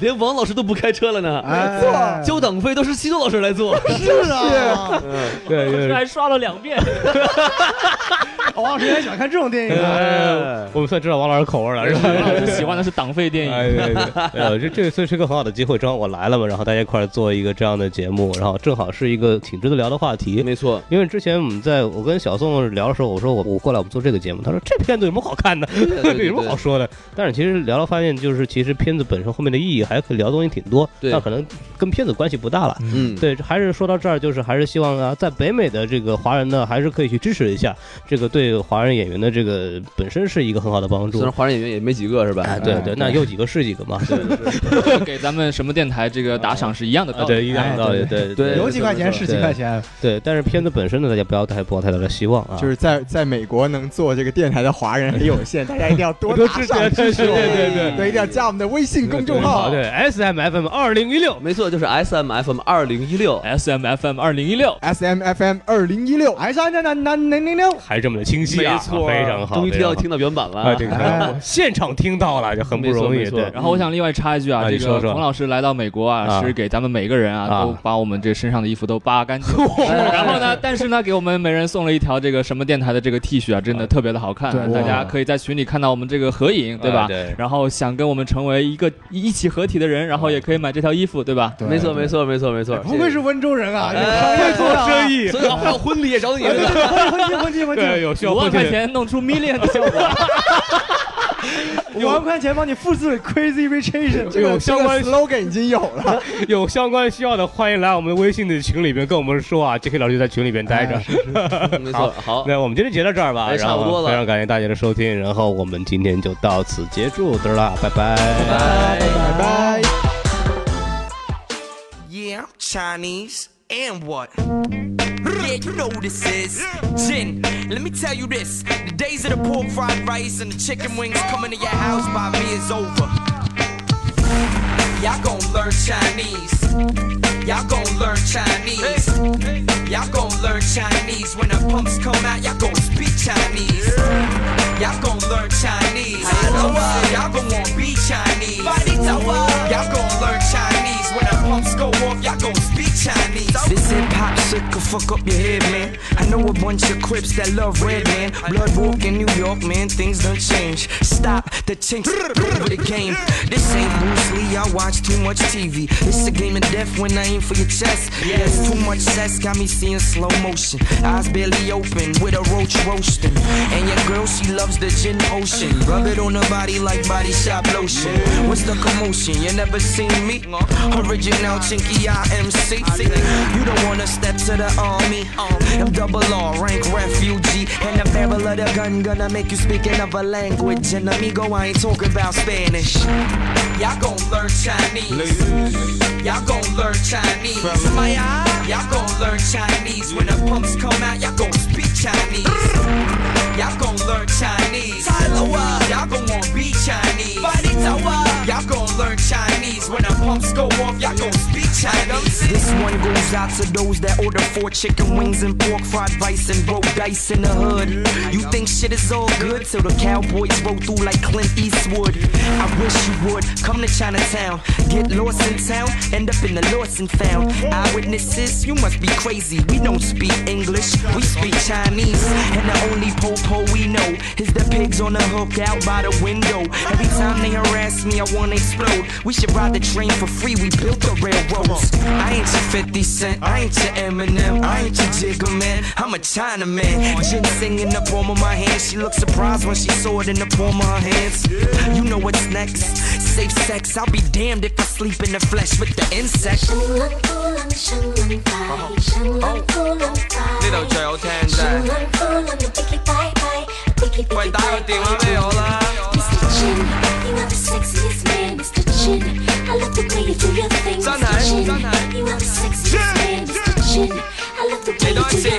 [SPEAKER 2] 连王老师都不开车了呢，
[SPEAKER 7] 哎
[SPEAKER 1] 没错，
[SPEAKER 2] 交党费都是西多老师来 做。
[SPEAKER 7] 是啊，
[SPEAKER 6] 对对
[SPEAKER 4] 还刷了两遍。
[SPEAKER 7] 王老师也想看这种电影啊。
[SPEAKER 6] 哎，我们算知道王老师口味了，是吧？
[SPEAKER 4] 喜欢的是党费电
[SPEAKER 6] 哎，
[SPEAKER 4] 影，
[SPEAKER 6] 对对，对哎呦这这这是个很好的机会，正好我来了嘛，然后大家一块儿做一个这样的节目，然后正好是一个挺值得聊的话题。
[SPEAKER 2] 没错，
[SPEAKER 6] 因为之前我们在我跟小宋聊的时候，我说我我过来我们做这个节目，他说这片子有什么好看的，
[SPEAKER 2] 对对
[SPEAKER 6] 有什么好说的？但是其实聊了发现，就是其实片子本身后面的意义还可以聊的东西挺多，
[SPEAKER 2] 对
[SPEAKER 6] 但可能跟片子关系不大了。
[SPEAKER 2] 嗯，
[SPEAKER 6] 对，还是说到这儿，就是还是希望啊，在北美的这个华人呢，还是可以去支持一下这个对华人演员的这个本身是一个很好的帮
[SPEAKER 2] 虽
[SPEAKER 6] 助
[SPEAKER 2] 然。华人演员也没几个是吧？嗯
[SPEAKER 6] 哎，对对，那有几个是几个嘛？对
[SPEAKER 4] 给咱们什么电台这个打赏是一样的道
[SPEAKER 6] 啊，
[SPEAKER 4] 理。
[SPEAKER 6] 对，一样的道理，对
[SPEAKER 2] 对
[SPEAKER 7] 有几块钱是几块
[SPEAKER 6] 对
[SPEAKER 7] 钱，
[SPEAKER 6] 对。但是片子本身呢，大家不要太抱太大的希望啊。
[SPEAKER 1] 就是在在美国能做这个电台的华人很有限，大家一定要多
[SPEAKER 6] 多
[SPEAKER 1] 打
[SPEAKER 6] 支持
[SPEAKER 1] 赏支持我们，
[SPEAKER 6] 对对对
[SPEAKER 1] 对，一定要加我们的微信公众号，
[SPEAKER 6] 对 S M F M 二零一六，
[SPEAKER 2] 没错，就是 S M F M 二零一
[SPEAKER 6] 哎
[SPEAKER 2] 六。
[SPEAKER 4] S M F M 二零一六，
[SPEAKER 1] S M F M 二零一六 S M F M 零零六。
[SPEAKER 6] 还这么的清晰啊，
[SPEAKER 2] 没错，
[SPEAKER 6] 非常好，
[SPEAKER 2] 终于听到
[SPEAKER 6] 非常
[SPEAKER 2] 听到原版了。哎
[SPEAKER 6] 好啊，这 个
[SPEAKER 1] 哎
[SPEAKER 6] 我现场听到了就很不容
[SPEAKER 2] 没错
[SPEAKER 6] 易，
[SPEAKER 2] 没错哎
[SPEAKER 6] 对。
[SPEAKER 4] 然后我想另外插一句啊，
[SPEAKER 6] 啊
[SPEAKER 4] 这
[SPEAKER 6] 你说
[SPEAKER 4] 个
[SPEAKER 6] 说
[SPEAKER 4] 孔老师来到美国
[SPEAKER 6] 啊
[SPEAKER 4] 啊，是给咱们每个人
[SPEAKER 6] 啊
[SPEAKER 4] 啊，都把我们这身上的衣服都扒干净。 然后呢，但是呢，给我们每人送了一条这个什么电台的这个 T 恤啊，真的特别的好看，
[SPEAKER 7] 对
[SPEAKER 4] 大家可以在群里看到我们这个合影，对吧
[SPEAKER 6] 哎对？
[SPEAKER 4] 然后想跟我们成为一个一起合体的人，然后
[SPEAKER 6] 啊
[SPEAKER 4] 也可以买这条衣服，对吧？
[SPEAKER 2] 没错，没错，没错，没错。
[SPEAKER 7] 哎不愧是温州人啊，这个行
[SPEAKER 2] 哎
[SPEAKER 7] 业做生意。
[SPEAKER 2] 所以我还有婚礼也找你了。
[SPEAKER 7] 婚庆婚庆婚庆，
[SPEAKER 6] 有
[SPEAKER 4] 五万块钱弄出 million 的效果，
[SPEAKER 7] 五万块钱帮你复制 Crazy Rich Asian
[SPEAKER 1] 这
[SPEAKER 7] 这
[SPEAKER 1] 个
[SPEAKER 7] 个
[SPEAKER 1] 这
[SPEAKER 6] 相
[SPEAKER 1] 个
[SPEAKER 6] 关
[SPEAKER 1] slogan 已经有了，
[SPEAKER 6] 有相关需要的，欢迎来我们的微信的群里边跟我们说啊，J.K. 老师就在群里边待着。
[SPEAKER 2] 没错，好，
[SPEAKER 6] 那我们今天就到这儿吧，
[SPEAKER 2] 哎
[SPEAKER 6] 然
[SPEAKER 2] 差不多
[SPEAKER 6] 后
[SPEAKER 2] 了
[SPEAKER 6] 非常感谢大家的收听，然后我们今天就到此结束，得啦，拜拜。
[SPEAKER 2] 拜。
[SPEAKER 1] 拜拜。
[SPEAKER 8] Yeah, I'm Chinese. And what? Yeah, you know who this is. Jin, let me tell you this. The days of the pork fried rice and the chicken wings coming to your house by me is over. Y'all gon' learn Chinese. Y'all gon' learn Chinese. Y'all gon' learn Chinese. When the pumps come out, y'all gon' speak Chinese. Y'all gon' learn Chinese. Y'all gon' want to be Chinese. Y'all gon' learn Chinese. When the pumps go off, y'all gon' speak Chinese. This hip hop shit could fuck up your head, man. I know a bunch of crips that love red, man. Blood walk in New York, man. Things done change. Stop the chinks over the game. This ain't Bruce Lee. I watch too much TV. It's a game of death when I aim for your chest. Yeah, that's too much sex. Got me seeing slow motion. Eyes barely open with a roach roasting. And your girl, she loves the gin ocean. Rub it on her body like body shop lotion. What's the commotion? You never seen me? Original chinky IMC. You don't wanna step to the army. I'm double R, rank refugee. And the barrel of the gun gonna make you speak another language. And amigo, I ain't talking about Spanish. Y'all gon' learn Chinese. Y'all gon' learn Chinese. Y'all gon' learn Chinese. When the pumps come out, y'all gon' speak Chinese. Y'all gon' learn Chinese. Y'all gon' want to be Chinese. Y'all gon' learn Chinese. When the pumps go off, y'all gon' speak Chinese. This one goes out to those that order four chicken wings and pork fried rice and broke dice in the hood. You think shit is all good till the cowboys roll through like Clint Eastwood. I wish you would come to Chinatown, get lost in town, end up in the lost and found. Eyewitnesses, you must be crazy. We don't speak English, we speak Chinese. And the only po we know is the pigs on the hook out by the window. Every time they harass me, I wanna explode. We should ride the train for free, we built the railroads. I ain't your 50 Cent, I ain't your Eminem, I ain't your Jigga Man, I'm a Chinaman. Ginseng in the palm of my hand, she looked surprised when she saw it in the palm of her hands. You know what's next? Safe sex, I'll be damned if I sleep in the flesh with the insect.
[SPEAKER 9] 生来不能生来白，生来不能白。
[SPEAKER 8] 呢度最好聽啫
[SPEAKER 9] 生來不能又逼你拜拜，逼你逼
[SPEAKER 8] 喂
[SPEAKER 9] 你
[SPEAKER 8] 打個
[SPEAKER 9] 拜
[SPEAKER 8] 電話俾我啦
[SPEAKER 9] Mr. Chin, you are the sexiest man, Mr. Chin. I love the way you do your thing,
[SPEAKER 8] 真
[SPEAKER 9] Mr.
[SPEAKER 8] 係
[SPEAKER 9] Chin.
[SPEAKER 8] 真係
[SPEAKER 9] You are the sexiest man, Mr. Chin. I love the way
[SPEAKER 8] They
[SPEAKER 9] you
[SPEAKER 8] don't
[SPEAKER 9] do your
[SPEAKER 8] say-
[SPEAKER 9] thing.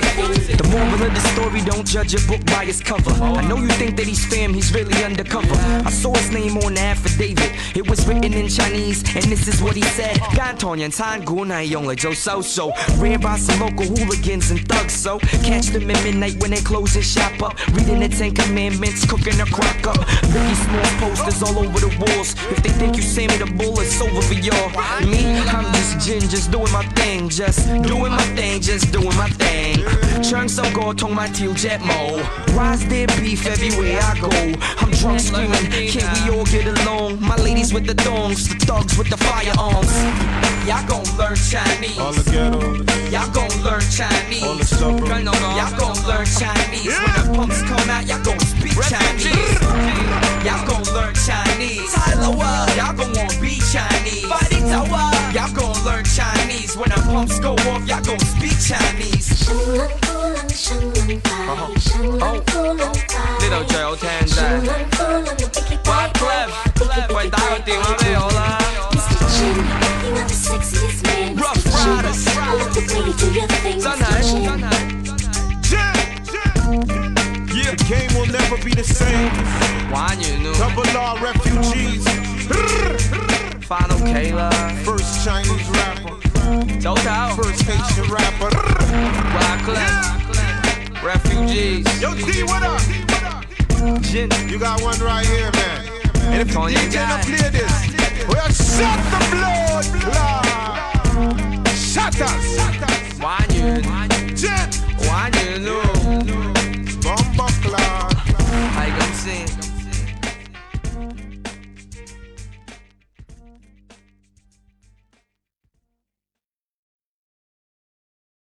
[SPEAKER 8] The moral of the story, don't judge a book by its cover. I know you think that he's fam, he's really undercover. I saw his name on the affidavit. It was written in Chinese, and this is what he said. God Tonyan Tan Gun I only Joe So So. Ran by some local hooligans and thugs, so catch them at midnight when they close his shop up. Reading the Ten Commandments, cooking a crock up. Ricky Small posters all over the walls. If they think you Sammy the Bull, it's over for y'all. Me, I'm just Jin, just doing my thing, just doing my thing, just doing my thing. 唱首歌同埋調隻舞 Why's there beef everywhere I go? I'm drunk screaming, can't we all get along? My ladies with the thongs, the thugs with the firearms. Y'all gon' learn Chinese.
[SPEAKER 10] All the ghetto,
[SPEAKER 8] Y'all gon' learn Chinese.
[SPEAKER 10] All the suburbs.
[SPEAKER 8] Y'all gon' learn Chinese. When the pumps come out, y'all gon' speak Chinese. Y'all gon' learn Chinese. Y'all gon' wanna be Chinese. Y'all gon' learn Chinese. When the pumps go off, y'all gon' speak Chinese.
[SPEAKER 9] 生来不能生来白，生来不能白。
[SPEAKER 8] 呢度最好聽啫
[SPEAKER 9] 生來不能又逼你拜拜，逼你逼
[SPEAKER 8] 喂
[SPEAKER 9] 你
[SPEAKER 8] 打個
[SPEAKER 9] 拜
[SPEAKER 8] 電話
[SPEAKER 9] 拜。
[SPEAKER 8] 俾我啦。
[SPEAKER 9] Mr. Chin, you are the sexiest man,
[SPEAKER 8] Rough
[SPEAKER 9] Mr.
[SPEAKER 8] Riders.
[SPEAKER 9] Chin. I love the way you do your thing,
[SPEAKER 8] 真係
[SPEAKER 9] Mr.
[SPEAKER 8] 真
[SPEAKER 9] Chin.
[SPEAKER 8] 係。
[SPEAKER 10] yeah, the game will never be the same.
[SPEAKER 8] 玩完咯，
[SPEAKER 10] Double R refugees,
[SPEAKER 8] 翻屋企啦，
[SPEAKER 10] first Chinese rapper,
[SPEAKER 8] 早唞。
[SPEAKER 10] first Haitian rapper.
[SPEAKER 8] Rock Lab. Refugees.
[SPEAKER 10] Yo, D, what up?
[SPEAKER 8] Gin.
[SPEAKER 10] You got one right here, man. And if the
[SPEAKER 8] Tony
[SPEAKER 10] DJ
[SPEAKER 8] guy.
[SPEAKER 10] don't play this, well, shut the blood, blood. Shut us.
[SPEAKER 8] Wine you.
[SPEAKER 10] Jet,
[SPEAKER 8] Wine you.